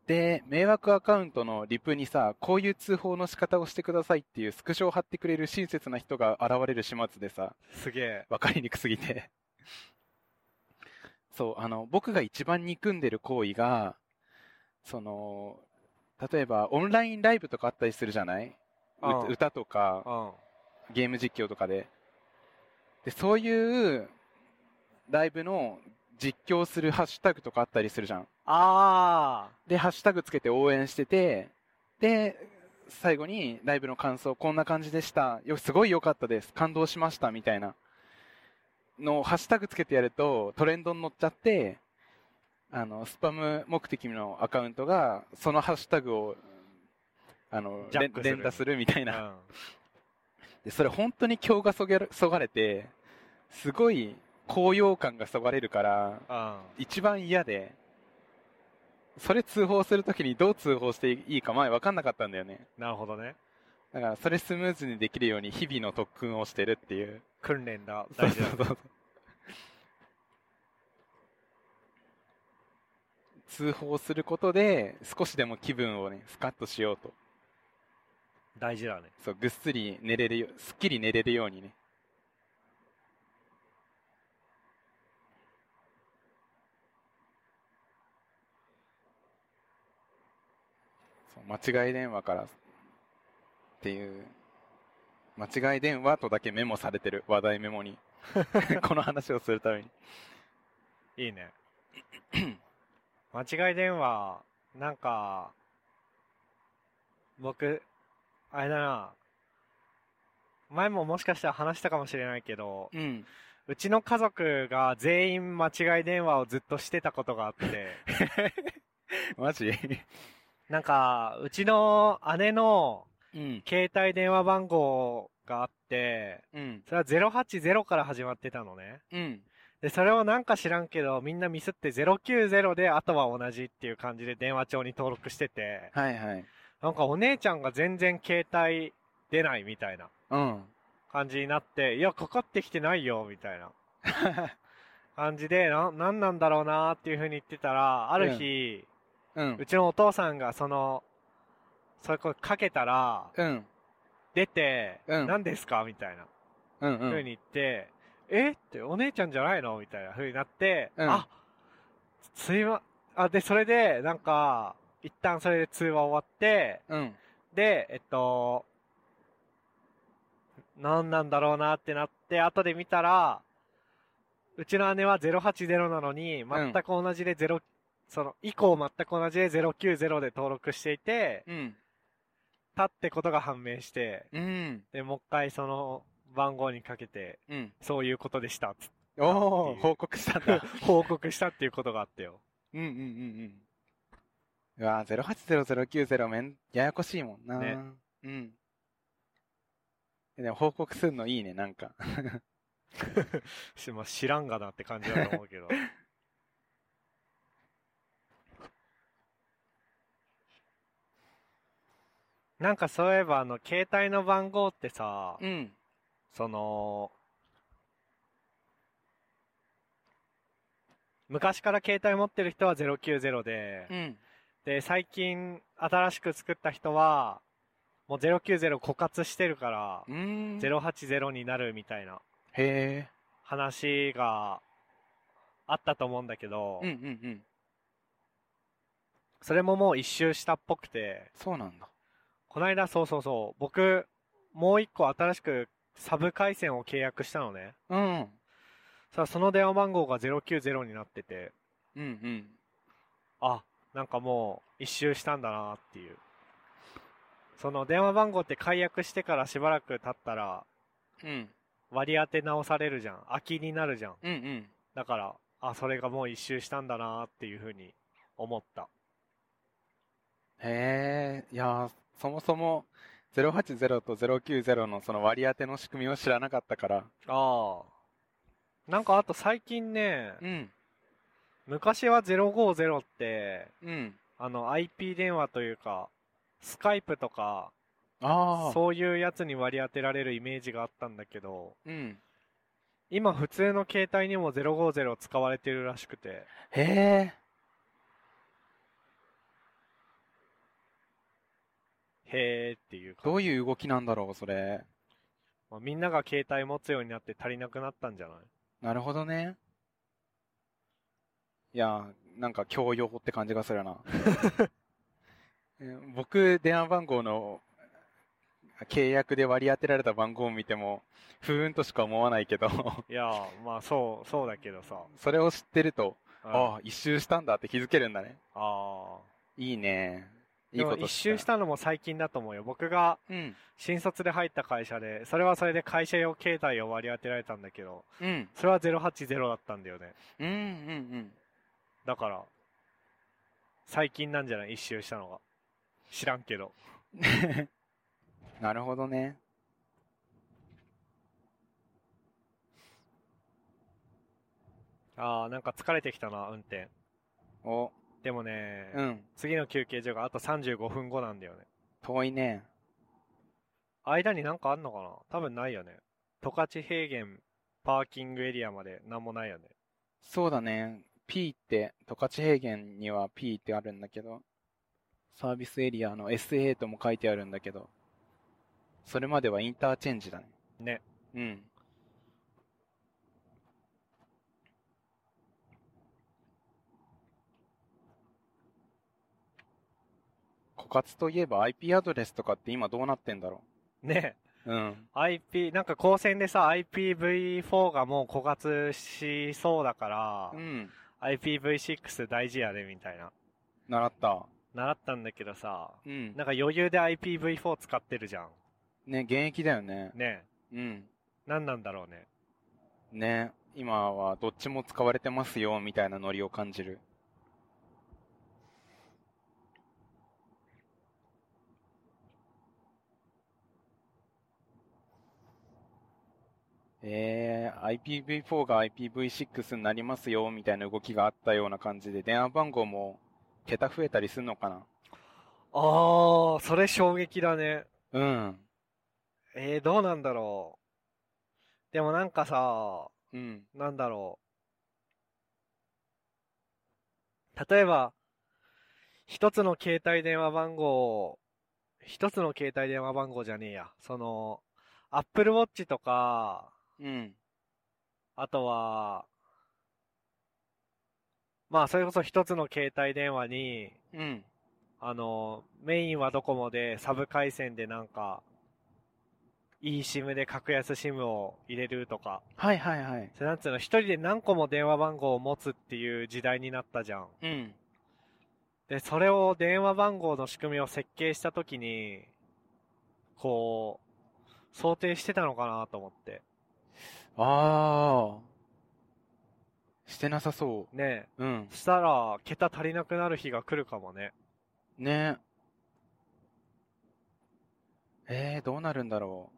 [SPEAKER 3] で、迷惑アカウントのリプにさ、こういう通報の仕方をしてくださいっていうスクショを貼ってくれる親切な人が現れる始末でさ、
[SPEAKER 2] すげえ。
[SPEAKER 3] わかりにくすぎて。 そう、あの、僕が一番憎んでる行為が、その、例えばオンラインライブとかあったりするじゃない、う
[SPEAKER 2] うん
[SPEAKER 3] 歌とか
[SPEAKER 2] う、ん。
[SPEAKER 3] ゲーム実況とかで。で、そういうライブの実況するハッシュタグとかあったりするじゃん。
[SPEAKER 2] あ
[SPEAKER 3] で、ハッシュタグつけて応援してて、で、最後にライブの感想、こんな感じでした。よ、すごい良かったです。感動しました。みたいな。の、ハッシュタグつけてやると、トレンドに乗っちゃって、あの、スパム目的のアカウントが、そのハッシュタグを、あの、
[SPEAKER 2] ジャ
[SPEAKER 3] 連
[SPEAKER 2] ックする
[SPEAKER 3] 連打するみたいな。
[SPEAKER 2] あ。
[SPEAKER 3] で、それ本当に今日がそげるそがれて、すごい高揚感がそがれるから、
[SPEAKER 2] うん。うん。
[SPEAKER 3] 一番嫌で、それ通報するときにどう通報していいか前分かんなかったんだよね。
[SPEAKER 2] なるほど ね。
[SPEAKER 3] だからそれスムーズにできるように日々の特訓をしてるっていう。
[SPEAKER 2] 訓練だ。大事だ。
[SPEAKER 3] そうそうそう通報することで少しでも気分をね、スカッとしようと。
[SPEAKER 2] 大事だね。
[SPEAKER 3] そう、ぐっすり寝れるよ、すっきり寝れるようにね。そう、間違い電話からっていう、間違い電話とだけメモされてる、話題メ モに。この話をするために。
[SPEAKER 2] いいね。 間違い電話、なんか、僕、あれだな。前ももしかしたら話したかもしれないけど、
[SPEAKER 3] うん。
[SPEAKER 2] うちの家族が全員間違い電話をずっとしてたことがあって、
[SPEAKER 3] マジ
[SPEAKER 2] なんか、うちの姉の
[SPEAKER 3] うん。
[SPEAKER 2] 携帯電話番号があって、
[SPEAKER 3] うん。
[SPEAKER 2] それは080から始まってたのね。
[SPEAKER 3] うん。
[SPEAKER 2] で、それをなんか知らんけど、みんなミスって090で、あとは同じっていう感じで電話帳に登録してて、
[SPEAKER 3] はいはい。
[SPEAKER 2] なんかお姉ちゃんが全然携帯出ないみたいな
[SPEAKER 3] うん。
[SPEAKER 2] 感じになって、いや、かかってきてないよ、みた いな感じで、な、なんなんだろうなーっていう風に言ってたら、ある日、
[SPEAKER 3] うん
[SPEAKER 2] う。ちのお父さんがその、それこれかけたら、
[SPEAKER 3] うん。
[SPEAKER 2] 出て、
[SPEAKER 3] うん
[SPEAKER 2] 何ですかみたいな
[SPEAKER 3] うん。う
[SPEAKER 2] 風
[SPEAKER 3] ん。
[SPEAKER 2] に言って、えってお姉ちゃんじゃないのみたいな風になって、
[SPEAKER 3] うん
[SPEAKER 2] あすいま、あ、で、それで、なんか、一旦それで通話終わって、
[SPEAKER 3] うん。
[SPEAKER 2] で、えっと、何なんだろうなってなって、後で見たら、うちの姉は080なのに、全く同じで0、その、以降全く同じで090で登録していて、
[SPEAKER 3] うん。
[SPEAKER 2] たってことが判明して、
[SPEAKER 3] うん。
[SPEAKER 2] で、もう一回その番号にかけて、
[SPEAKER 3] うん。
[SPEAKER 2] そういうことでしたっつっ
[SPEAKER 3] おお
[SPEAKER 2] っていう
[SPEAKER 3] 報告したんだ
[SPEAKER 2] て。、報告したっていうことがあったよ。
[SPEAKER 3] うんうんうんうん。うわー、080090めん、ややこしいもんな。
[SPEAKER 2] ね
[SPEAKER 3] うん。でも報告するのいいね、なんか。
[SPEAKER 2] しまあ、知らんがなって感じだと思うけど。なんかそういえばあの、携帯の番号ってさ、
[SPEAKER 3] ん。
[SPEAKER 2] その、昔から携帯持ってる人は090で、
[SPEAKER 3] うん。
[SPEAKER 2] で、最近新しく作った人は、もう090枯渇してるから
[SPEAKER 3] う、ーん。
[SPEAKER 2] 080になるみたいな
[SPEAKER 3] へえ。
[SPEAKER 2] 話があったと思うんだけど、
[SPEAKER 3] うんうんうん。
[SPEAKER 2] それももう一周したっぽくて、
[SPEAKER 3] そうなんだ。
[SPEAKER 2] こないだそうそうそう、僕、もう一個新しくサブ回線を契約したのね。
[SPEAKER 3] うん。
[SPEAKER 2] さあ、その電話番号が090になってて、
[SPEAKER 3] うんうん。
[SPEAKER 2] あ、なんかもう一周したんだなっていう。その電話番号って解約してからしばらく経ったら
[SPEAKER 3] うん。
[SPEAKER 2] 割り当て直されるじゃん。空きになるじゃん。
[SPEAKER 3] うんうん。
[SPEAKER 2] だから、あ、それがもう一周したんだなっていうふうに思った。
[SPEAKER 3] へえ、いやー、そもそも080と090のその割り当ての仕組みを知らなかったから。
[SPEAKER 2] ああ。なんかあと最近ね、
[SPEAKER 3] うん、
[SPEAKER 2] 昔は050って、
[SPEAKER 3] うん。
[SPEAKER 2] あの IP 電話というか、スカイプとか、
[SPEAKER 3] ああ、
[SPEAKER 2] そういうやつに割り当てられるイメージがあったんだけど、
[SPEAKER 3] うん。
[SPEAKER 2] 今普通の携帯にも050使われてるらしくて、
[SPEAKER 3] へえ、
[SPEAKER 2] へーっていう感じ
[SPEAKER 3] どういう動きなんだろう、それ。
[SPEAKER 2] まあみんなが携帯持つようになって足りなくなったんじゃない
[SPEAKER 3] なるほどね。いやー、なんか教養って感じが するな。えー僕、電話番号の契約で割り当てられた番号を見ても、ふーんとしか思わないけど、
[SPEAKER 2] いやー、まあそう、そうだけどさ。
[SPEAKER 3] それを知ってると、
[SPEAKER 2] うん
[SPEAKER 3] ああ、一周したんだって気づけるんだね。
[SPEAKER 2] あ
[SPEAKER 3] いいね。
[SPEAKER 2] ー。
[SPEAKER 3] いい
[SPEAKER 2] でも
[SPEAKER 3] こと
[SPEAKER 2] 一周したのも最近だと思うよ。僕が
[SPEAKER 3] うん。
[SPEAKER 2] 新卒で入った会社で、それはそれで会社用携帯を割り当てられたんだけど、
[SPEAKER 3] うん。
[SPEAKER 2] それは080だったんだよね。
[SPEAKER 3] うん。うん。
[SPEAKER 2] だから、最近なんじゃない一周したのが。知らんけど。
[SPEAKER 3] うん。なるほどね。
[SPEAKER 2] あー、なんか疲れてきたな、運転。
[SPEAKER 3] お、
[SPEAKER 2] でもね、
[SPEAKER 3] うん。
[SPEAKER 2] 次の休憩所があと35分後なんだよね。
[SPEAKER 3] 遠いね。
[SPEAKER 2] 間になんかあんのかな多分ないよね。十勝平原パーキングエリアまでなんもないよね。
[SPEAKER 3] そうだね。P って、十勝平原には P ってあるんだけど、サービスエリアの SA とも書いてあるんだけど、それまではインターチェンジだね。
[SPEAKER 2] ね。
[SPEAKER 3] うん。枯渇といえば IP アドレスとかって今どうなってんだろ
[SPEAKER 2] ね
[SPEAKER 3] う。うん。
[SPEAKER 2] IP、なんか高専でさ、IPv4 がもう枯渇しそうだから、
[SPEAKER 3] うん。
[SPEAKER 2] IPv6 大事やでみたいな。
[SPEAKER 3] 習った。
[SPEAKER 2] 習ったんだけどさ、
[SPEAKER 3] うん。
[SPEAKER 2] なんか余裕で IPv4 使ってるじゃん。
[SPEAKER 3] ね、現役だよね。
[SPEAKER 2] ね
[SPEAKER 3] うん。
[SPEAKER 2] 何なんだろうね。
[SPEAKER 3] ね、今はどっちも使われてますよ、みたいなノリを感じる。えー、IPv4 が IPv6 になりますよ、みたいな動きがあったような感じで、電話番号も桁増えたりすんのかな
[SPEAKER 2] あー、それ衝撃だね。
[SPEAKER 3] うん。
[SPEAKER 2] えー、どうなんだろう。でもなんかさ、
[SPEAKER 3] うん。
[SPEAKER 2] なんだろう。例えば、一つの携帯電話番号を、一つの携帯電話番号じゃねえや。その、Apple Watch とか、
[SPEAKER 3] うん。
[SPEAKER 2] あとは、まあ、それこそ一つの携帯電話に、
[SPEAKER 3] うん。
[SPEAKER 2] あの、メインはドコモで、サブ回線でなんか、いい SIM で格安 SIM を入れるとか、
[SPEAKER 3] はいはいはい。
[SPEAKER 2] それなんつうの、一人で何個も電話番号を持つっていう時代になったじゃん。
[SPEAKER 3] うん。
[SPEAKER 2] で、それを電話番号の仕組みを設計した時に、こう、想定してたのかなと思って。
[SPEAKER 3] あー。してなさそ
[SPEAKER 2] ね
[SPEAKER 3] う。うん
[SPEAKER 2] え。。したら、桁足りなくなる日が来るかもね。
[SPEAKER 3] ねえ。えー、どうなるんだろ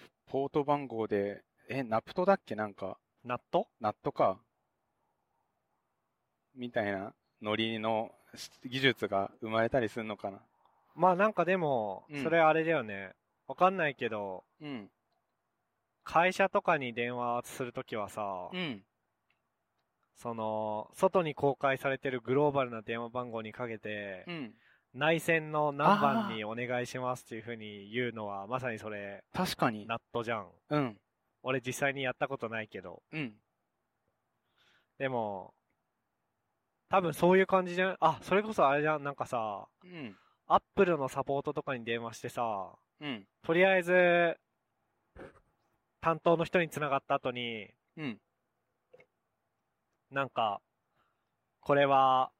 [SPEAKER 3] う。ポート番号で、え、ナプトだっけなんか、
[SPEAKER 2] 納豆
[SPEAKER 3] ナットか。みたいなノリのし技術が生まれたりするのかな。
[SPEAKER 2] まあなんかでも
[SPEAKER 3] うん、
[SPEAKER 2] それあれだよね。わかんないけど、
[SPEAKER 3] うん。
[SPEAKER 2] 会社とかに電話するときはさ、
[SPEAKER 3] うん。
[SPEAKER 2] その、外に公開されてるグローバルな電話番号にかけて、
[SPEAKER 3] うん。
[SPEAKER 2] 内線の何番にお願いしますっていうふうに言うのは、まさにそれ、
[SPEAKER 3] 確かに。
[SPEAKER 2] ナットじゃん。
[SPEAKER 3] うん。
[SPEAKER 2] 俺実際にやったことないけど。
[SPEAKER 3] うん。
[SPEAKER 2] でも、多分そういう感じじゃん。あ、それこそあれじゃん。なんかさ、
[SPEAKER 3] うん。
[SPEAKER 2] アップルのサポートとかに電話してさ、
[SPEAKER 3] うん。
[SPEAKER 2] とりあえず、担当の人に繋がった後に、
[SPEAKER 3] うん。
[SPEAKER 2] なんか、これは、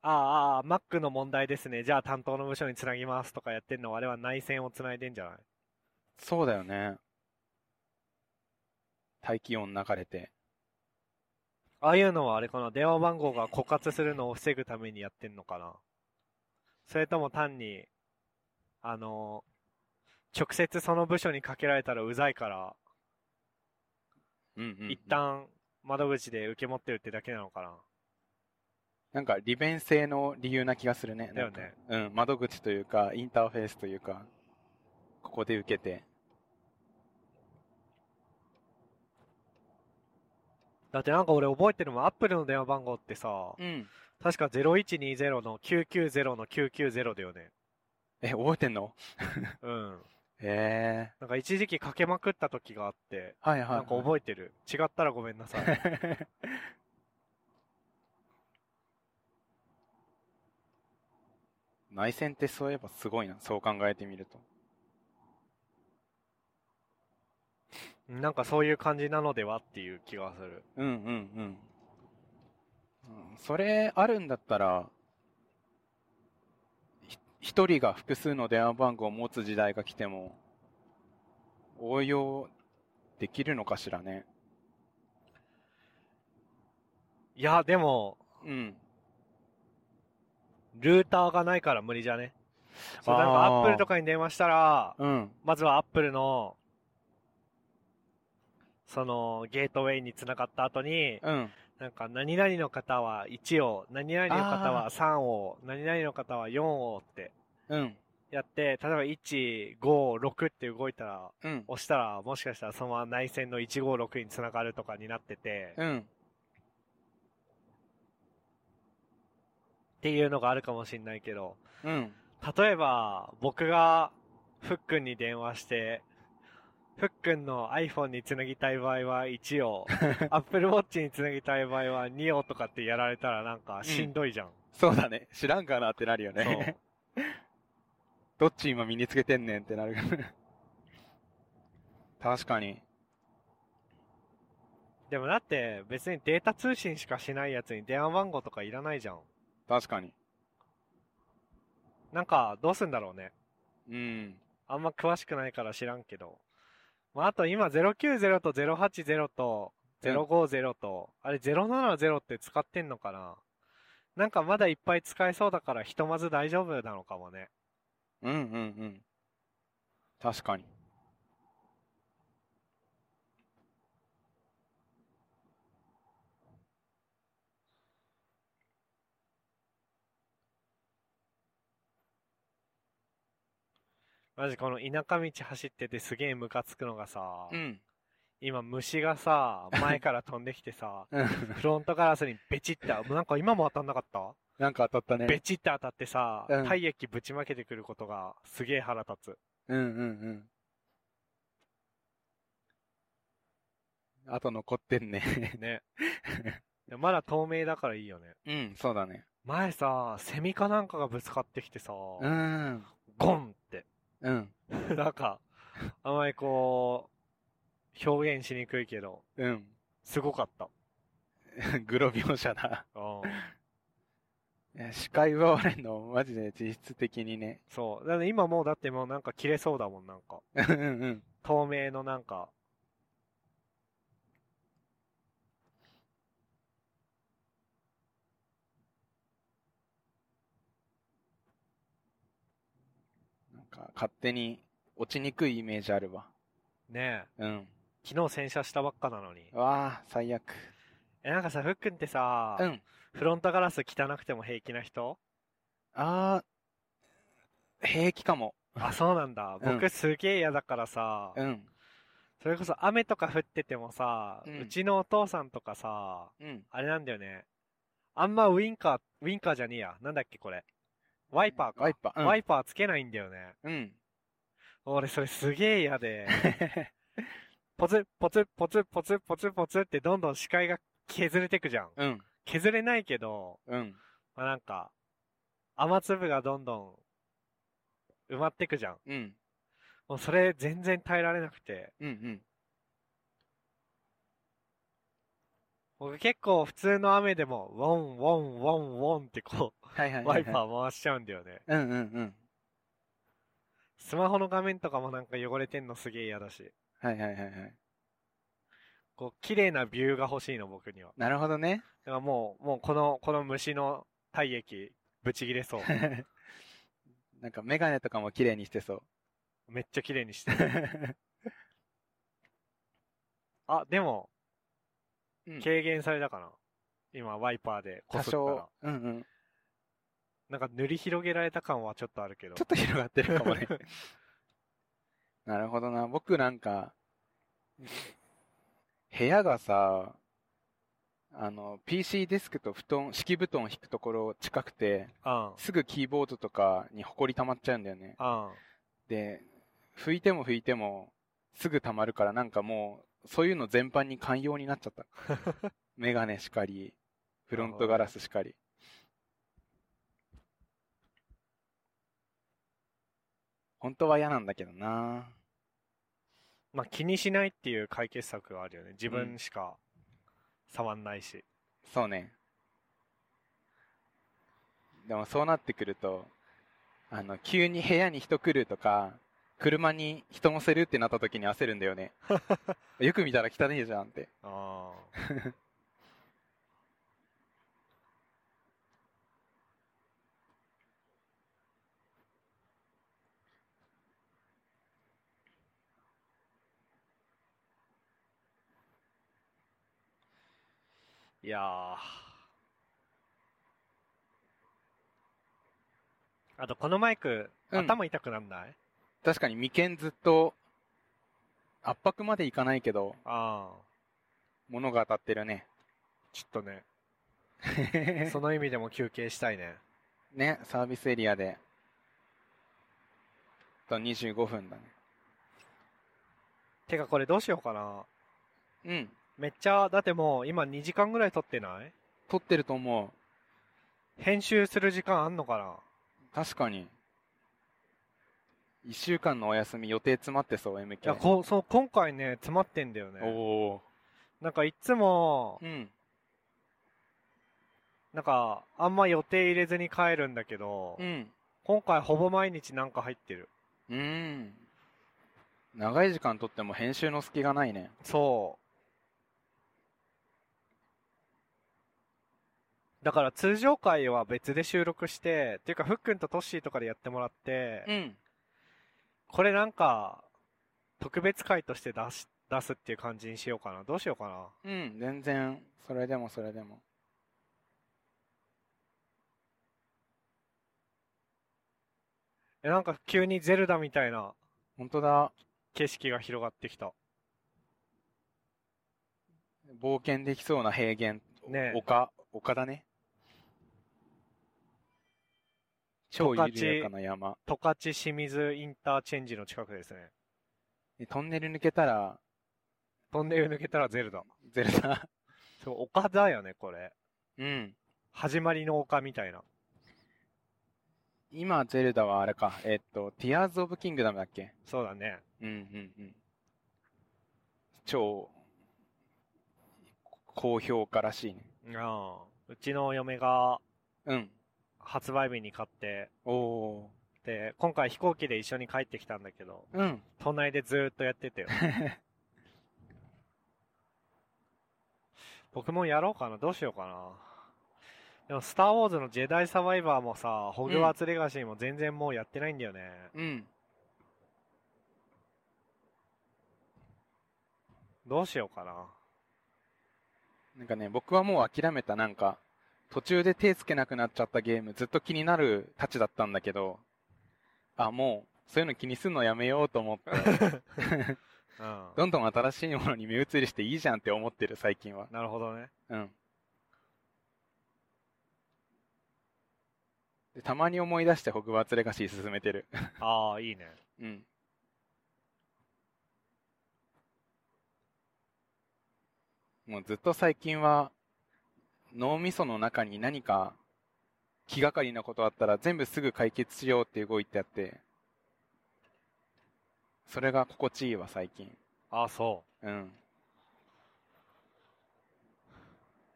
[SPEAKER 2] ああ、ああ、Mac の問題ですね。じゃあ担当の部署につなぎますとかやってんのは、あれは内線をつないでんじゃない
[SPEAKER 3] そうだよね。大気音流れて。
[SPEAKER 2] ああいうのはあれかな、電話番号が枯渇するのを防ぐためにやってんのかなそれとも単に、あの、直接その部署にかけられたらうざいから、
[SPEAKER 3] うん、うん。
[SPEAKER 2] 一。旦窓口で受け持ってるってだけなのかな
[SPEAKER 3] なんか利便性の理由な気がするね。
[SPEAKER 2] だよね
[SPEAKER 3] なんか。うん。窓口というか、インターフェースというか、ここで受けて。
[SPEAKER 2] だってなんか俺覚えてるもん、アップルの電話番号ってさ、
[SPEAKER 3] うん。
[SPEAKER 2] 確か0120の990の990だよね。
[SPEAKER 3] え、覚えてんの
[SPEAKER 2] うん。
[SPEAKER 3] え
[SPEAKER 2] なんか一時期かけまくった時があって、
[SPEAKER 3] えはいはい、はい。
[SPEAKER 2] なんか覚えてる。違ったらごめんなさい。
[SPEAKER 3] 内戦ってそういえばすごいな、そう考えてみると。
[SPEAKER 2] なんかそういう感じなのではっていう気がする。
[SPEAKER 3] うんうんうん。うんそれあるんだったら、ひ一人が複数の電話番号を持つ時代が来ても、応用できるのかしらね。
[SPEAKER 2] いや、でも、
[SPEAKER 3] うん。
[SPEAKER 2] ルーターがないから無理じゃね。そう、
[SPEAKER 3] あー
[SPEAKER 2] なんかアップルとかに電話したら、
[SPEAKER 3] うん。
[SPEAKER 2] まずはアップルの、その、ゲートウェイに繋がった後に、
[SPEAKER 3] うん。
[SPEAKER 2] なんか、何々の方は1を、何々の方は
[SPEAKER 3] あ
[SPEAKER 2] 3を、何々の方は4をって
[SPEAKER 3] うん。
[SPEAKER 2] やって、例えば1、5、6って動いたら、
[SPEAKER 3] うん。
[SPEAKER 2] 押したら、もしかしたらそのまま内線の156に繋がるとかになってて、っ
[SPEAKER 3] うん。
[SPEAKER 2] ていうのがあるかもしれないけど、
[SPEAKER 3] うん。
[SPEAKER 2] 例えば、僕が、ふっくんに電話して、ふっくんの iPhone につなぎたい場合は1を、Apple Watch につなぎたい場合は2をとかってやられたらなんかしんどいじゃん。
[SPEAKER 3] そうだね。知らんかなってなるよね。 どっち今身につけてんねんってなる。 確かに。
[SPEAKER 2] でもだって別にデータ通信しかしないやつに電話番号とかいらないじゃん。
[SPEAKER 3] 確かに。
[SPEAKER 2] なんかどうすんだろうね。
[SPEAKER 3] うん。
[SPEAKER 2] あんま詳しくないから知らんけど。まああと今090と080と050と、あれ070って使ってんのかななんかまだいっぱい使えそうだからひとまず大丈夫なのかもね。
[SPEAKER 3] うんうんうん。確かに。
[SPEAKER 2] マジこの田舎道走っててすげえムカつくのがさ、
[SPEAKER 3] ん。、
[SPEAKER 2] 今虫がさ、前から飛んできてさ
[SPEAKER 3] うん
[SPEAKER 2] フロントガラスにベチって、もうなんか今も当たんなかった
[SPEAKER 3] なんか当たった
[SPEAKER 2] ベ
[SPEAKER 3] ね。
[SPEAKER 2] チって当たってさ、
[SPEAKER 3] うん
[SPEAKER 2] 体液ぶちまけてくることがすげえ腹立つ。
[SPEAKER 3] うんうんうん。あと残ってんね。
[SPEAKER 2] ね。でまだ透明だからいいよね。
[SPEAKER 3] うん、そうだね。
[SPEAKER 2] 前さ、セミかなんかがぶつかってきてさ、
[SPEAKER 3] うん。
[SPEAKER 2] ゴンって。
[SPEAKER 3] うん。
[SPEAKER 2] なんか、あんまりこう、表現しにくいけど、
[SPEAKER 3] うん。
[SPEAKER 2] すごかった。
[SPEAKER 3] グロ描写だ。
[SPEAKER 2] うん。
[SPEAKER 3] いや視界奪われんの、マジで実質的にね。
[SPEAKER 2] そう。だから今もうだってもうなんか切れそうだもん、なんか。
[SPEAKER 3] うんうん。
[SPEAKER 2] 透明のなんか、
[SPEAKER 3] なんか勝手に落ちにくいイメージあるわ。
[SPEAKER 2] ね
[SPEAKER 3] うん。
[SPEAKER 2] え昨日洗車したばっかなのに。
[SPEAKER 3] わあ、最悪。
[SPEAKER 2] え、なんかさ、ふっくんってさ、
[SPEAKER 3] うん。
[SPEAKER 2] フロントガラス汚くても平気な人
[SPEAKER 3] あー、平気かも。
[SPEAKER 2] あ、そうなんだ。
[SPEAKER 3] うん
[SPEAKER 2] 僕すげえ嫌だからさ、
[SPEAKER 3] うん。
[SPEAKER 2] それこそ雨とか降っててもさ、
[SPEAKER 3] うん
[SPEAKER 2] うちのお父さんとかさ、
[SPEAKER 3] うん。
[SPEAKER 2] あれなんだよね。あんまウィンカー、ウィンカーじゃねえや。なんだっけこれ。ワイパーか。
[SPEAKER 3] ワイパーうん
[SPEAKER 2] ワイパーつけないんだよね。
[SPEAKER 3] うん。
[SPEAKER 2] 俺それすげえ嫌で、ポツッポツッポツッポツッポツッポツってどんどん視界が削れてくじゃん。
[SPEAKER 3] うん、
[SPEAKER 2] 削れないけど、
[SPEAKER 3] うん、
[SPEAKER 2] まあ、なんか、雨粒がどんどん埋まってくじゃん。
[SPEAKER 3] うん、
[SPEAKER 2] もうそれ全然耐えられなくて。
[SPEAKER 3] うん、うん。
[SPEAKER 2] 僕結構普通の雨でも、ウォン、ウォン、ウォン、ウォンってこ、
[SPEAKER 3] はいはいうは
[SPEAKER 2] ワ
[SPEAKER 3] い、
[SPEAKER 2] イパ
[SPEAKER 3] はい。
[SPEAKER 2] ー回しちゃうんだよね。
[SPEAKER 3] うん、うん、うん。
[SPEAKER 2] スマホの画面とかもなんか汚れてんのすげえ嫌だし。
[SPEAKER 3] はいはいはいはい。
[SPEAKER 2] こう、綺麗なビューが欲しいの、僕には。
[SPEAKER 3] なるほどね。
[SPEAKER 2] だからもう、もうこの、この虫の体液、ぶち切れ そう。
[SPEAKER 3] なんかメガネとかも綺麗にしてそう。
[SPEAKER 2] めっちゃ綺麗にして る。あ、でも、
[SPEAKER 3] うん
[SPEAKER 2] 軽減されたかな。今、ワイパーで こ
[SPEAKER 3] 多
[SPEAKER 2] すったら
[SPEAKER 3] 少。、うんうん。
[SPEAKER 2] なんか塗り広げられた感はちょっとあるけど
[SPEAKER 3] ちょ。っと広がってる かもね。なるほどな。僕なんか、部屋がさ、あの、PC デスクと布団、敷布団を引くところ近くて、
[SPEAKER 2] うん。うん。
[SPEAKER 3] すぐキーボードとかに埃溜まっちゃうんだよね。で、拭いても拭いても、すぐ溜まるから、なんかもう、そういうの全般に寛容になっちゃった。メガネしかり、フロントガラスしかり。本当は嫌なんだけどな
[SPEAKER 2] まあ、気にしないっていう解決策があるよね。自分しか触んないし。
[SPEAKER 3] そうね。でもそうなってくると、あの、急に部屋に人来るとか、車に人乗せるってなった時に焦るんだよね。よく見たら汚ねえじゃんって。
[SPEAKER 2] ああ。いやーあとこのマイク、
[SPEAKER 3] うん
[SPEAKER 2] 頭痛くなんない
[SPEAKER 3] 確かに眉間ずっと、圧迫までいかないけど、
[SPEAKER 2] ああ
[SPEAKER 3] 物が当たってるね。
[SPEAKER 2] ちょっとねその意味でも休憩したいね
[SPEAKER 3] ね、サービスエリアで。あと25分だね。
[SPEAKER 2] てかこれどうしようかな
[SPEAKER 3] うん。
[SPEAKER 2] めっちゃ、だってもう今2時間ぐらい撮ってない
[SPEAKER 3] 撮ってると思
[SPEAKER 2] 編集する時間あんのかな
[SPEAKER 3] う。確かに。1週間のお休み予定詰まってそう、MK。
[SPEAKER 2] いや、こう、そう、今回ね、詰まってんだよ
[SPEAKER 3] お
[SPEAKER 2] ね。
[SPEAKER 3] お
[SPEAKER 2] なんかいつも
[SPEAKER 3] ー。、うん。
[SPEAKER 2] なんか、あんま予定入れずに帰るんだけど、
[SPEAKER 3] うん。
[SPEAKER 2] 今回ほぼ毎日なんか入ってる。
[SPEAKER 3] うーん。長い時間撮っても編集の隙がないね。
[SPEAKER 2] そう。だから通常回は別で収録して、っていうか、ふっくんとトッシーとかでやってもらって、
[SPEAKER 3] ん。
[SPEAKER 2] これなんか、特別回として出し、出すっていう感じにしようかな。どうしようかな。
[SPEAKER 3] うん、全然。それでもそれでも。
[SPEAKER 2] え、なんか急にゼルダみたいな
[SPEAKER 3] 本当だ。
[SPEAKER 2] 景色が広がってきた。
[SPEAKER 3] 冒険できそうな平原。
[SPEAKER 2] ねえ
[SPEAKER 3] 丘、丘だね。超
[SPEAKER 2] 十
[SPEAKER 3] 緩やかな山。
[SPEAKER 2] 十勝清水インターチェンジの近くですね。
[SPEAKER 3] でトンネル抜けたら、
[SPEAKER 2] トンネル抜けたらゼルダ。
[SPEAKER 3] ゼルダ。
[SPEAKER 2] そう、丘だよね、これ。
[SPEAKER 3] うん。
[SPEAKER 2] 始まりの丘みたいな。
[SPEAKER 3] 今、ゼルダはあれか。えっと、ティアーズ・オブ・キングダムだっけ
[SPEAKER 2] そうだね。
[SPEAKER 3] うんうんうん。超、高評価らしいね。
[SPEAKER 2] うん。うちの嫁が
[SPEAKER 3] うん。
[SPEAKER 2] 発売日に買って、
[SPEAKER 3] おお
[SPEAKER 2] で、今回飛行機で一緒に帰ってきたんだけど、
[SPEAKER 3] ー。うん。
[SPEAKER 2] 都内でずーっとやって たよ。僕もやろうかな。どうしようかな。でも、スター・ウォーズのジェダイ・サバイバーもさ、ホグワーツ・レガシーも全然もうやってないんだよね。
[SPEAKER 3] うん。
[SPEAKER 2] どうしようかな。
[SPEAKER 3] なんかね、僕はもう諦めた。なんか、途中で手つけなくなっちゃったゲーム、ずっと気になるたちだったんだけど、あ、もう、そういうの気にすんのやめようと思って、
[SPEAKER 2] うん。
[SPEAKER 3] どんどん新しいものに目移りしていいじゃんって思ってる、最近は。
[SPEAKER 2] なるほどね。
[SPEAKER 3] うん。でたまに思い出して、ホグワーツレガシー進めてる。
[SPEAKER 2] ああ、いいね。
[SPEAKER 3] うん。もうずっと最近は、脳みその中に何か気がかりなことあったら全部すぐ解決しようっていう動いてあって、それが心地いいわ、最近。
[SPEAKER 2] あ、そ
[SPEAKER 3] うん。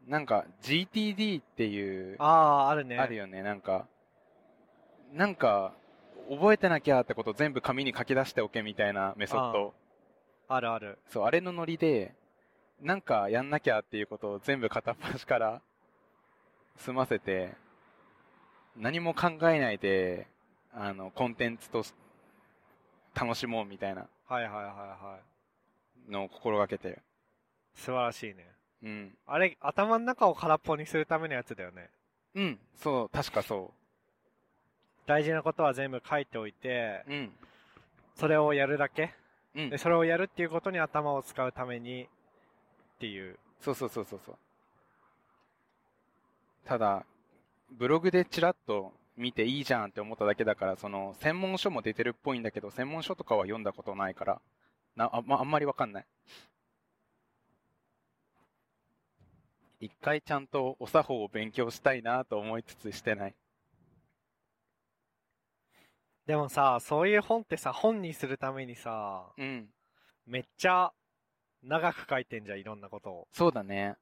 [SPEAKER 3] なんか GTD っていう
[SPEAKER 2] う。ああ、あるね。
[SPEAKER 3] あるよね、なんか、なんか、覚えてなきゃってこと全部紙に書き出しておけみたいなメソッド。
[SPEAKER 2] あるある。
[SPEAKER 3] そう、あれのノリで、なんかやんなきゃっていうことを全部片っ端から済ませて、何も考えないで、あの、コンテンツとし楽しもうみたいな
[SPEAKER 2] はいはいはいは
[SPEAKER 3] のを心がけてる。
[SPEAKER 2] い。素晴らしいね。
[SPEAKER 3] うん。
[SPEAKER 2] あれ、頭の中を空っぽにするためのやつだよね。
[SPEAKER 3] うん、そう、確かそ
[SPEAKER 2] 大事なことは全部書いておいて、
[SPEAKER 3] う。うん。
[SPEAKER 2] それをやるだけ。
[SPEAKER 3] うん
[SPEAKER 2] で、。それをやるっていうことに頭を使うためにっていう。
[SPEAKER 3] そうそうそうそうそう。ただ、ブログでチラッと見ていいじゃんって思っただけだから、その、専門書も出てるっぽいんだけど、専門書とかは読んだことないから、なあ,、まあんまりわかんない。一回ちゃんとお作法を勉強したいなと思いつつしてない。
[SPEAKER 2] でもさ、そういう本ってさ、本にするためにさ、
[SPEAKER 3] うん。
[SPEAKER 2] めっちゃ長く書いてんじゃん、いろんなことを。
[SPEAKER 3] そうだね。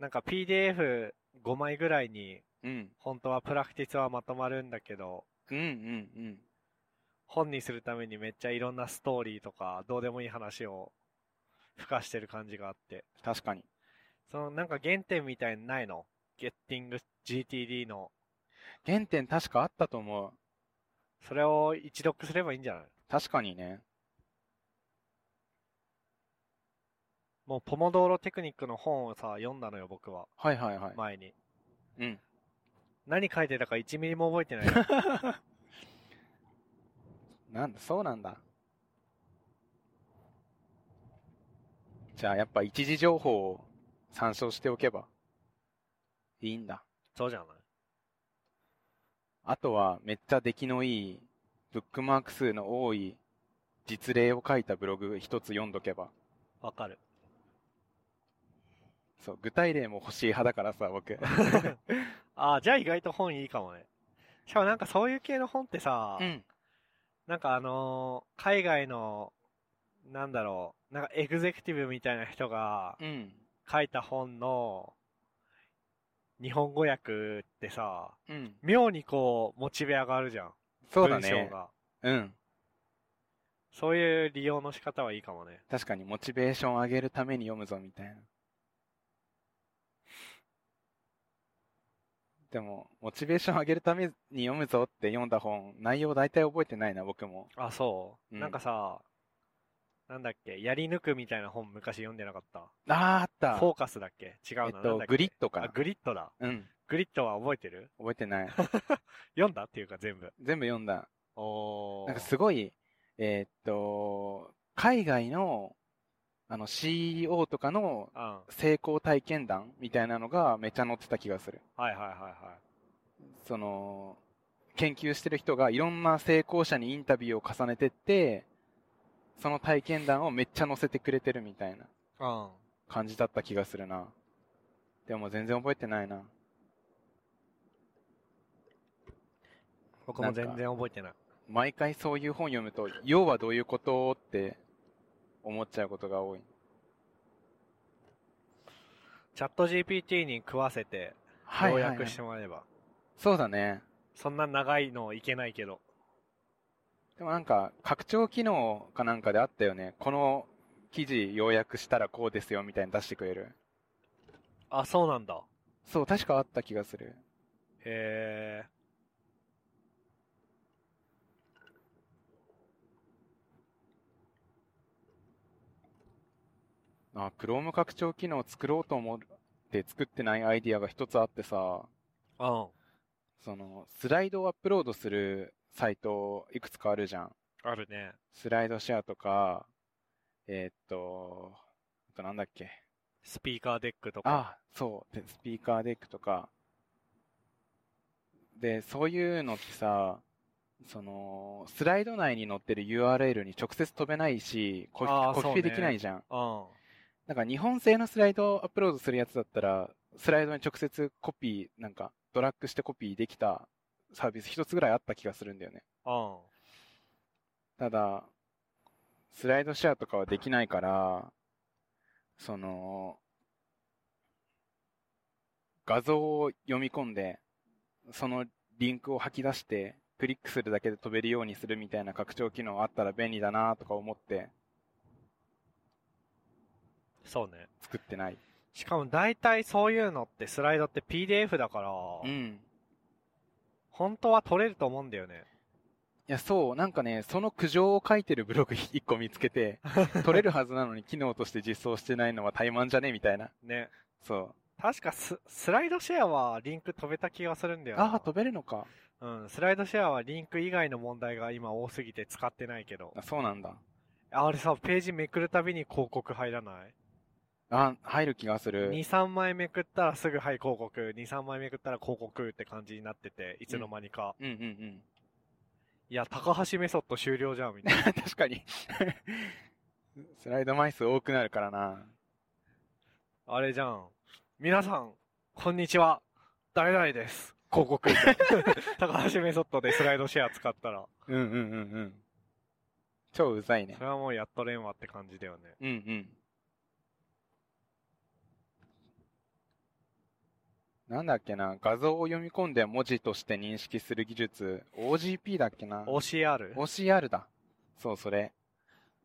[SPEAKER 2] なんか PDF5 枚ぐらいに、
[SPEAKER 3] うん。
[SPEAKER 2] 本当はプラクティスはまとまるんだけど、
[SPEAKER 3] うんうんうん。
[SPEAKER 2] 本にするためにめっちゃいろんなストーリーとか、どうでもいい話を付加してる感じがあって。
[SPEAKER 3] 確かに。
[SPEAKER 2] そのなんか原点みたいにないのゲッティング GTD の。
[SPEAKER 3] 原点確かあったと思う。
[SPEAKER 2] それを一読すればいいんじゃない
[SPEAKER 3] 確かにね。
[SPEAKER 2] もうポモドーロテクニックの本をさ、読んだのよ、僕は。
[SPEAKER 3] はいはいはい。
[SPEAKER 2] 前に。
[SPEAKER 3] うん。
[SPEAKER 2] 何書いてたか1ミリも覚えてない よ。
[SPEAKER 3] なんだ、そうなんだ。じゃあ、やっぱ一時情報を参照しておけばいいんだ。
[SPEAKER 2] そうじゃない
[SPEAKER 3] あとは、めっちゃ出来のいい、ブックマーク数の多い実例を書いたブログ一つ読んどけば。
[SPEAKER 2] わかる。
[SPEAKER 3] そう、具体例も欲しい派だからさ、僕。
[SPEAKER 2] ああ、じゃあ意外と本いいかもね。しかもなんかそういう系の本ってさ、
[SPEAKER 3] うん。
[SPEAKER 2] なんかあのー海外の、なんだろう、なんかエグゼクティブみたいな人が
[SPEAKER 3] うん。
[SPEAKER 2] 書いた本の、日本語訳ってさ、
[SPEAKER 3] うん。
[SPEAKER 2] 妙にこう、モチベ上がるじゃん。
[SPEAKER 3] そうだ
[SPEAKER 2] 文
[SPEAKER 3] ね
[SPEAKER 2] 章。が。
[SPEAKER 3] うん。
[SPEAKER 2] そういう利用の仕方はいいかもね。
[SPEAKER 3] 確かに、モチベーション上げるために読むぞ、みたいな。でも、モチベーション上げるために読むぞって読んだ本、内容大体覚えてないな、僕も。
[SPEAKER 2] あ、そう、
[SPEAKER 3] うん
[SPEAKER 2] なんかさ、なんだっけ、やり抜くみたいな本昔読んでなかった。
[SPEAKER 3] あー、あった。
[SPEAKER 2] フォーカスだっけ違うな。
[SPEAKER 3] えっ
[SPEAKER 2] なん
[SPEAKER 3] と
[SPEAKER 2] だっ、け
[SPEAKER 3] グリッド
[SPEAKER 2] あ
[SPEAKER 3] か。
[SPEAKER 2] グリッドだ。
[SPEAKER 3] うん、
[SPEAKER 2] グリッドは覚えてる
[SPEAKER 3] 覚えてない。
[SPEAKER 2] 読んだっていうか全部。
[SPEAKER 3] 全部読ん だ。
[SPEAKER 2] お
[SPEAKER 3] なんかすごい、えーっと、海外の、あの、CEO とかの
[SPEAKER 2] うん。はい
[SPEAKER 3] 成功体験談みたいなのがめっちゃ載ってた気がする。
[SPEAKER 2] はいはいは。
[SPEAKER 3] その、研究してる人がいろんな成功者にインタビューを重ねてって、その体験談をめっちゃ載せてくれてるみたいない
[SPEAKER 2] うん。
[SPEAKER 3] 感じだった気がするな。でも全然覚えてないな。
[SPEAKER 2] 僕も全然覚えてない。
[SPEAKER 3] 毎回そういう本読むと、要はどういうことって思っちゃうことが多い。
[SPEAKER 2] チャット GPT に食わせて、
[SPEAKER 3] はい
[SPEAKER 2] 要
[SPEAKER 3] はいはい、
[SPEAKER 2] 約してもらえば。
[SPEAKER 3] そうだね。
[SPEAKER 2] そんな長いのいけないけど。
[SPEAKER 3] でもなんか、拡張機能かなんかであったよね。この記事要約したらこうですよみたいに出してくれる。
[SPEAKER 2] あ、そうなんだ。
[SPEAKER 3] そう、確かあった気がする。
[SPEAKER 2] へえ。
[SPEAKER 3] あ、Chrome 拡張機能を作ろうと思って作ってないアイディアが一つあってさ、
[SPEAKER 2] うん。
[SPEAKER 3] その、スライドをアップロードするサイトいくつかあるじゃん。
[SPEAKER 2] あるね。
[SPEAKER 3] スライドシェアとか、えーっと、あとなんだっけ。
[SPEAKER 2] スピーカーデックとか。
[SPEAKER 3] あ、そう。で、スピーカーデックとか。で、そういうのってさ、その、スライド内に載ってる URL に直接飛べないし、コピ
[SPEAKER 2] あー
[SPEAKER 3] コ
[SPEAKER 2] そう
[SPEAKER 3] ピ
[SPEAKER 2] ね
[SPEAKER 3] できないじゃん。
[SPEAKER 2] うん。
[SPEAKER 3] なんか日本製のスライドをアップロードするやつだったら、スライドに直接コピー、なんか、ドラッグしてコピーできたサービス一つぐらいあった気がするんだよね。
[SPEAKER 2] うん。
[SPEAKER 3] ただ、スライドシェアとかはできないから、その、画像を読み込んで、そのリンクを吐き出して、クリックするだけで飛べるようにするみたいな拡張機能あったら便利だなとか思って
[SPEAKER 2] そうね。
[SPEAKER 3] 作ってない。
[SPEAKER 2] しかも大体そういうのってスライドって PDF だから、
[SPEAKER 3] うん。
[SPEAKER 2] 本当は取れると思うんだよね。
[SPEAKER 3] いや、そう、なんかね、その苦情を書いてるブログ 一個見つけて、取れるはずなのに機能として実装してないのは怠慢じゃねみたいな。
[SPEAKER 2] ね。
[SPEAKER 3] そ
[SPEAKER 2] 確かススライドシェアはリンク飛べた気がするんだ
[SPEAKER 3] う。
[SPEAKER 2] よな。
[SPEAKER 3] ああ、飛べるのか。
[SPEAKER 2] うん、スライドシェアはリンク以外の問題が今多すぎて使ってないけど
[SPEAKER 3] あ。そうなんだ。
[SPEAKER 2] あれさ、ページめくるたびに広告入らない
[SPEAKER 3] あ、入る気がする。
[SPEAKER 2] ?2、3枚めくったらすぐはい広告、2、3枚めくったら広告って感じになってて、いつの間にか。
[SPEAKER 3] うんうんうん。
[SPEAKER 2] いや、高橋メソッド終了じゃん、みたいな。
[SPEAKER 3] 確かに。スライド枚数多くなるからな。
[SPEAKER 2] あれじゃん。皆さん、こんにちは。誰々です。広告。高橋メソッドでスライドシェア使ったら、
[SPEAKER 3] うんうんうんうん。超うざいね
[SPEAKER 2] そ。れはもうやっとれんわって感じだよね。
[SPEAKER 3] うんうん。なんだっけな、画像を読み込んで文字として認識する技術、OGP だっけな
[SPEAKER 2] OCR?
[SPEAKER 3] ?OCR だ。そう、それ。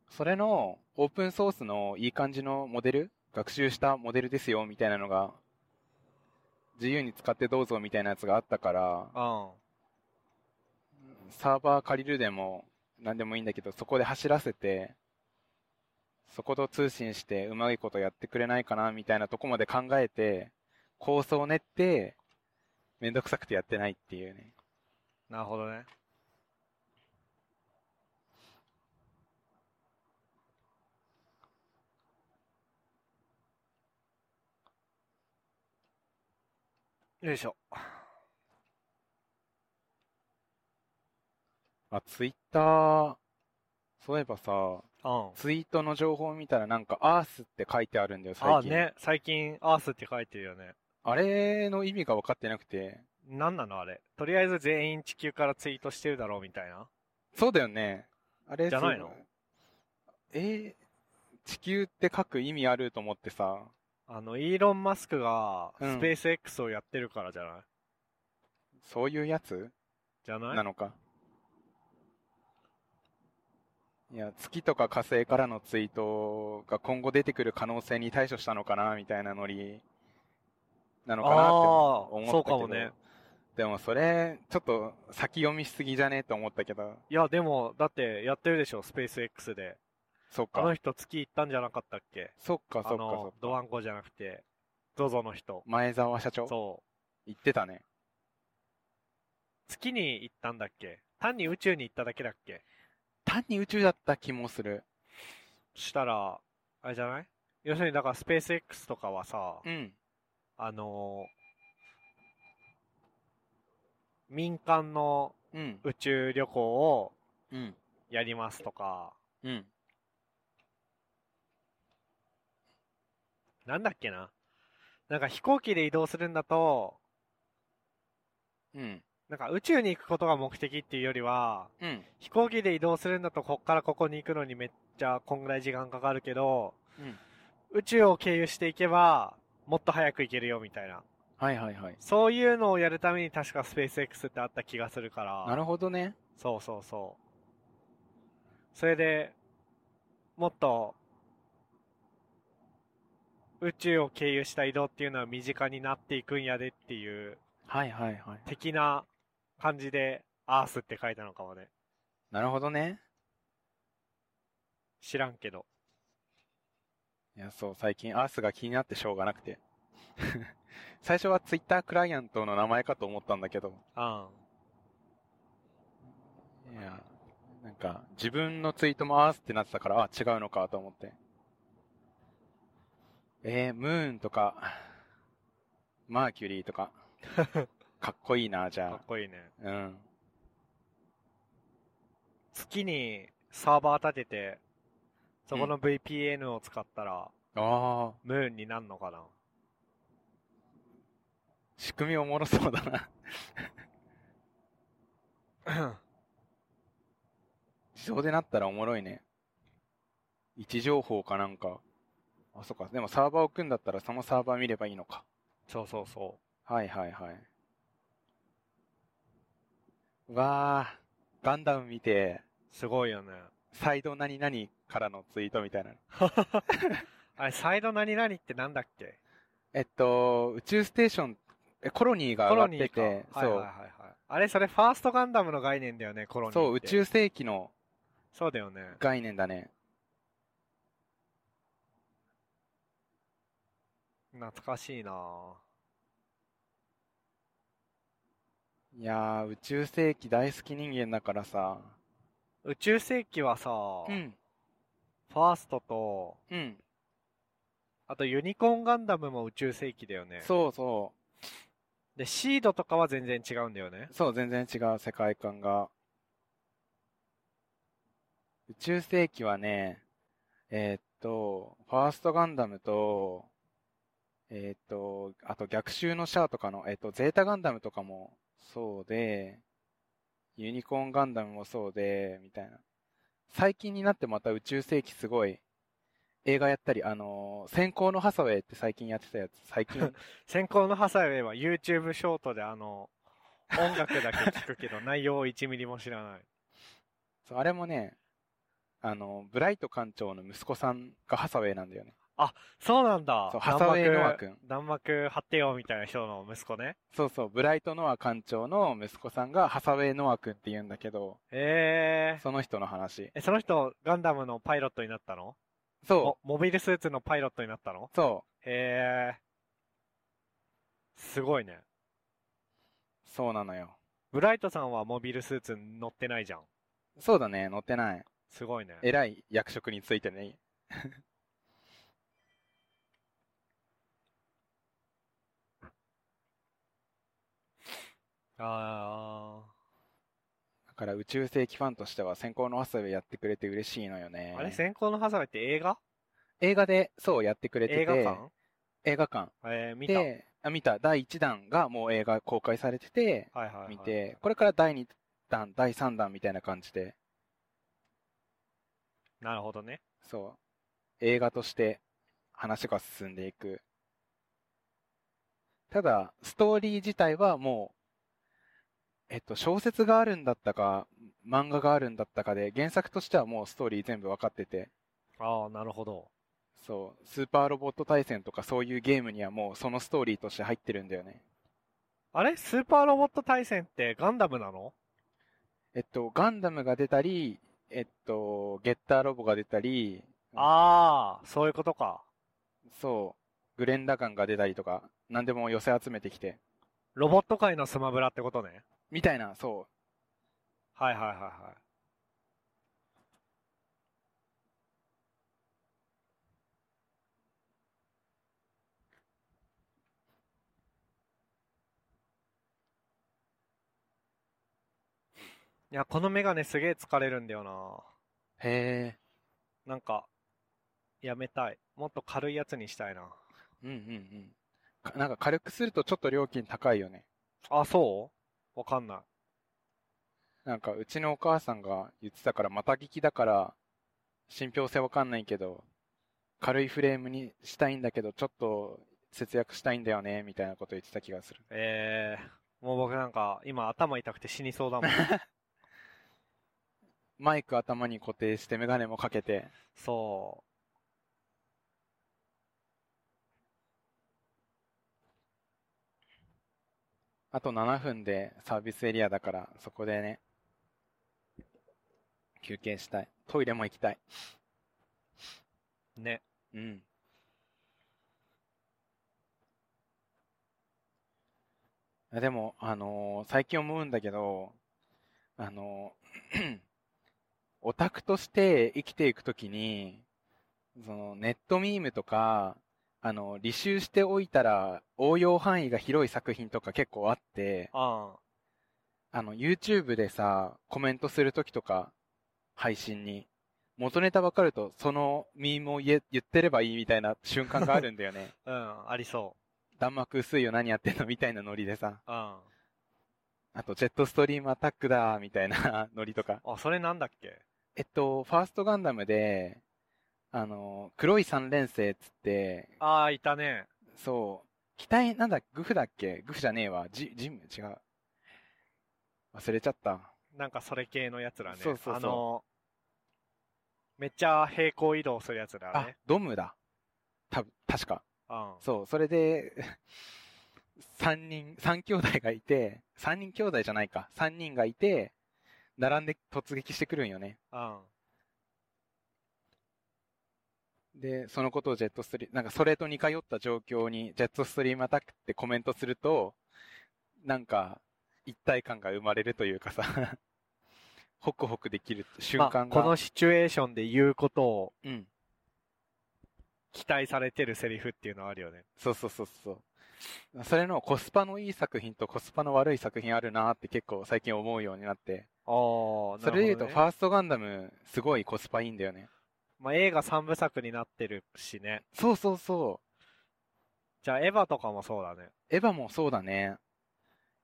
[SPEAKER 3] それのオープンソースのいい感じのモデル学習したモデルですよ、みたいなのが、自由に使ってどうぞみたいなやつがあったから、
[SPEAKER 2] うん。
[SPEAKER 3] サーバー借りるでも何でもいいんだけど、そこで走らせて、そこと通信してうまいことやってくれないかなみたいなとこまで考えて、構想を練って、めんどくさくてやってないっていうね。
[SPEAKER 2] なるほどね。よいしょ。
[SPEAKER 3] あ、ツイッター、そういえばさ、
[SPEAKER 2] うん。
[SPEAKER 3] ツイートの情報を見たらなんか、アースって書いてあるんだよ、最近。
[SPEAKER 2] あ、ね。最近、アースって書いてるよね。
[SPEAKER 3] あれの意味が分かってなくて。
[SPEAKER 2] なんなのあれ。とりあえず全員地球からツイートしてるだろうみたいな。
[SPEAKER 3] そうだよね。あれ、
[SPEAKER 2] じゃないの
[SPEAKER 3] そうえー地球って書く意味あると思ってさ。
[SPEAKER 2] あの、イーロン・マスクが、
[SPEAKER 3] うん
[SPEAKER 2] スペース X をやってるからじゃない、
[SPEAKER 3] そういうやつ
[SPEAKER 2] じゃない
[SPEAKER 3] なのか。いや、月とか火星からのツイートが今後出てくる可能性に対処したのかな、みたいなノリなのかなって思った
[SPEAKER 2] あ
[SPEAKER 3] けど。
[SPEAKER 2] ーそうかもね。
[SPEAKER 3] でもそれ、ちょっと先読みしすぎじゃねえと思ったけど、
[SPEAKER 2] いや、でも、だって、やってるでしょ、スペース X で。
[SPEAKER 3] そっ
[SPEAKER 2] あの
[SPEAKER 3] か。
[SPEAKER 2] 人月行ったんじゃなかったっけ
[SPEAKER 3] そっか、
[SPEAKER 2] あ
[SPEAKER 3] そっか、そ
[SPEAKER 2] の、
[SPEAKER 3] っ
[SPEAKER 2] ド
[SPEAKER 3] か。
[SPEAKER 2] ワンゴじゃなくて、ゾゾの人。
[SPEAKER 3] 前澤社長
[SPEAKER 2] そう。
[SPEAKER 3] 言ってたね。
[SPEAKER 2] 月に行ったんだっけ単に宇宙に行っただけだっけ
[SPEAKER 3] 単に宇宙だった気もする。
[SPEAKER 2] したら、あれじゃない要するに、だからスペース X とかはさ、
[SPEAKER 3] うん。
[SPEAKER 2] あのー民間の
[SPEAKER 3] うん。
[SPEAKER 2] 宇宙旅行を
[SPEAKER 3] うん。
[SPEAKER 2] やりますとか、
[SPEAKER 3] うん。
[SPEAKER 2] なんだっけななんか飛行機で移動するんだと、
[SPEAKER 3] うん。
[SPEAKER 2] なんか宇宙に行くことが目的っていうよりは、
[SPEAKER 3] うん。
[SPEAKER 2] 飛行機で移動するんだとこっからここに行くのにめっちゃこんぐらい時間かかるけど、
[SPEAKER 3] うん。
[SPEAKER 2] 宇宙を経由していけば、もっと早く行けるよみたいな。
[SPEAKER 3] はいはいはい。
[SPEAKER 2] そういうのをやるために確かスペース X ってあった気がするから。
[SPEAKER 3] なるほどね。
[SPEAKER 2] そうそうそう。それで、もっと、宇宙を経由した移動っていうのは身近になっていくんやでっていう、
[SPEAKER 3] はいはいはい。
[SPEAKER 2] 的な感じで、アースって書いたのかもね。
[SPEAKER 3] なるほどね。
[SPEAKER 2] 知らんけど。
[SPEAKER 3] いや、そう、最近アースが気になってしょうがなくて。 最初はツイッタークライアントの名前かと思ったんだけど、
[SPEAKER 2] うん。
[SPEAKER 3] いや、なんか、自分のツイートもアースってなってたから、あ、違うのかと思って。えー、ムーンとか、マーキュリーとか、かっこいいな、じ
[SPEAKER 2] か
[SPEAKER 3] ゃ
[SPEAKER 2] っこいいね。
[SPEAKER 3] あ。うん。
[SPEAKER 2] 月にサーバー立てて、そこの VPN を使ったら、
[SPEAKER 3] ああ、
[SPEAKER 2] ムーンになんのかな
[SPEAKER 3] 仕組みおもろそうだな。自動でなったらおもろいね。位置情報かなんか。あ、そっか。でもサーバーを組んだったらそのサーバー見ればいいのか。
[SPEAKER 2] そうそうそ
[SPEAKER 3] はいはいはい。うわあ、ガンダム見て、
[SPEAKER 2] う。すごいよね。
[SPEAKER 3] サイド何々からのツイートみたいな。
[SPEAKER 2] あれ、サイド何々ってなんだっけ
[SPEAKER 3] えっと、宇宙ステーション、えコロニーが
[SPEAKER 2] コ
[SPEAKER 3] 上が
[SPEAKER 2] ロ
[SPEAKER 3] っ
[SPEAKER 2] ニ
[SPEAKER 3] て
[SPEAKER 2] ーか。は
[SPEAKER 3] て、
[SPEAKER 2] いはいはいはい。あれ、それファーストガンダムの概念だよね、コロ
[SPEAKER 3] そ
[SPEAKER 2] ニ
[SPEAKER 3] う、
[SPEAKER 2] ー
[SPEAKER 3] そう、宇
[SPEAKER 2] って。
[SPEAKER 3] 宙世紀の
[SPEAKER 2] そうだよね。
[SPEAKER 3] 概念だね。
[SPEAKER 2] 懐かしいなぁ
[SPEAKER 3] いやー、宇宙世紀大好き人間だからさ。
[SPEAKER 2] 宇宙世紀はさ、
[SPEAKER 3] うん、
[SPEAKER 2] ファーストと、
[SPEAKER 3] うん、
[SPEAKER 2] あとユニコーンガンダムも宇宙世紀だよね。
[SPEAKER 3] そうそ
[SPEAKER 2] で、シードとかは全然違うんだよね
[SPEAKER 3] う、。そう、全然違う世界観が。宇宙世紀はね、えーっと、ファーストガンダムと、えーっと、あと逆襲のシャアとかの、えーっと、ゼータガンダムとかもそうで、ユニコーンガンダムもそうで、みたいな。最近になってまた宇宙世紀すごい、映画やったり、あのー先行のハサウェイって最近やってたやつ、最近
[SPEAKER 2] 先行のハサウェイは YouTube ショートであの、音楽だけ聞くけど内容を1ミリも知らない。
[SPEAKER 3] そう、あれもね、あの、ブライト艦長の息子さんがハサウェイなんだよね。
[SPEAKER 2] そうなんだ。
[SPEAKER 3] そうハサウェイノア君
[SPEAKER 2] 弾幕弾幕張ってよみたいな人の息子ね。
[SPEAKER 3] そうそう、ブライト・ノア艦長の息子さんがハサウェイ・ノア君って言うんだけど、
[SPEAKER 2] えー。
[SPEAKER 3] その人の話。
[SPEAKER 2] え、その人、ガンダムのパイロットになったの
[SPEAKER 3] そ
[SPEAKER 2] モモビルスーツのパイロットになったの
[SPEAKER 3] う、そう、
[SPEAKER 2] へえ。すごいね。
[SPEAKER 3] そうなのよ。
[SPEAKER 2] ブライトさんはモビルスーツに乗ってないじゃん。
[SPEAKER 3] そうだね、乗ってない。
[SPEAKER 2] すごいね。
[SPEAKER 3] 偉い役職についてね。
[SPEAKER 2] あ
[SPEAKER 3] だから宇宙世紀ファンとしては先行のハサウェイやってくれて嬉しいのよね
[SPEAKER 2] ー。。あれ先行のハサウェイって映画
[SPEAKER 3] 映画で、そうやってくれてて、
[SPEAKER 2] 映画館
[SPEAKER 3] 映画館
[SPEAKER 2] えー、見た。はい
[SPEAKER 3] で、あ見た、第1弾がもう映画公開されてて、
[SPEAKER 2] はい、はい。
[SPEAKER 3] 見て、これから第2弾、第3弾みたいな感じで、
[SPEAKER 2] なるほどね。
[SPEAKER 3] そう、映画として話が進んでいく。ただ、ストーリー自体はもう、えっと、小説があるんだったか、漫画があるんだったかで、原作としてはもうストーリー全部わかってて、
[SPEAKER 2] ああ、なるほど。
[SPEAKER 3] そう、スーパーロボット対戦とかそういうゲームにはもうそのストーリーとして入ってるんだよね。
[SPEAKER 2] あれスーパーロボット対戦ってガンダムなの
[SPEAKER 3] えっと、ガンダムが出たり、えっと、ゲッターロボが出たり、
[SPEAKER 2] ああ、そういうことか。
[SPEAKER 3] そう、グレン・ラガンが出たりとか、何でも寄せ集めてきて、
[SPEAKER 2] ロボット界のスマブラってことね。
[SPEAKER 3] みたいな、そ
[SPEAKER 2] はいはいはいはい。いや、このメガネすげえ疲れるんだよな。
[SPEAKER 3] う。へ
[SPEAKER 2] なんか、やめたい。もっと軽いやつにしたいな。
[SPEAKER 3] え。うんうんうんか。なんか軽くするとちょっと料金高いよね。
[SPEAKER 2] あ、そうわかんない。
[SPEAKER 3] なんか、うちのお母さんが言ってたから、また聞きだから、信憑性わかんないけど、軽いフレームにしたいんだけど、ちょっと節約したいんだよね、みたいなこと言ってた気がする。
[SPEAKER 2] えー、もう僕なんか、今頭痛くて死にそうだもん。
[SPEAKER 3] マイク頭に固定して、メガネもかけて、
[SPEAKER 2] そう。
[SPEAKER 3] あと7分でサービスエリアだから、そこでね、休憩したい。トイレも行きたい。
[SPEAKER 2] ね。
[SPEAKER 3] うん。あでも、あのー最近思うんだけど、あのー オタクとして生きていくときに、そのネットミームとか、あの、履修しておいたら応用範囲が広い作品とか結構あって、
[SPEAKER 2] あん。
[SPEAKER 3] あの、YouTube でさ、コメントするときとか、配信に、元ネタわかると、そのミームを言え言ってればいいみたいな瞬間があるんだよね。
[SPEAKER 2] うん、ありそ
[SPEAKER 3] 弾幕薄いよ何やってんのみたいなノリでさ、
[SPEAKER 2] うん。あ、
[SPEAKER 3] あとジェットストリームアタックだみたいなノリとか。
[SPEAKER 2] それなんだっけ
[SPEAKER 3] えっと、ファーストガンダムで、あの、黒い三連星っつって、
[SPEAKER 2] ああ、いたね。
[SPEAKER 3] そう、機体、なんだ、グフだっけグフじゃねえわ。ジ、ジム違う。忘れちゃった。
[SPEAKER 2] なんかそれ系のやつらね。
[SPEAKER 3] そうそうそう
[SPEAKER 2] あの、めっちゃ平行移動するやつら
[SPEAKER 3] あ
[SPEAKER 2] ね。、
[SPEAKER 3] ドムだ。たぶん、確か。
[SPEAKER 2] うん。
[SPEAKER 3] そう、それで、 三人、三兄弟がいて、三人兄弟じゃないか。三人がいて、並んで突撃してくるんよね。
[SPEAKER 2] うん。
[SPEAKER 3] で、そのことをジェットストリーム、なんかそれと似通った状況に、ジェットストリームアタックってコメントすると、なんか、一体感が生まれるというかさ、 ホクホクできる瞬
[SPEAKER 2] まあ
[SPEAKER 3] 間が。
[SPEAKER 2] このシチュエーションで言うことを
[SPEAKER 3] うん。
[SPEAKER 2] 期待されてるセリフっていうのはあるよね。
[SPEAKER 3] そうそうそうそう。それのコスパのいい作品とコスパの悪い作品あるなって結構最近思うようになって。
[SPEAKER 2] ああ、
[SPEAKER 3] それで言うと、ファ
[SPEAKER 2] ー
[SPEAKER 3] ーストガンダム、すごいコスパいいんだよね。
[SPEAKER 2] まあ映画3部作になってるしね。
[SPEAKER 3] そうそうそ
[SPEAKER 2] じゃあエヴァとかもそうだね。
[SPEAKER 3] う。エヴァもそうだね。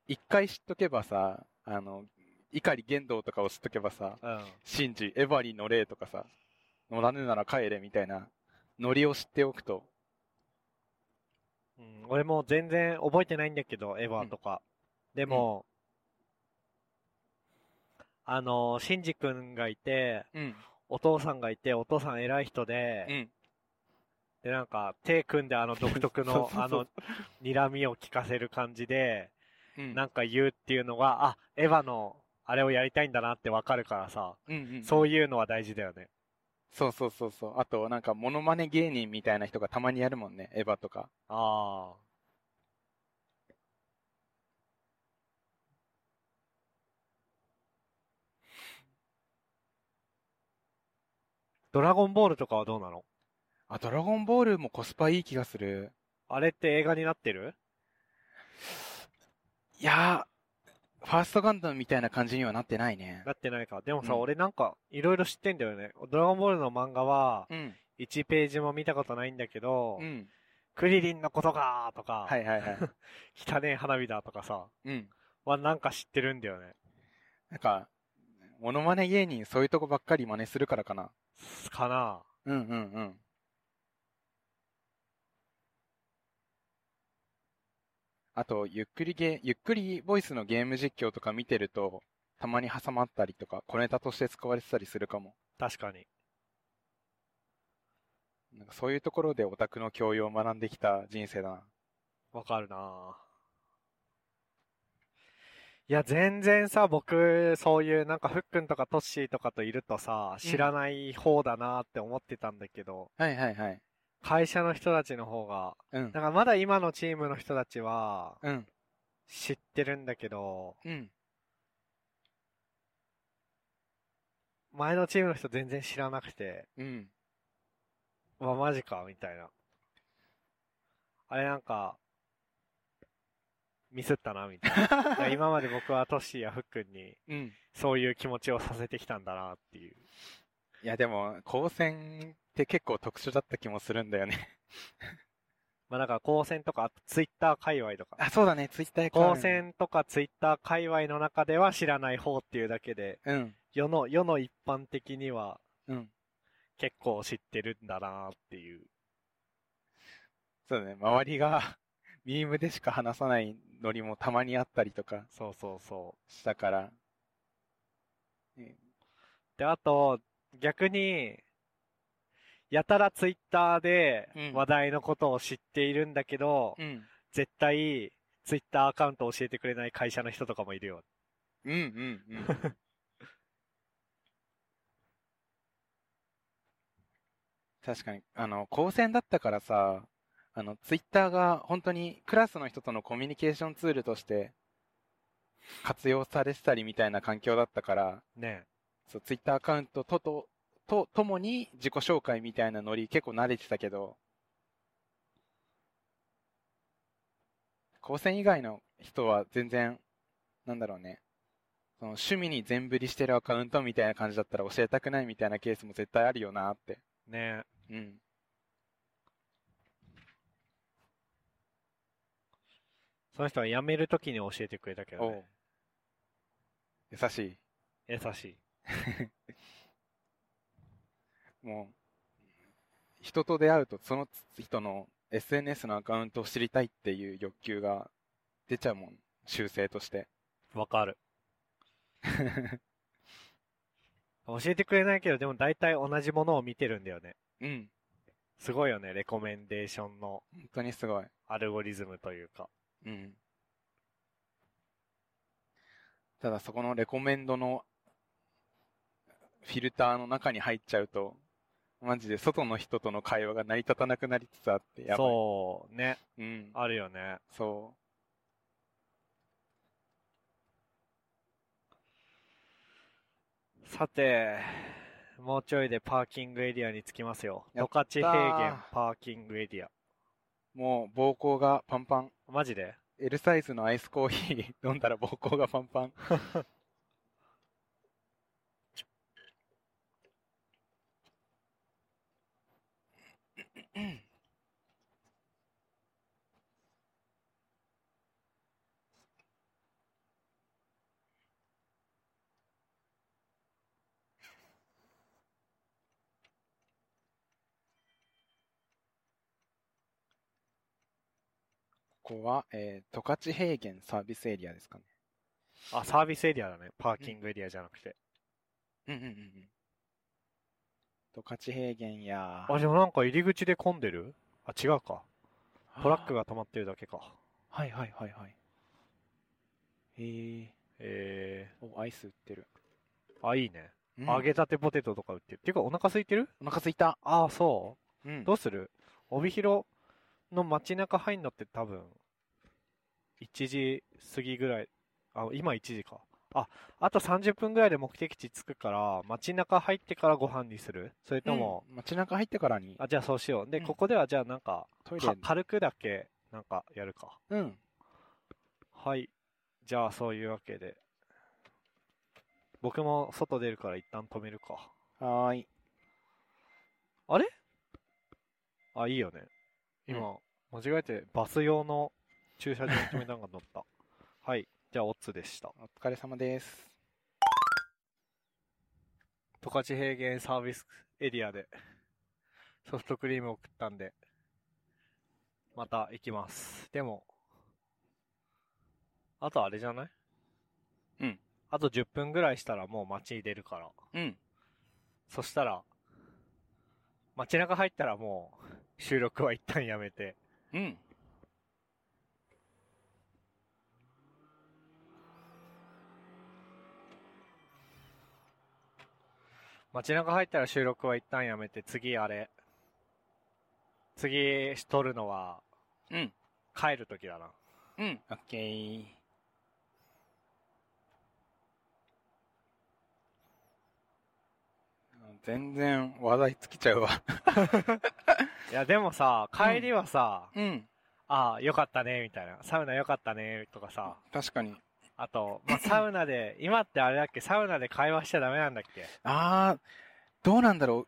[SPEAKER 3] 一回知っとけばさ、あの、碇玄道とかを知っとけばさ、
[SPEAKER 2] うん。
[SPEAKER 3] シンジ、エヴァに乗れとかさ、乗らぬなら帰れみたいな、ノリを知っておくと。
[SPEAKER 2] うん、俺も全然覚えてないんだけど、エヴァとか。でも、あの、シンジ君がいて、
[SPEAKER 3] うん。
[SPEAKER 2] お父さんがいて、お父さん偉い人で、
[SPEAKER 3] うん。
[SPEAKER 2] で、なんか、手組んであの独特
[SPEAKER 3] そう
[SPEAKER 2] の、
[SPEAKER 3] そう
[SPEAKER 2] あ
[SPEAKER 3] そう
[SPEAKER 2] の、睨みを聞かせる感じで、
[SPEAKER 3] うん。
[SPEAKER 2] なんか言うっていうのが、あ、エヴァの、あれをやりたいんだなってわかるからさ、
[SPEAKER 3] うんうん、
[SPEAKER 2] そういうのは大事だよね。
[SPEAKER 3] そうそうそうそう。あと、なんか、モノマネ芸人みたいな人がたまにやるもんね。エヴァとか。
[SPEAKER 2] ああ。ドラゴンボールとかはどうなの
[SPEAKER 3] あ、ドラゴンボールもコスパいい気がする。
[SPEAKER 2] あれって映画になってる
[SPEAKER 3] いやー、ファーストガンダムみたいな感じにはなってないね。
[SPEAKER 2] なってないか。でもさ、
[SPEAKER 3] うん
[SPEAKER 2] 俺なんか、いろいろ知ってんだよね。ドラゴンボールの漫画は、
[SPEAKER 3] うん。
[SPEAKER 2] 1ページも見たことないんだけど、
[SPEAKER 3] うん。
[SPEAKER 2] クリリンのことかーとか、
[SPEAKER 3] はいはいはい。
[SPEAKER 2] 汚ねえ花火だとかさ、
[SPEAKER 3] うん。
[SPEAKER 2] はなんか知ってるんだよね。
[SPEAKER 3] なんか、モノマネ芸人そういうとこばっかり真似するからかな。
[SPEAKER 2] かな
[SPEAKER 3] うんうんうん。あと、ゆっくりゲー、ゆっくりボイスのゲーム実況とか見てると、たまに挟まったりとか、小ネタとして使われてたりするかも。
[SPEAKER 2] 確かに。
[SPEAKER 3] なんかそういうところでオタクの教養を学んできた人生だな。
[SPEAKER 2] わかるなぁいや、全然さ、僕、そういう、なんか、ふっくんとかトッシーとかといるとさ、知らない方だなって思ってたんだけど、
[SPEAKER 3] はいはいはい。
[SPEAKER 2] 会社の人たちの方が、
[SPEAKER 3] うん
[SPEAKER 2] だ。からまだ今のチームの人たちは、
[SPEAKER 3] うん。
[SPEAKER 2] 知ってるんだけど、
[SPEAKER 3] うん。
[SPEAKER 2] 前のチームの人全然知らなくて、
[SPEAKER 3] うん。
[SPEAKER 2] うわ、マジか、みたいな。あれなんか、ミスったな、みたいなだから。今まで僕はトッシーやフックンに、
[SPEAKER 3] うん。
[SPEAKER 2] そういう気持ちをさせてきたんだなっていう。
[SPEAKER 3] いやでも、高専って結構特殊だった気もするんだよね。
[SPEAKER 2] まあだから高専とか、あとツイッター界隈とか。
[SPEAKER 3] あ、そうだね、ツイッター
[SPEAKER 2] 高。専とかツイッター界隈の中では知らない方っていうだけで、
[SPEAKER 3] うん。
[SPEAKER 2] 世の、世の一般的には
[SPEAKER 3] うん。
[SPEAKER 2] 結構知ってるんだなっていう。
[SPEAKER 3] そうだね、周りが、 ミームでしか話さないノリもたまにあったりとか
[SPEAKER 2] そうそうそう。
[SPEAKER 3] したから。
[SPEAKER 2] で、あと、逆に、やたらツイッターで
[SPEAKER 3] うん
[SPEAKER 2] 話題のことを知っているんだけど、
[SPEAKER 3] ん。
[SPEAKER 2] 絶対、ツイッターアカウント教えてくれない会社の人とかもいるよ。
[SPEAKER 3] うんうん うん。確かに、あの、高専だったからさ、あの、ツイッターが本当にクラスの人とのコミュニケーションツールとして活用されてたりみたいな環境だったから、
[SPEAKER 2] ね
[SPEAKER 3] そう、ツイッターアカウントとと、と、ともに自己紹介みたいなノリ結構慣れてたけど、高専以外の人は全然、なんだろうね、その趣味に全振りしてるアカウントみたいな感じだったら教えたくないみたいなケースも絶対あるよなって。
[SPEAKER 2] え。ねえ。
[SPEAKER 3] うん。
[SPEAKER 2] その人は辞めるときに教えてくれたけど、
[SPEAKER 3] おう
[SPEAKER 2] ね、
[SPEAKER 3] 優しい。
[SPEAKER 2] 優しい。
[SPEAKER 3] もう、人と出会うと、その人の SNS のアカウントを知りたいっていう欲求が出ちゃうもん。習性として。
[SPEAKER 2] わか る。教えてくれないけど、でも大体同じものを見てるんだよね。
[SPEAKER 3] うん。
[SPEAKER 2] すごいよね、レコメンデーションの
[SPEAKER 3] 本当にすごい。
[SPEAKER 2] アルゴリズムというか。
[SPEAKER 3] うん。ただそこのレコメンドのフィルターの中に入っちゃうと、マジで外の人との会話が成り立たなくなりつつあって、やばい。
[SPEAKER 2] そう、ね、
[SPEAKER 3] う。うん。
[SPEAKER 2] あるよね。
[SPEAKER 3] そ
[SPEAKER 2] さて、もうちょいでパーキングエリアに着きますよ。
[SPEAKER 3] や
[SPEAKER 2] 十
[SPEAKER 3] った
[SPEAKER 2] 勝
[SPEAKER 3] ー
[SPEAKER 2] 平原パーキングエリア。
[SPEAKER 3] う。もう膀胱がパンパン。
[SPEAKER 2] マジで
[SPEAKER 3] L サイズのアイスコーヒー 飲んだら膀胱がパンパン。ここは、えー、十勝平原サービスエリアですかね。
[SPEAKER 2] あ、サービスエリアだね。パーキングエリアじゃなくて。
[SPEAKER 3] うんうんうんうん。十勝平原や、
[SPEAKER 2] あ、でもなんか入り口で混んでるあ、違うか。トラック
[SPEAKER 3] が。
[SPEAKER 2] が止まってるだけか。
[SPEAKER 3] はいはいはいはい。へえ
[SPEAKER 2] え
[SPEAKER 3] お、アイス売ってる。
[SPEAKER 2] ー、あ、いいね。
[SPEAKER 3] うん
[SPEAKER 2] 揚げたてポテトとか売ってる。っていうか、お腹空いてる
[SPEAKER 3] お腹すいた。
[SPEAKER 2] ああ、そう
[SPEAKER 3] うん
[SPEAKER 2] どうする帯広の街中入んのって多分、1時過ぎぐらい、あ、今1時か。あ、あと30分ぐらいで目的地着くから、街中入ってからご飯にするそれとも、
[SPEAKER 3] うん街中入ってからに
[SPEAKER 2] あ、じゃあそうしよう。で、
[SPEAKER 3] うん
[SPEAKER 2] ここではじゃあなんか、
[SPEAKER 3] トイレ
[SPEAKER 2] か軽くだけ、なんかやるか。
[SPEAKER 3] うん
[SPEAKER 2] はい。じゃあそういうわけで。僕も外出るから一旦止めるか。
[SPEAKER 3] はーい
[SPEAKER 2] あ、いいよね。今、間違えてバス用の駐車場に止めたのが乗った。 はい。じゃあ、オッツでした。
[SPEAKER 3] お疲れ様です
[SPEAKER 2] 十勝平原サービスエリアでソフトクリームを食ったんで、また行きます。でも、あとあれじゃない
[SPEAKER 3] うん。
[SPEAKER 2] あと10分ぐらいしたらもう街に出るから。
[SPEAKER 3] うん
[SPEAKER 2] そしたら、街中入ったらもう収録は一旦やめて、
[SPEAKER 3] うん
[SPEAKER 2] 街中入ったら収録は一旦やめて、次あれ。次、撮るのは、
[SPEAKER 3] うん
[SPEAKER 2] 帰る時だな。
[SPEAKER 3] うんオッケー全然話題尽きちゃうわ
[SPEAKER 2] いや、でもさ、帰りはさ、
[SPEAKER 3] うん
[SPEAKER 2] ああ、よかったね、みたいな。サウナよかったね、とかさ。
[SPEAKER 3] 確かに
[SPEAKER 2] あと、まあ、サウナで、今ってあれだっけ、サウナで会話しちゃダメなんだっけ。
[SPEAKER 3] あーどうなんだろう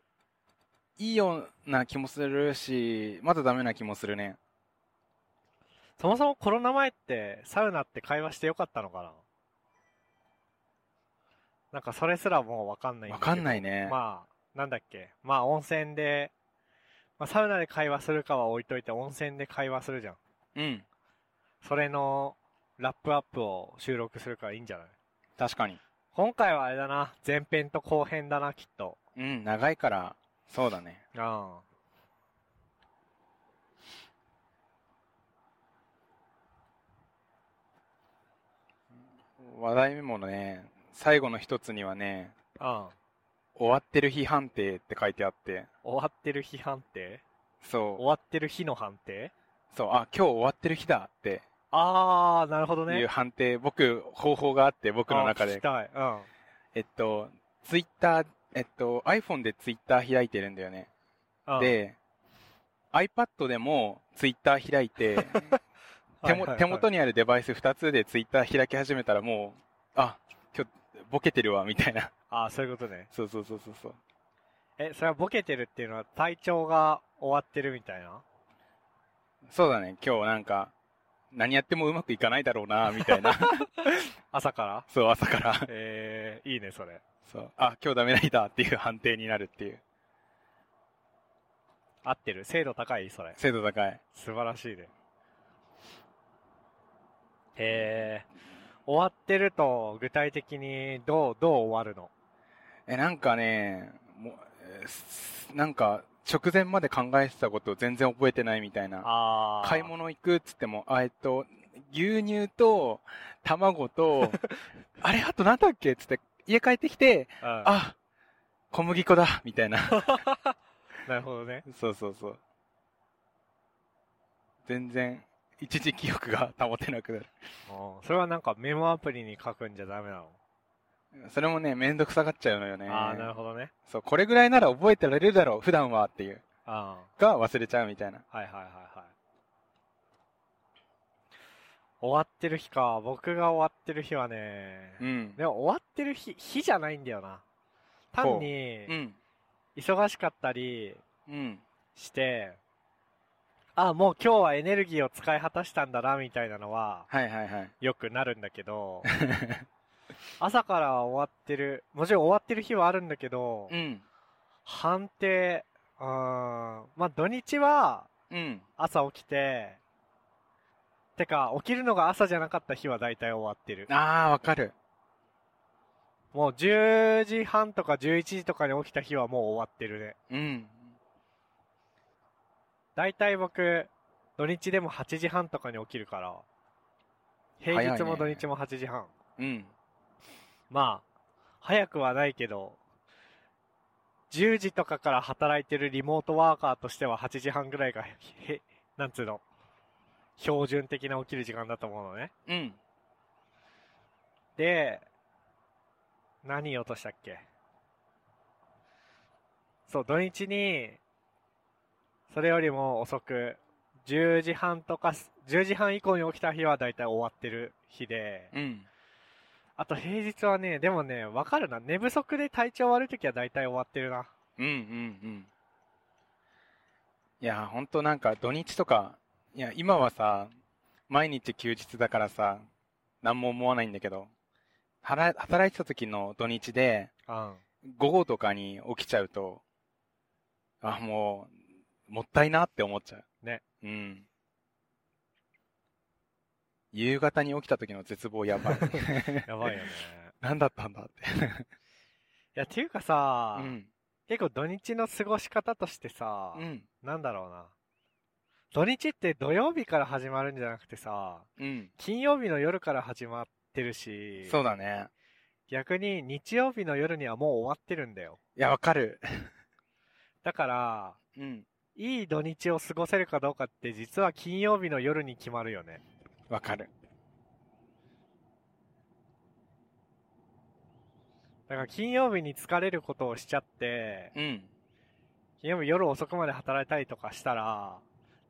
[SPEAKER 3] いいような気もするしまだダメな気もするね
[SPEAKER 2] そもそもコロナ前って、サウナって会話してよかったのかななんかそれすらもうわかんないだ
[SPEAKER 3] わ
[SPEAKER 2] けど
[SPEAKER 3] かんないね、
[SPEAKER 2] まあ、なんだっけ。まあ、温泉で、まあ、サウナで会話するかは置いといて、温泉で会話するじゃん。
[SPEAKER 3] うん
[SPEAKER 2] それの、ラップアップを収録するからいいんじゃない
[SPEAKER 3] 確かに
[SPEAKER 2] 今回はあれだな。前編と後編だな、きっと。
[SPEAKER 3] うん長いからそうだね
[SPEAKER 2] ああ。
[SPEAKER 3] 話題もね最後の一つにはね
[SPEAKER 2] ああ。
[SPEAKER 3] 終わってる日判定って書いてあって
[SPEAKER 2] 終わってる日判定終
[SPEAKER 3] そ
[SPEAKER 2] わってる日の判定
[SPEAKER 3] うそうあ今日終わってる日だって
[SPEAKER 2] ああ、なるほどね。
[SPEAKER 3] いう判定、僕方法があって僕の中
[SPEAKER 2] ああ聞
[SPEAKER 3] で
[SPEAKER 2] きたい。うん。
[SPEAKER 3] えっとツイッターえっと iPhone でツイッター開いてるんだよね
[SPEAKER 2] うん、
[SPEAKER 3] で iPad でもツイッター開いて 手も手元
[SPEAKER 2] に。
[SPEAKER 3] にあるデバイス2つでツイッター開き始めたらもうあ今日ボケてるわみたいな
[SPEAKER 2] ああ、そういうことね。
[SPEAKER 3] そうそうそうそうそう
[SPEAKER 2] え、それはボケてるっていうのは体調が終わってるみたいな
[SPEAKER 3] そうだね、今日なんか、何やってもうまくいかないだろうな、みたいな。
[SPEAKER 2] 朝から
[SPEAKER 3] そう、朝から。
[SPEAKER 2] えー、いいね、それ。
[SPEAKER 3] そう。あ、今日ダメなんだっていう判定になるっていう。
[SPEAKER 2] 合ってる精度高いそれ。
[SPEAKER 3] 精度高い。
[SPEAKER 2] 素晴らしいね。えー、終わってると、具体的にどう、どう終わるの
[SPEAKER 3] え、なんかね、もうえーすなんか、直前まで考えてたことを全然覚えてないみたいな。
[SPEAKER 2] あー
[SPEAKER 3] 買い物行くっつっても、あ、えっと、牛乳と、卵 と、あれ、あとなんだっけっつって、家帰ってきて、
[SPEAKER 2] うん
[SPEAKER 3] あ、小麦粉だみたいな。
[SPEAKER 2] なるほどね。
[SPEAKER 3] そうそうそう。全然、一時記憶が保てなくなる。
[SPEAKER 2] うんそれはなんかメモアプリに書くんじゃダメなの。
[SPEAKER 3] それもね、めんどくさがっちゃうのよね。
[SPEAKER 2] ああ、なるほどね。
[SPEAKER 3] そう、これぐらいなら覚えてられるだろう、普段はっていう。
[SPEAKER 2] あ
[SPEAKER 3] が忘れちゃうみたいな。
[SPEAKER 2] あ、はいはいはいはい。終わってる日か。僕が終わってる日はね、
[SPEAKER 3] うん。
[SPEAKER 2] でも終わってる日、日じゃないんだよな。単に
[SPEAKER 3] う、ん。
[SPEAKER 2] 忙しかったり
[SPEAKER 3] うん。
[SPEAKER 2] して、ああ、もう今日はエネルギーを使い果たしたんだな、みたいなのは、
[SPEAKER 3] はいはいはい。
[SPEAKER 2] よくなるんだけ ど、朝から終わってる、もちろん終わってる日はあるんだけど、
[SPEAKER 3] うん。
[SPEAKER 2] 判定、うーん、まあ土日は
[SPEAKER 3] うん。
[SPEAKER 2] 朝起きて、てか、起きるのが朝じゃなかった日は大体終わってる。
[SPEAKER 3] ああ、わかる。
[SPEAKER 2] もう10時半とか11時とかに起きた日はもう終わってるね。
[SPEAKER 3] うん。
[SPEAKER 2] 大体僕、土日でも8時半とかに起きるから、平日も土
[SPEAKER 3] 早いね
[SPEAKER 2] 日も8時半。
[SPEAKER 3] うん。
[SPEAKER 2] まあ、早くはないけど、10時とかから働いてるリモートワーカーとしては8時半ぐらいが、へ、なんつうの、標準的な起きる時間だと思うのね。
[SPEAKER 3] うん。
[SPEAKER 2] で、何言おうとしたっけそう、土日に、それよりも遅く、10時半とかす、10時半以降に起きた日は大体終わってる日で、
[SPEAKER 3] うん。
[SPEAKER 2] あと平日はね、でもね、わかるな。寝不足で体調悪い時は大体終わってるな。
[SPEAKER 3] うんうんうん。いや、ほんとなんか土日とか、いや、今はさ、毎日休日だからさ、何も思わないんだけど、はら働いてた時の土日で、
[SPEAKER 2] うん。
[SPEAKER 3] 午後とかに起きちゃうと、あ、もう、もったいなって思っちゃう。
[SPEAKER 2] ね。
[SPEAKER 3] うん。夕方に起きた時の絶望やばい。
[SPEAKER 2] やばいよね。
[SPEAKER 3] 何だったんだって。
[SPEAKER 2] いや、ていうかさ、
[SPEAKER 3] うん。
[SPEAKER 2] 結構土日の過ごし方としてさ、
[SPEAKER 3] うん。
[SPEAKER 2] なんだろうな。土日って土曜日から始まるんじゃなくてさ、
[SPEAKER 3] うん。
[SPEAKER 2] 金曜日の夜から始まってるし、
[SPEAKER 3] そうだね。
[SPEAKER 2] 逆に日曜日の夜にはもう終わってるんだよ。
[SPEAKER 3] いや、わかる。
[SPEAKER 2] だから、
[SPEAKER 3] うん。
[SPEAKER 2] いい土日を過ごせるかどうかって実は金曜日の夜に決まるよね。
[SPEAKER 3] わかる。
[SPEAKER 2] だから金曜日に疲れることをしちゃって、
[SPEAKER 3] うん。
[SPEAKER 2] 金曜日夜遅くまで働いたりとかしたら、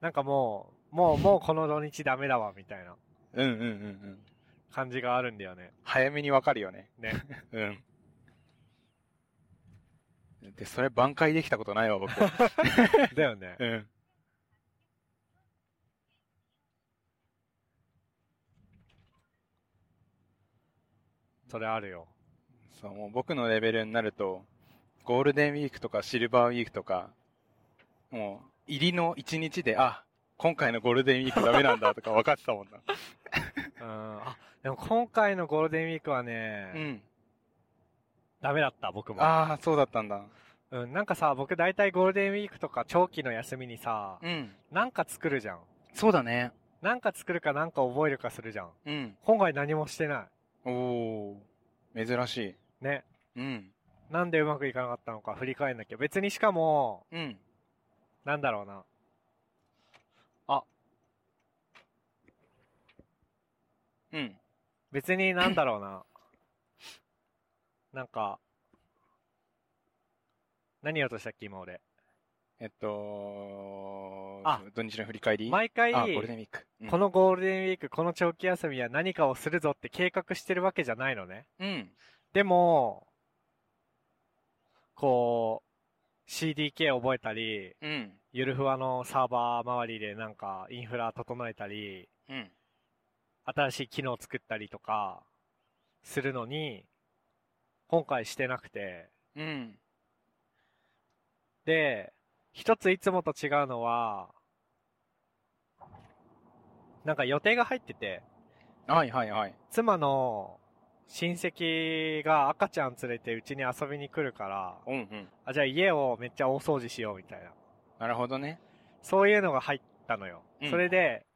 [SPEAKER 2] なんかもう、もう、もうこの土日ダメだわ、みたいな
[SPEAKER 3] うんうんうんうん。
[SPEAKER 2] 感じがあるんだよね。
[SPEAKER 3] 早めにわかるよね。
[SPEAKER 2] ね。
[SPEAKER 3] うん。で、それ挽回できたことないわ、 僕。
[SPEAKER 2] だよね。
[SPEAKER 3] うん。
[SPEAKER 2] それあるよ。
[SPEAKER 3] そう、もう僕のレベルになると、ゴールデンウィークとかシルバーウィークとか、もう、入りの一日で、あ、今回のゴールデンウィークダメなんだとか 分かってたもんな。
[SPEAKER 2] うん。あ、でも今回のゴールデンウィークはね、
[SPEAKER 3] うん。
[SPEAKER 2] ダメだった、僕も。
[SPEAKER 3] ああ、そうだったんだ。
[SPEAKER 2] うん、なんかさ、僕大体ゴールデンウィークとか長期の休みにさ、
[SPEAKER 3] うん。
[SPEAKER 2] なんか作るじゃん。
[SPEAKER 3] そうだね。
[SPEAKER 2] なんか作るかなんか覚えるかするじゃん。
[SPEAKER 3] うん。
[SPEAKER 2] 今回何もしてな
[SPEAKER 3] おー、珍し
[SPEAKER 2] い。ね。
[SPEAKER 3] い。うん。
[SPEAKER 2] なんでうまくいかなかったのか振り返んなきゃ。別にしかも、
[SPEAKER 3] うん。
[SPEAKER 2] なんだろうな。あ、
[SPEAKER 3] うん。
[SPEAKER 2] 別になんだろうな。 なんか、何言おうとしたっけ、今俺。
[SPEAKER 3] えっと、
[SPEAKER 2] あ
[SPEAKER 3] 土日の振り返り
[SPEAKER 2] 毎回、
[SPEAKER 3] あ、ゴールデンウィーク。うん
[SPEAKER 2] このゴールデンウィーク、この長期休みは何かをするぞって計画してるわけじゃないのね。
[SPEAKER 3] うん。
[SPEAKER 2] でも、こう、CDK 覚えたり、
[SPEAKER 3] うん。
[SPEAKER 2] ゆるふわのサーバー周りでなんかインフラ整えたり、
[SPEAKER 3] うん。
[SPEAKER 2] 新しい機能を作ったりとかするのに、今回してなくて、
[SPEAKER 3] うん。
[SPEAKER 2] で、一ついつもと違うのは、なんか予定が入ってて、
[SPEAKER 3] はいはいはい。
[SPEAKER 2] 妻の親戚が赤ちゃん連れてうちに遊びに来るから、
[SPEAKER 3] うんうん。
[SPEAKER 2] あ、じゃあ家をめっちゃ大掃除しようみたいな。
[SPEAKER 3] なるほどね。
[SPEAKER 2] そういうのが入ったのよ。
[SPEAKER 3] うん
[SPEAKER 2] それで、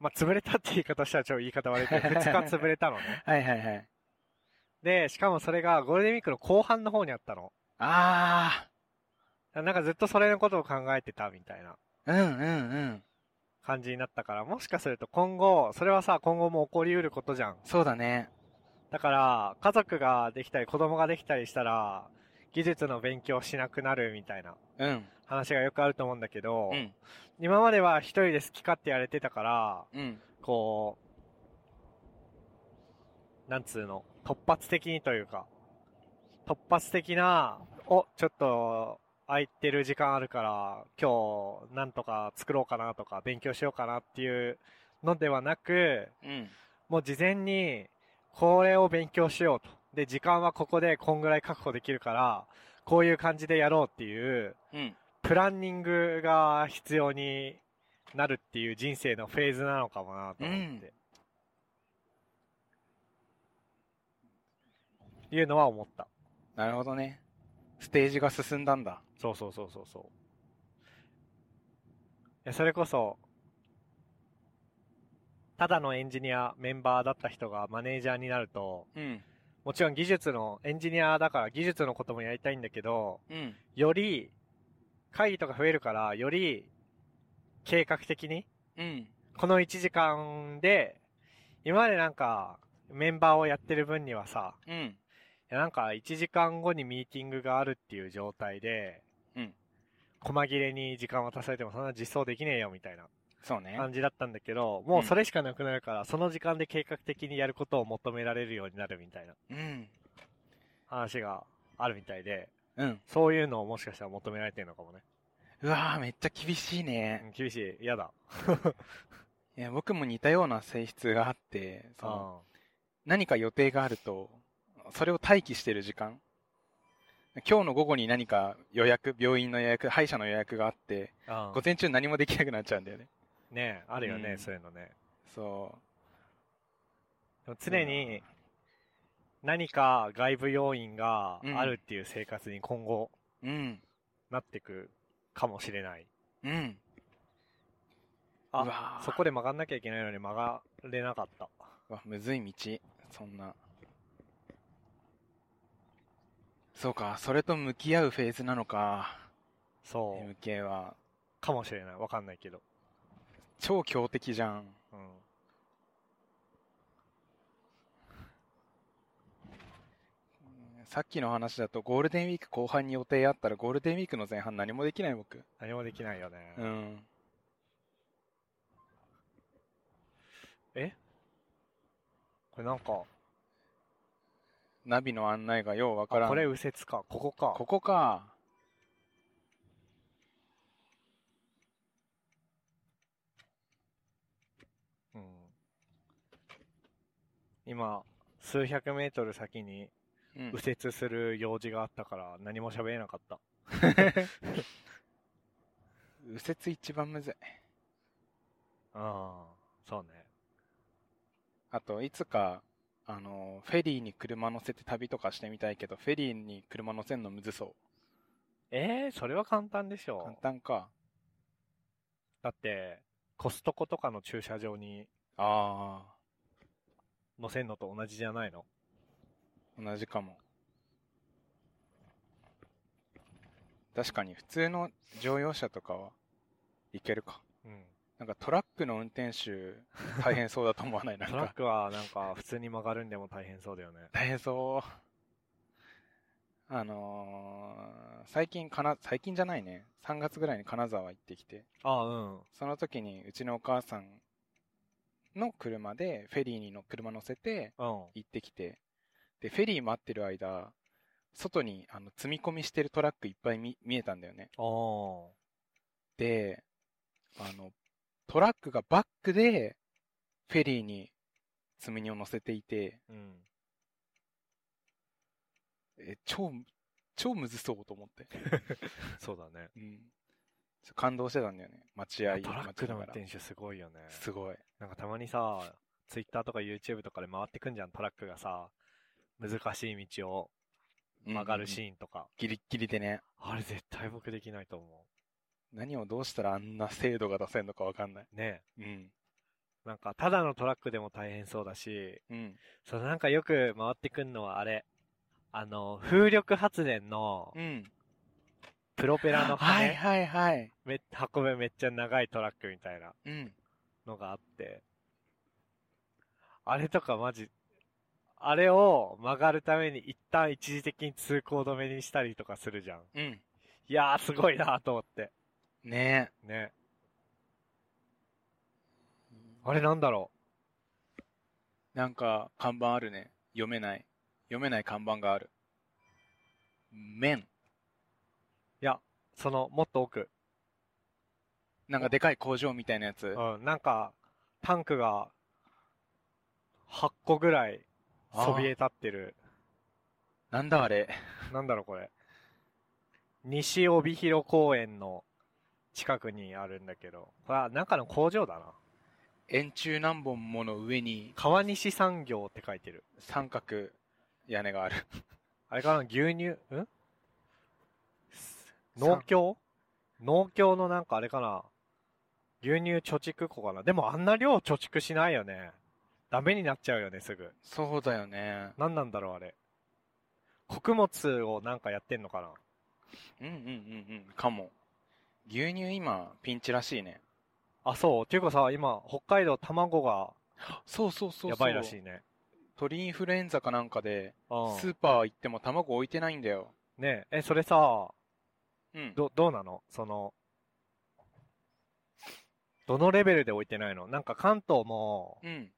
[SPEAKER 2] まあ、潰れたって言い方したらちょっと言い方悪い けど、2日潰れたのね。
[SPEAKER 3] はいはいはい。
[SPEAKER 2] で、しかもそれがゴールデンウィークの後半の方にあったの。
[SPEAKER 3] あ
[SPEAKER 2] なんかずっとそれのことを考えてたみたいな
[SPEAKER 3] あ、うんうんうん。
[SPEAKER 2] 感じになったから、もしかすると今後、それはさ、今後も起こりうることじゃん。
[SPEAKER 3] そうだね。
[SPEAKER 2] だから、家族ができたり、子供ができたりしたら、技術の勉強しなくなるみたいな
[SPEAKER 3] うん。
[SPEAKER 2] 話がよくあると思うんだけど、
[SPEAKER 3] うん
[SPEAKER 2] 今までは一人で好き勝手やれてたから、
[SPEAKER 3] うん。
[SPEAKER 2] こう、なんつうの、突発的にというか、突発的な、お、ちょっと、空いてる時間あるから、今日、なんとか作ろうかなとか、勉強しようかなっていうのではなく、
[SPEAKER 3] うん。
[SPEAKER 2] もう事前に、これを勉強しようと。で、時間はここでこんぐらい確保できるから、こういう感じでやろうっていう、
[SPEAKER 3] うん。
[SPEAKER 2] プランニングが必要になるっていう人生のフェーズなのかもなと思って。いうのは思った。
[SPEAKER 3] なるほどね。ステージが進んだんだ。
[SPEAKER 2] そうそうそうそうそう。いや、それこそ、ただのエンジニア、メンバーだった人がマネージャーになると、
[SPEAKER 3] うん。
[SPEAKER 2] もちろん技術の、エンジニアだから技術のこともやりたいんだけど、
[SPEAKER 3] うん。
[SPEAKER 2] より、会議とか増えるから、より、計画的に、
[SPEAKER 3] うん。
[SPEAKER 2] この1時間で、今までなんか、メンバーをやってる分にはさ、
[SPEAKER 3] うん。
[SPEAKER 2] いやなんか1時間後にミーティングがあるっていう状態で、
[SPEAKER 3] うん。
[SPEAKER 2] 細切れに時間渡されてもそんな実装できねえよみたいな
[SPEAKER 3] そうね。
[SPEAKER 2] 感じだったんだけど、もうそれしかなくなるから、その時間で計画的にやることを求められるようになるみたいな
[SPEAKER 3] うん。
[SPEAKER 2] 話があるみたいで、
[SPEAKER 3] うん。
[SPEAKER 2] そういうのをもしかしたら求められてるのかもね。
[SPEAKER 3] うわーめっちゃ厳しいう
[SPEAKER 2] ん
[SPEAKER 3] ね。
[SPEAKER 2] 厳しい。嫌だ。
[SPEAKER 3] いや、僕も似たような性質があって、その、何か予定があると、それを待機してる時間。今日の午後に何か予約、病院の予約、歯医者の予約があって、
[SPEAKER 2] うん
[SPEAKER 3] 午前中何もできなくなっちゃうんだよね。
[SPEAKER 2] ねえあるよね、
[SPEAKER 3] うん
[SPEAKER 2] そういうのね。
[SPEAKER 3] そ
[SPEAKER 2] でも常に何か外部要因があるっていう生活に今後
[SPEAKER 3] う。うん。
[SPEAKER 2] なってくかもしれない。
[SPEAKER 3] うん。うわ
[SPEAKER 2] あ
[SPEAKER 3] ー、
[SPEAKER 2] そこで曲がんなきゃいけないのに曲がれなかった。
[SPEAKER 3] うわ、むずい道。そんな。そうか、それと向き合うフェーズなのか。
[SPEAKER 2] そう、
[SPEAKER 3] MK は。
[SPEAKER 2] かもしれない。わかんないけど。
[SPEAKER 3] 超強敵じゃん。
[SPEAKER 2] うん。
[SPEAKER 3] さっきの話だと、ゴールデンウィーク後半に予定あったら、ゴールデンウィークの前半何もできない僕。
[SPEAKER 2] 何もできないよね。
[SPEAKER 3] うん。
[SPEAKER 2] これなんか、
[SPEAKER 3] ナビの案内がようわから
[SPEAKER 2] あ
[SPEAKER 3] ん。
[SPEAKER 2] これ右折か。ここか。
[SPEAKER 3] ここか。
[SPEAKER 2] うん、今、数百メートル先に
[SPEAKER 3] うん。
[SPEAKER 2] 右折する用事があったから何も喋れなかった。
[SPEAKER 3] 右折一番むずい。
[SPEAKER 2] ああ、そうね。
[SPEAKER 3] あと、いつか、あの、フェリーに車乗せて旅とかしてみたいけど、フェリーに車乗せんのむずそ
[SPEAKER 2] ええそれは簡単でし
[SPEAKER 3] う。
[SPEAKER 2] ょ
[SPEAKER 3] 簡単か。
[SPEAKER 2] だって、コストコとかの駐車場に
[SPEAKER 3] あ
[SPEAKER 2] 乗せんのと同じじゃないの
[SPEAKER 3] あ、同じかも。確かに、普通の乗用車とかは、いけるか。
[SPEAKER 2] うん。
[SPEAKER 3] なんかトラックの運転手、大変そうだと思わないなん
[SPEAKER 2] トラッ
[SPEAKER 3] か。
[SPEAKER 2] クはなんか普通に曲がるんでも大変そうだよ ね。
[SPEAKER 3] 大変そう。あのー最近かな、最近じゃないね。3月ぐらいに金沢行ってきて、
[SPEAKER 2] ああ、うん。
[SPEAKER 3] その時にうちのお母さんの車で、フェリーにの車乗せて
[SPEAKER 2] うん。
[SPEAKER 3] 行ってきて、で、フェリー待ってる間、外にあの積み込みしてるトラックいっぱい見見えたんだよね。
[SPEAKER 2] お
[SPEAKER 3] で、あの、トラックがバックでフェリーに積み荷を乗せていて、
[SPEAKER 2] うん。
[SPEAKER 3] え、超、超むずそうと思って。
[SPEAKER 2] そうだね。
[SPEAKER 3] うん。ちょ感動してたんだよね。待合
[SPEAKER 2] トラックの運転
[SPEAKER 3] 待ち
[SPEAKER 2] 手すごいよね
[SPEAKER 3] なが。らすごい。
[SPEAKER 2] なんかたまにさ、ツイッターとか YouTube とかで回ってくんじゃん、トラックがさ、難しい道を曲がるシ
[SPEAKER 3] ン。
[SPEAKER 2] ーンとか。
[SPEAKER 3] ギリッギリでね。
[SPEAKER 2] あれ絶対僕できないと思
[SPEAKER 3] 何をどうしたらあんな精度が出せるのかわかんない。
[SPEAKER 2] う。ね
[SPEAKER 3] うん。
[SPEAKER 2] え。なんか、ただのトラックでも大変そうだし、
[SPEAKER 3] うん。
[SPEAKER 2] そう、なんかよく回ってくんのはあれ、あの、風力発電の
[SPEAKER 3] うん。
[SPEAKER 2] プロペラの羽、
[SPEAKER 3] はいはいはい。
[SPEAKER 2] め運べめっちゃ長いトラックみたいな
[SPEAKER 3] うん。
[SPEAKER 2] のがあって、あれとかマジ、あれを曲がるために一旦一時的に通行止めにしたりとかするじゃん。
[SPEAKER 3] うん。
[SPEAKER 2] いやーすごいなと思って。
[SPEAKER 3] ね
[SPEAKER 2] ね。あれなんだろ
[SPEAKER 3] なんか、看板あるね。読めない。読めない看板がある。麺。
[SPEAKER 2] うその、もっと奥。
[SPEAKER 3] なんかでかい工場みたいなやつ。
[SPEAKER 2] うん、なんか、タンクが、8個ぐらい、そびえ立ってる。
[SPEAKER 3] なんだあれ。
[SPEAKER 2] なんだろうこれ。西帯広公園の近くにあるんだけど、これは中の工場だな。
[SPEAKER 3] 円柱何本もの上に
[SPEAKER 2] 川西産業って書いてる。
[SPEAKER 3] 三角屋根がある。
[SPEAKER 2] あれかな牛乳、ん農
[SPEAKER 3] 三
[SPEAKER 2] 協農協のなんかあれかな牛乳貯蓄庫かなでもあんな量貯蓄しないよね。ダメになっちゃうよね、すぐ。
[SPEAKER 3] そうだよね。
[SPEAKER 2] 何なんだろう、あれ。穀物をなんかやってんのかな
[SPEAKER 3] うんうんうんうん。かも。牛乳今、ピンチらしいね。
[SPEAKER 2] あ、そう。っていうかさ、今、北海道卵が
[SPEAKER 3] そうそうそうそう。
[SPEAKER 2] やばいらしい。ね。
[SPEAKER 3] 鳥インフルエンザかなんかで、
[SPEAKER 2] うん
[SPEAKER 3] スーパー行っても卵置いてないんだよ。
[SPEAKER 2] ねえ、えそれさ、
[SPEAKER 3] うん。
[SPEAKER 2] ど、どうなのその、どのレベルで置いてないのなんか関東も、
[SPEAKER 3] うん。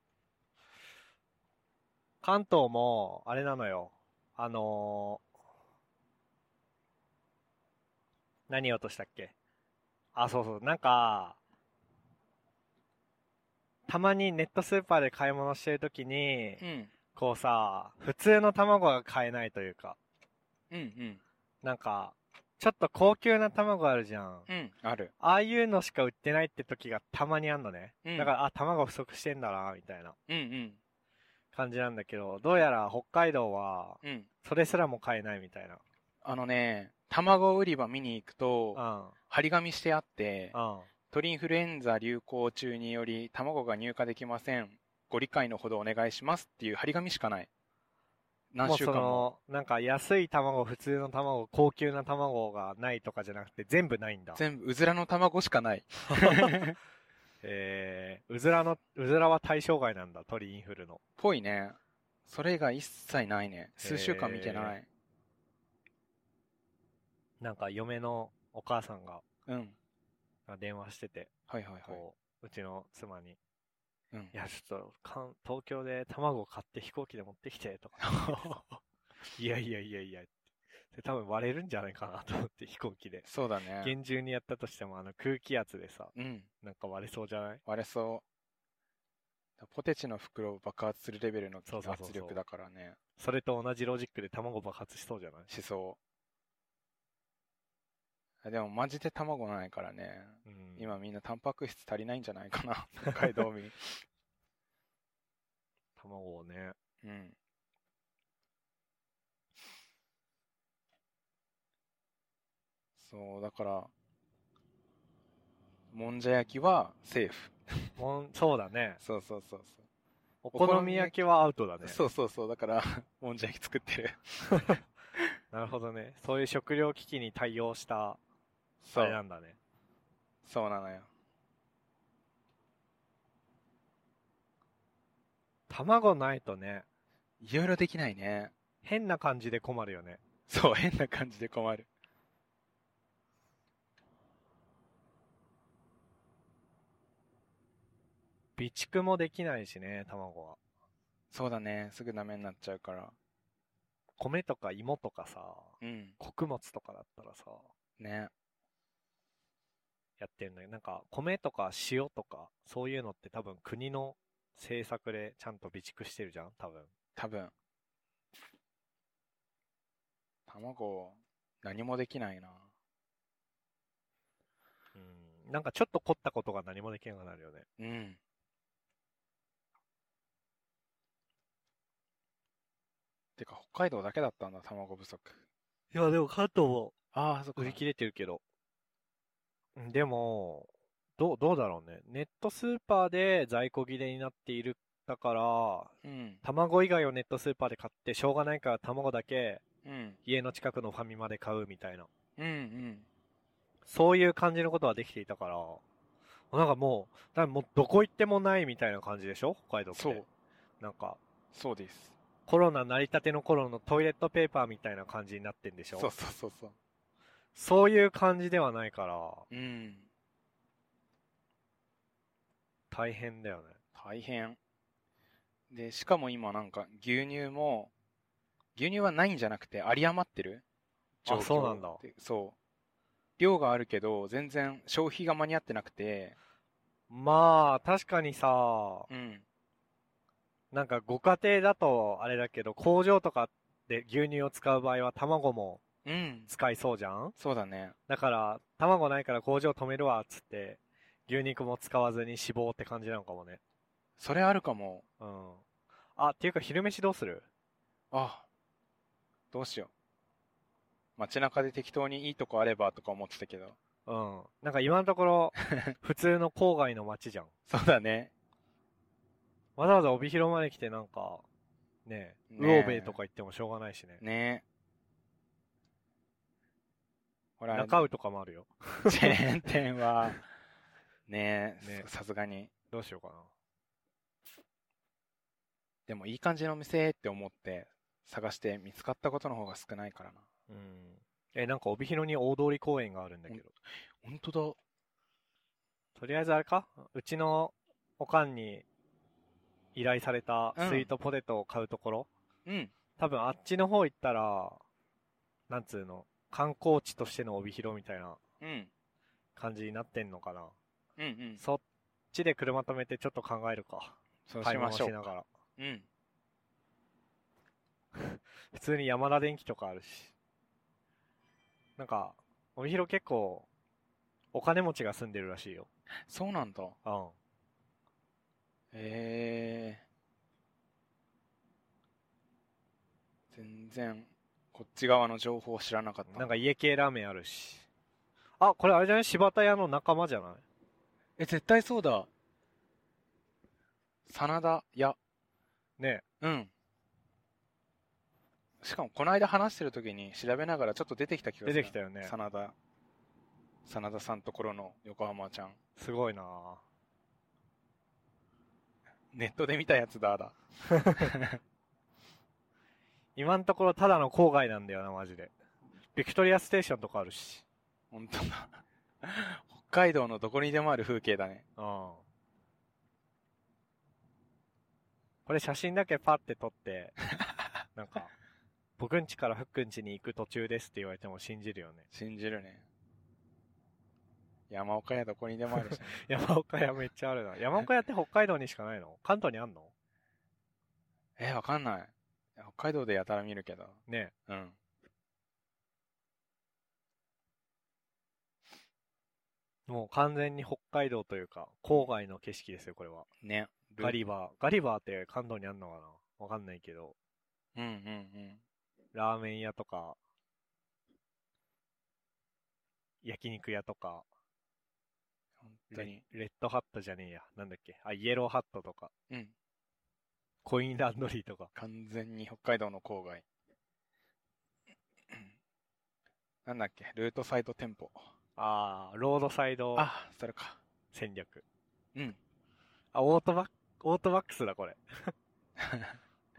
[SPEAKER 2] 関東も、あれなのよ。あのー何言おうとしたっけあ、そうそう。なんか、たまにネットスーパーで買い物してるときに、
[SPEAKER 3] うん。
[SPEAKER 2] こうさ、普通の卵が買えないというか、
[SPEAKER 3] うんうん。
[SPEAKER 2] なんか、ちょっと高級な卵あるじゃん。
[SPEAKER 3] うん。ある。
[SPEAKER 2] ああいうのしか売ってないって時がたまにあんのね。
[SPEAKER 3] うん
[SPEAKER 2] だから、あ、卵不足してんだな、みたいな
[SPEAKER 3] うんうん。
[SPEAKER 2] 感じなんだけど、どうやら北海道は、
[SPEAKER 3] うん。
[SPEAKER 2] それすらも買えないみたいな。
[SPEAKER 3] あのね、卵売り場見に行くと、
[SPEAKER 2] う
[SPEAKER 3] 張り紙してあって、
[SPEAKER 2] ん。うん。
[SPEAKER 3] 鳥インフルエンザ流行中により、卵が入荷できません。ご理解のほどお願いしますっていう張り紙しかない。何
[SPEAKER 2] もう
[SPEAKER 3] 週
[SPEAKER 2] そ
[SPEAKER 3] 間も。
[SPEAKER 2] の、なんか安い卵、普通の卵、高級な卵がないとかじゃなくて、全部ないんだ。
[SPEAKER 3] 全部、うずらの卵しかない。
[SPEAKER 2] えー、うずらの、うずらは対象外なんだ、鳥インフルの。
[SPEAKER 3] ぽいね。それが一切ないね。数週間見てない。
[SPEAKER 2] なんか嫁のお母さんが、
[SPEAKER 3] うん。
[SPEAKER 2] なんか電話してて、
[SPEAKER 3] はいはいはい。
[SPEAKER 2] こう、うちの妻に、
[SPEAKER 3] うん
[SPEAKER 2] いや、ちょっと、かん東京で卵を買って飛行機で持ってきて、とか。 いやいやいやいや。で多分割れるんじゃないかなと思って飛行機で。
[SPEAKER 3] そうだね。
[SPEAKER 2] 厳重にやったとしても、あの空気圧でさ、
[SPEAKER 3] うん。
[SPEAKER 2] なんか割れそうじゃない
[SPEAKER 3] 割れそう。ポテチの袋を爆発するレベルの
[SPEAKER 2] そうそうそうそう
[SPEAKER 3] 圧力だからね。
[SPEAKER 2] それと同じロジックで卵爆発しそうじゃない
[SPEAKER 3] しそう。でもマジで卵ないからね。
[SPEAKER 2] うん。
[SPEAKER 3] 今みんなタンパク質足りないんじゃないかな。 北海道民。
[SPEAKER 2] 卵をね。
[SPEAKER 3] うん。そう、だから、もんじゃ焼きはセーフ。
[SPEAKER 2] もん、そうだね。
[SPEAKER 3] そうそうそうそう。
[SPEAKER 2] お
[SPEAKER 3] 好み焼き
[SPEAKER 2] 好み焼きはアウトだね。
[SPEAKER 3] そうそうそう、だから、 もんじゃ焼き作ってる。
[SPEAKER 2] なるほどね。そういう食料危機に対応した、
[SPEAKER 3] そ
[SPEAKER 2] あれな
[SPEAKER 3] う、
[SPEAKER 2] んだね。
[SPEAKER 3] そうなのよ。
[SPEAKER 2] 卵ないとね、
[SPEAKER 3] いろいろできないね。
[SPEAKER 2] 変な感じで困るよね。
[SPEAKER 3] そう、変な感じで困る。
[SPEAKER 2] 備蓄もできないしね、卵は。
[SPEAKER 3] そうだね、すぐダメになっちゃうから。
[SPEAKER 2] 米とか芋とかさ、
[SPEAKER 3] うん、
[SPEAKER 2] 穀物とかだったらさ、
[SPEAKER 3] ね。
[SPEAKER 2] やってるんだけど、なんか米とか塩とか、そういうのって多分国の制作でちゃんと備蓄してるじゃん多分。
[SPEAKER 3] 多分。卵、何もできないな。
[SPEAKER 2] うん。なんかちょっと凝ったことが何もできなくなるよね。
[SPEAKER 3] うん。てか、北海道だけだったんだ、卵不足。
[SPEAKER 2] いや、でも関東も
[SPEAKER 3] ああ、そっか
[SPEAKER 2] 売り切れてるけど。うんでも、どう、どうだろうね。ネットスーパーで在庫切れになっている。だから、
[SPEAKER 3] うん。
[SPEAKER 2] 卵以外をネットスーパーで買って、しょうがないから卵だけ
[SPEAKER 3] うん。
[SPEAKER 2] 家の近くのファミマで買うみたいな。
[SPEAKER 3] うんうん。
[SPEAKER 2] そういう感じのことはできていたから、なんかもう、だからもうどこ行ってもないみたいな感じでしょ北海道って。
[SPEAKER 3] そう、
[SPEAKER 2] なんか、
[SPEAKER 3] そうです。
[SPEAKER 2] コロナ成り立ての頃のトイレットペーパーみたいな感じになってんでしょ
[SPEAKER 3] そうそうそうそう。
[SPEAKER 2] そういう感じではないから、
[SPEAKER 3] うん。
[SPEAKER 2] 大変だよね。
[SPEAKER 3] 大変。で、しかも今なんか牛乳も、牛乳はないんじゃなくて、有り余ってる
[SPEAKER 2] あそうなんだ。
[SPEAKER 3] 状況でそう。量があるけど、全然消費が間に合ってなくて、
[SPEAKER 2] まあ、確かにさ、
[SPEAKER 3] うん。
[SPEAKER 2] なんかご家庭だとあれだけど、工場とかで牛乳を使う場合は卵も
[SPEAKER 3] うん。
[SPEAKER 2] 使いそうじゃん
[SPEAKER 3] そうだね。
[SPEAKER 2] だから、卵ないから工場止めるわ、っつって、牛肉も使わずに死亡って感じなのかもね。
[SPEAKER 3] それあるかも。
[SPEAKER 2] うん。あ、っていうか昼飯どうする
[SPEAKER 3] あ、どうしよう。街中で適当にいいとこあればとか思ってたけど。
[SPEAKER 2] うん。なんか今のとこ ろ、普通の郊外の街じゃん。
[SPEAKER 3] そうだね。
[SPEAKER 2] わざわざ帯広まで来てなんか、ねえ、ウ
[SPEAKER 3] ねえ
[SPEAKER 2] オベイとか行ってもしょうがないしね。
[SPEAKER 3] ねほら、
[SPEAKER 2] 中尾とかもあるよ。
[SPEAKER 3] チェーン店は、ねえ、
[SPEAKER 2] ね
[SPEAKER 3] ささすがに。
[SPEAKER 2] どうしようかな。
[SPEAKER 3] でもいい感じの店って思って探して見つかったことの方が少ないからな。
[SPEAKER 2] うん。え、なんか帯広に大通公園があるんだけど。
[SPEAKER 3] 本当
[SPEAKER 2] とりあえずあれかうちのおかんに依頼されたスイートポテトを買うところ、
[SPEAKER 3] だ。うん。
[SPEAKER 2] 多分あっちの方行ったら、なんつうの、観光地としての帯広みたいな
[SPEAKER 3] うん。
[SPEAKER 2] 感じになってんのかな。
[SPEAKER 3] うんうん。
[SPEAKER 2] そっちで車止めてちょっと考えるか。
[SPEAKER 3] そう
[SPEAKER 2] 買
[SPEAKER 3] し
[SPEAKER 2] い
[SPEAKER 3] ま
[SPEAKER 2] 物
[SPEAKER 3] しょ
[SPEAKER 2] しな
[SPEAKER 3] う。
[SPEAKER 2] がら。
[SPEAKER 3] うん。
[SPEAKER 2] 普通に山田電機とかあるし。なんか、帯広結構、お金持ちが住んでるらしいよ。
[SPEAKER 3] そうなんだ。
[SPEAKER 2] うん。
[SPEAKER 3] えー。全然、こっち側の情報を知らなかった。
[SPEAKER 2] なんか家系ラーメンあるし。あ、これあれじゃない柴田屋の仲間じゃない
[SPEAKER 3] え、絶対そうだ。真田屋。
[SPEAKER 2] ね
[SPEAKER 3] うん。しかも、この間話してる時に調べながらちょっと出てきた気がする。
[SPEAKER 2] 出てきたよね
[SPEAKER 3] 真田。真田さんところの横浜ちゃん。
[SPEAKER 2] すごいな
[SPEAKER 3] ネットで見たやつだ、だ。
[SPEAKER 2] 今のところただの郊外なんだよな、マジで。ビクトリアステーションとかあるし。
[SPEAKER 3] 本当だ。北海道のどこにでもある風景だね。
[SPEAKER 2] うん。これ写真だけパッて撮 って、なんか、僕ん家からふっくん家に行く途中ですって言われても信じるよね。
[SPEAKER 3] 信じるね。山岡屋どこにでもあるしね、
[SPEAKER 2] 山岡屋めっちゃあるな。山岡屋って北海道にしかないの関東にあんの
[SPEAKER 3] え、わかんない。北海道でやたら見るけど。
[SPEAKER 2] ね
[SPEAKER 3] うん。
[SPEAKER 2] えもう完全に北海道というか、郊外の景色ですよ、これは。
[SPEAKER 3] ね。ル
[SPEAKER 2] ガリバー。ガリバーって関東にあんのかなわかんないけど。
[SPEAKER 3] うんうんうん。
[SPEAKER 2] ラーメン屋とか、焼肉屋とか、
[SPEAKER 3] 本当に
[SPEAKER 2] レ。レッドハットじゃねえや。なんだっけ。あ、イエローハットとか、
[SPEAKER 3] うん。
[SPEAKER 2] コインランドリーとか。
[SPEAKER 3] 完全に北海道の郊外。 なんだっけ、ルートサイト店舗。
[SPEAKER 2] あー、ロードサイド
[SPEAKER 3] あ、それか。
[SPEAKER 2] 戦略。
[SPEAKER 3] うん。
[SPEAKER 2] あ、オートバック、オートバックスだ、 これ。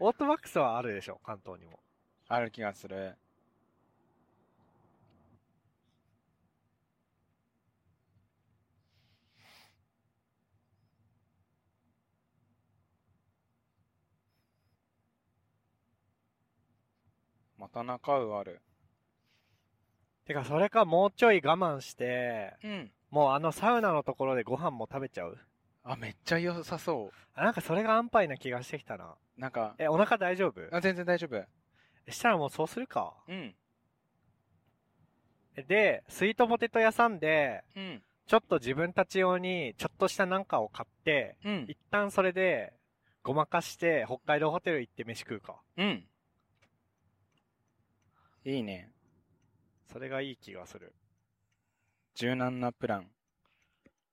[SPEAKER 2] オートバックスはあるでしょ、関東にも。
[SPEAKER 3] ある気がする。また中うある。
[SPEAKER 2] てか、それかもうちょい我慢して、
[SPEAKER 3] うん。
[SPEAKER 2] もうあのサウナのところでご飯も食べちゃう
[SPEAKER 3] あ、めっちゃ良さそ
[SPEAKER 2] あなんかそれが安牌な気がしてきたな。
[SPEAKER 3] う。なんか、
[SPEAKER 2] え、お腹大丈夫
[SPEAKER 3] あ全然大丈夫。
[SPEAKER 2] したらもうそうするか。
[SPEAKER 3] うん。
[SPEAKER 2] で、スイートポテト屋さんで、
[SPEAKER 3] うん。
[SPEAKER 2] ちょっと自分たち用に、ちょっとしたなんかを買って、
[SPEAKER 3] うん。
[SPEAKER 2] 一旦それで、ごまかして、北海道ホテル行って飯食うか。
[SPEAKER 3] うん。いいね。
[SPEAKER 2] それがいい気がする。
[SPEAKER 3] 柔軟なプラン。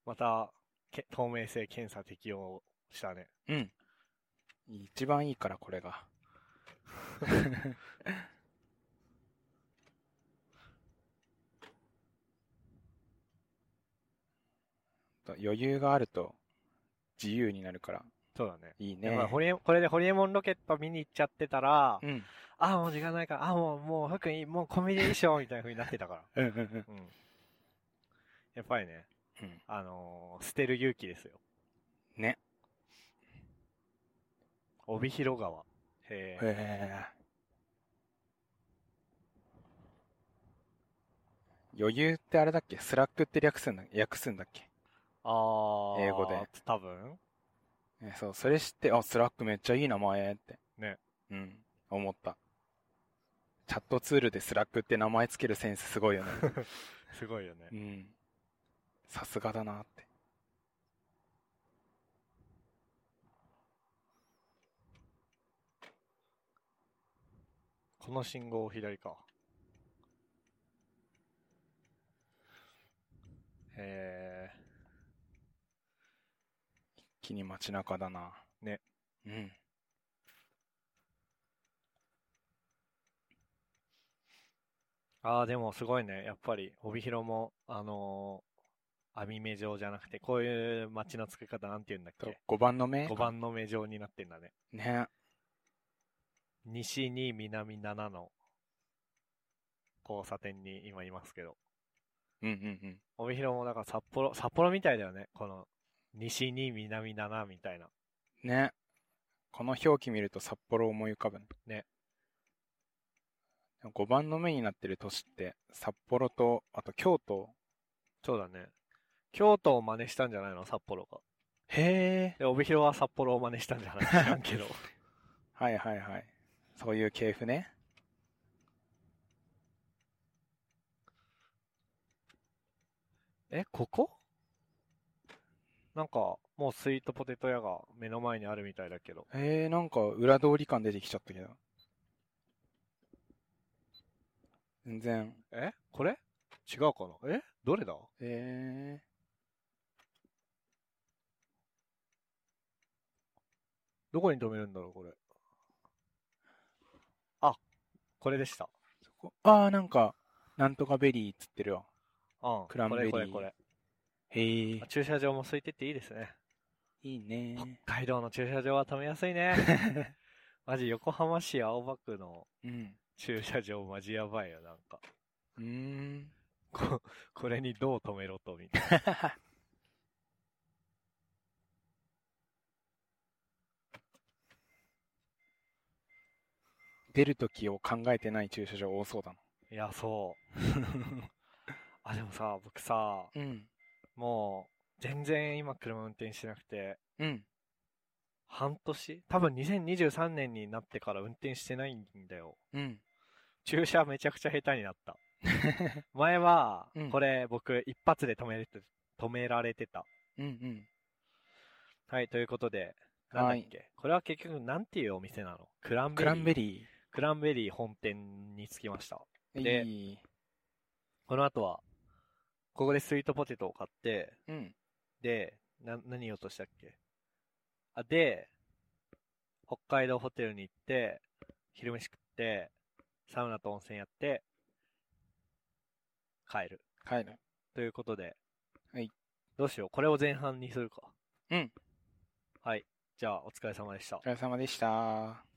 [SPEAKER 2] また、け透明性検査適用したね。
[SPEAKER 3] うん。一番いいから、これが。 と余裕があると自由になるから
[SPEAKER 2] そうだね。
[SPEAKER 3] いいね
[SPEAKER 2] ね。ホリエこれでホリエモンロケット見に行っちゃってたら、
[SPEAKER 3] うん
[SPEAKER 2] ああ、もう時間ないから、ああ、もう、もう、ふくんいい、もうコンビニでいいっしょ、みたいな風になってたから。
[SPEAKER 3] うんうん
[SPEAKER 2] うん。やっぱりね、
[SPEAKER 3] うん
[SPEAKER 2] あのー捨てる勇気ですよ。
[SPEAKER 3] ね。
[SPEAKER 2] 帯広川。へえ。
[SPEAKER 3] へー余裕ってあれだっけスラックって略すんだ訳すんだっけ
[SPEAKER 2] ああ。
[SPEAKER 3] 英語で。
[SPEAKER 2] 多分
[SPEAKER 3] えそう、それ知って、あ、スラックめっちゃいい名前って。
[SPEAKER 2] ね。
[SPEAKER 3] うん、思った。チャットツールでスラックって名前つけるセンスすごい よね。
[SPEAKER 2] すごいよね
[SPEAKER 3] う。ん。さすがだなって。
[SPEAKER 2] この信号を左か。へえ。
[SPEAKER 3] 気に街中だな。
[SPEAKER 2] ね。
[SPEAKER 3] うん。
[SPEAKER 2] ああ、でもすごいね。やっぱり、帯広も、あのー網目状じゃなくて、こういう街の付け方なんて言うんだっ
[SPEAKER 3] と
[SPEAKER 2] け
[SPEAKER 3] 5番の目
[SPEAKER 2] ?5。番の目状になってんだね。
[SPEAKER 3] ね。
[SPEAKER 2] 西に南7の交差点に今いますけど。
[SPEAKER 3] うんうんうん。
[SPEAKER 2] 帯広もだから札幌、札幌みたいだよね。この、西に南7みたいな。
[SPEAKER 3] ね。この表記見ると札幌思い浮かぶね。
[SPEAKER 2] ね。
[SPEAKER 3] 5番の目になってる都市って、札幌と、あと京都。
[SPEAKER 2] そうだね。京都を真似したんじゃないの札幌が。
[SPEAKER 3] へえ。
[SPEAKER 2] で、帯広は札幌を真似したんじゃ ない知らんけど。
[SPEAKER 3] はいはいはい。そういう系譜ね。
[SPEAKER 2] え、ここなんか、もうスイートポテト屋が目の前にあるみたいだけど。
[SPEAKER 3] えー、なんか裏通り感出てきちゃったけど。全然。
[SPEAKER 2] えこれ違うかなえどれだ
[SPEAKER 3] え
[SPEAKER 2] どこに止めるんだろうこれ。あ、これでした。
[SPEAKER 3] ー、そこ。あー、なんか、なんとかベリーっつってるわ。
[SPEAKER 2] うん。
[SPEAKER 3] クランベリー
[SPEAKER 2] これこれこ
[SPEAKER 3] へえ
[SPEAKER 2] れ。。駐車場も空いてていいですね。
[SPEAKER 3] いいね。
[SPEAKER 2] 北海道の駐車場は止めやすいね。 マジ横浜市青葉区の
[SPEAKER 3] うん。
[SPEAKER 2] 駐車場マジやばいよ、なんか。
[SPEAKER 3] うーん。
[SPEAKER 2] こ、これにどう止めろと、みたいな。
[SPEAKER 3] 出る時を考えてない駐車場多そうだな。
[SPEAKER 2] いや、そう。 あ、でもさ、僕さ、
[SPEAKER 3] うん。
[SPEAKER 2] もう、全然今車運転してなくて、
[SPEAKER 3] うん。
[SPEAKER 2] 半年多分2023年になってから運転してないんだよ。
[SPEAKER 3] うん。
[SPEAKER 2] 駐車めちゃくちゃ下手にな った。前は
[SPEAKER 3] うん、
[SPEAKER 2] これ僕一発で止めれて、止められてた。
[SPEAKER 3] うんうん。
[SPEAKER 2] はい、ということで、なんだ
[SPEAKER 3] は
[SPEAKER 2] っ
[SPEAKER 3] い。
[SPEAKER 2] け、これは結局なんていうお店なのクランベ
[SPEAKER 3] ク
[SPEAKER 2] リー。
[SPEAKER 3] ランベリ
[SPEAKER 2] クランベリー本店に着きました。
[SPEAKER 3] ー。
[SPEAKER 2] で
[SPEAKER 3] いい。
[SPEAKER 2] この後は、ここでスイートポテトを買って、
[SPEAKER 3] うん。
[SPEAKER 2] で、な、何言おうとしたっけあ、で、北海道ホテルに行って、昼飯食って、サウナと温泉やって、帰る。
[SPEAKER 3] 帰る。
[SPEAKER 2] ということで。
[SPEAKER 3] はい。
[SPEAKER 2] どうしよう。これを前半にするか。
[SPEAKER 3] うん。
[SPEAKER 2] はい。じゃあ、お疲れ様でした
[SPEAKER 3] お疲。れ様でした。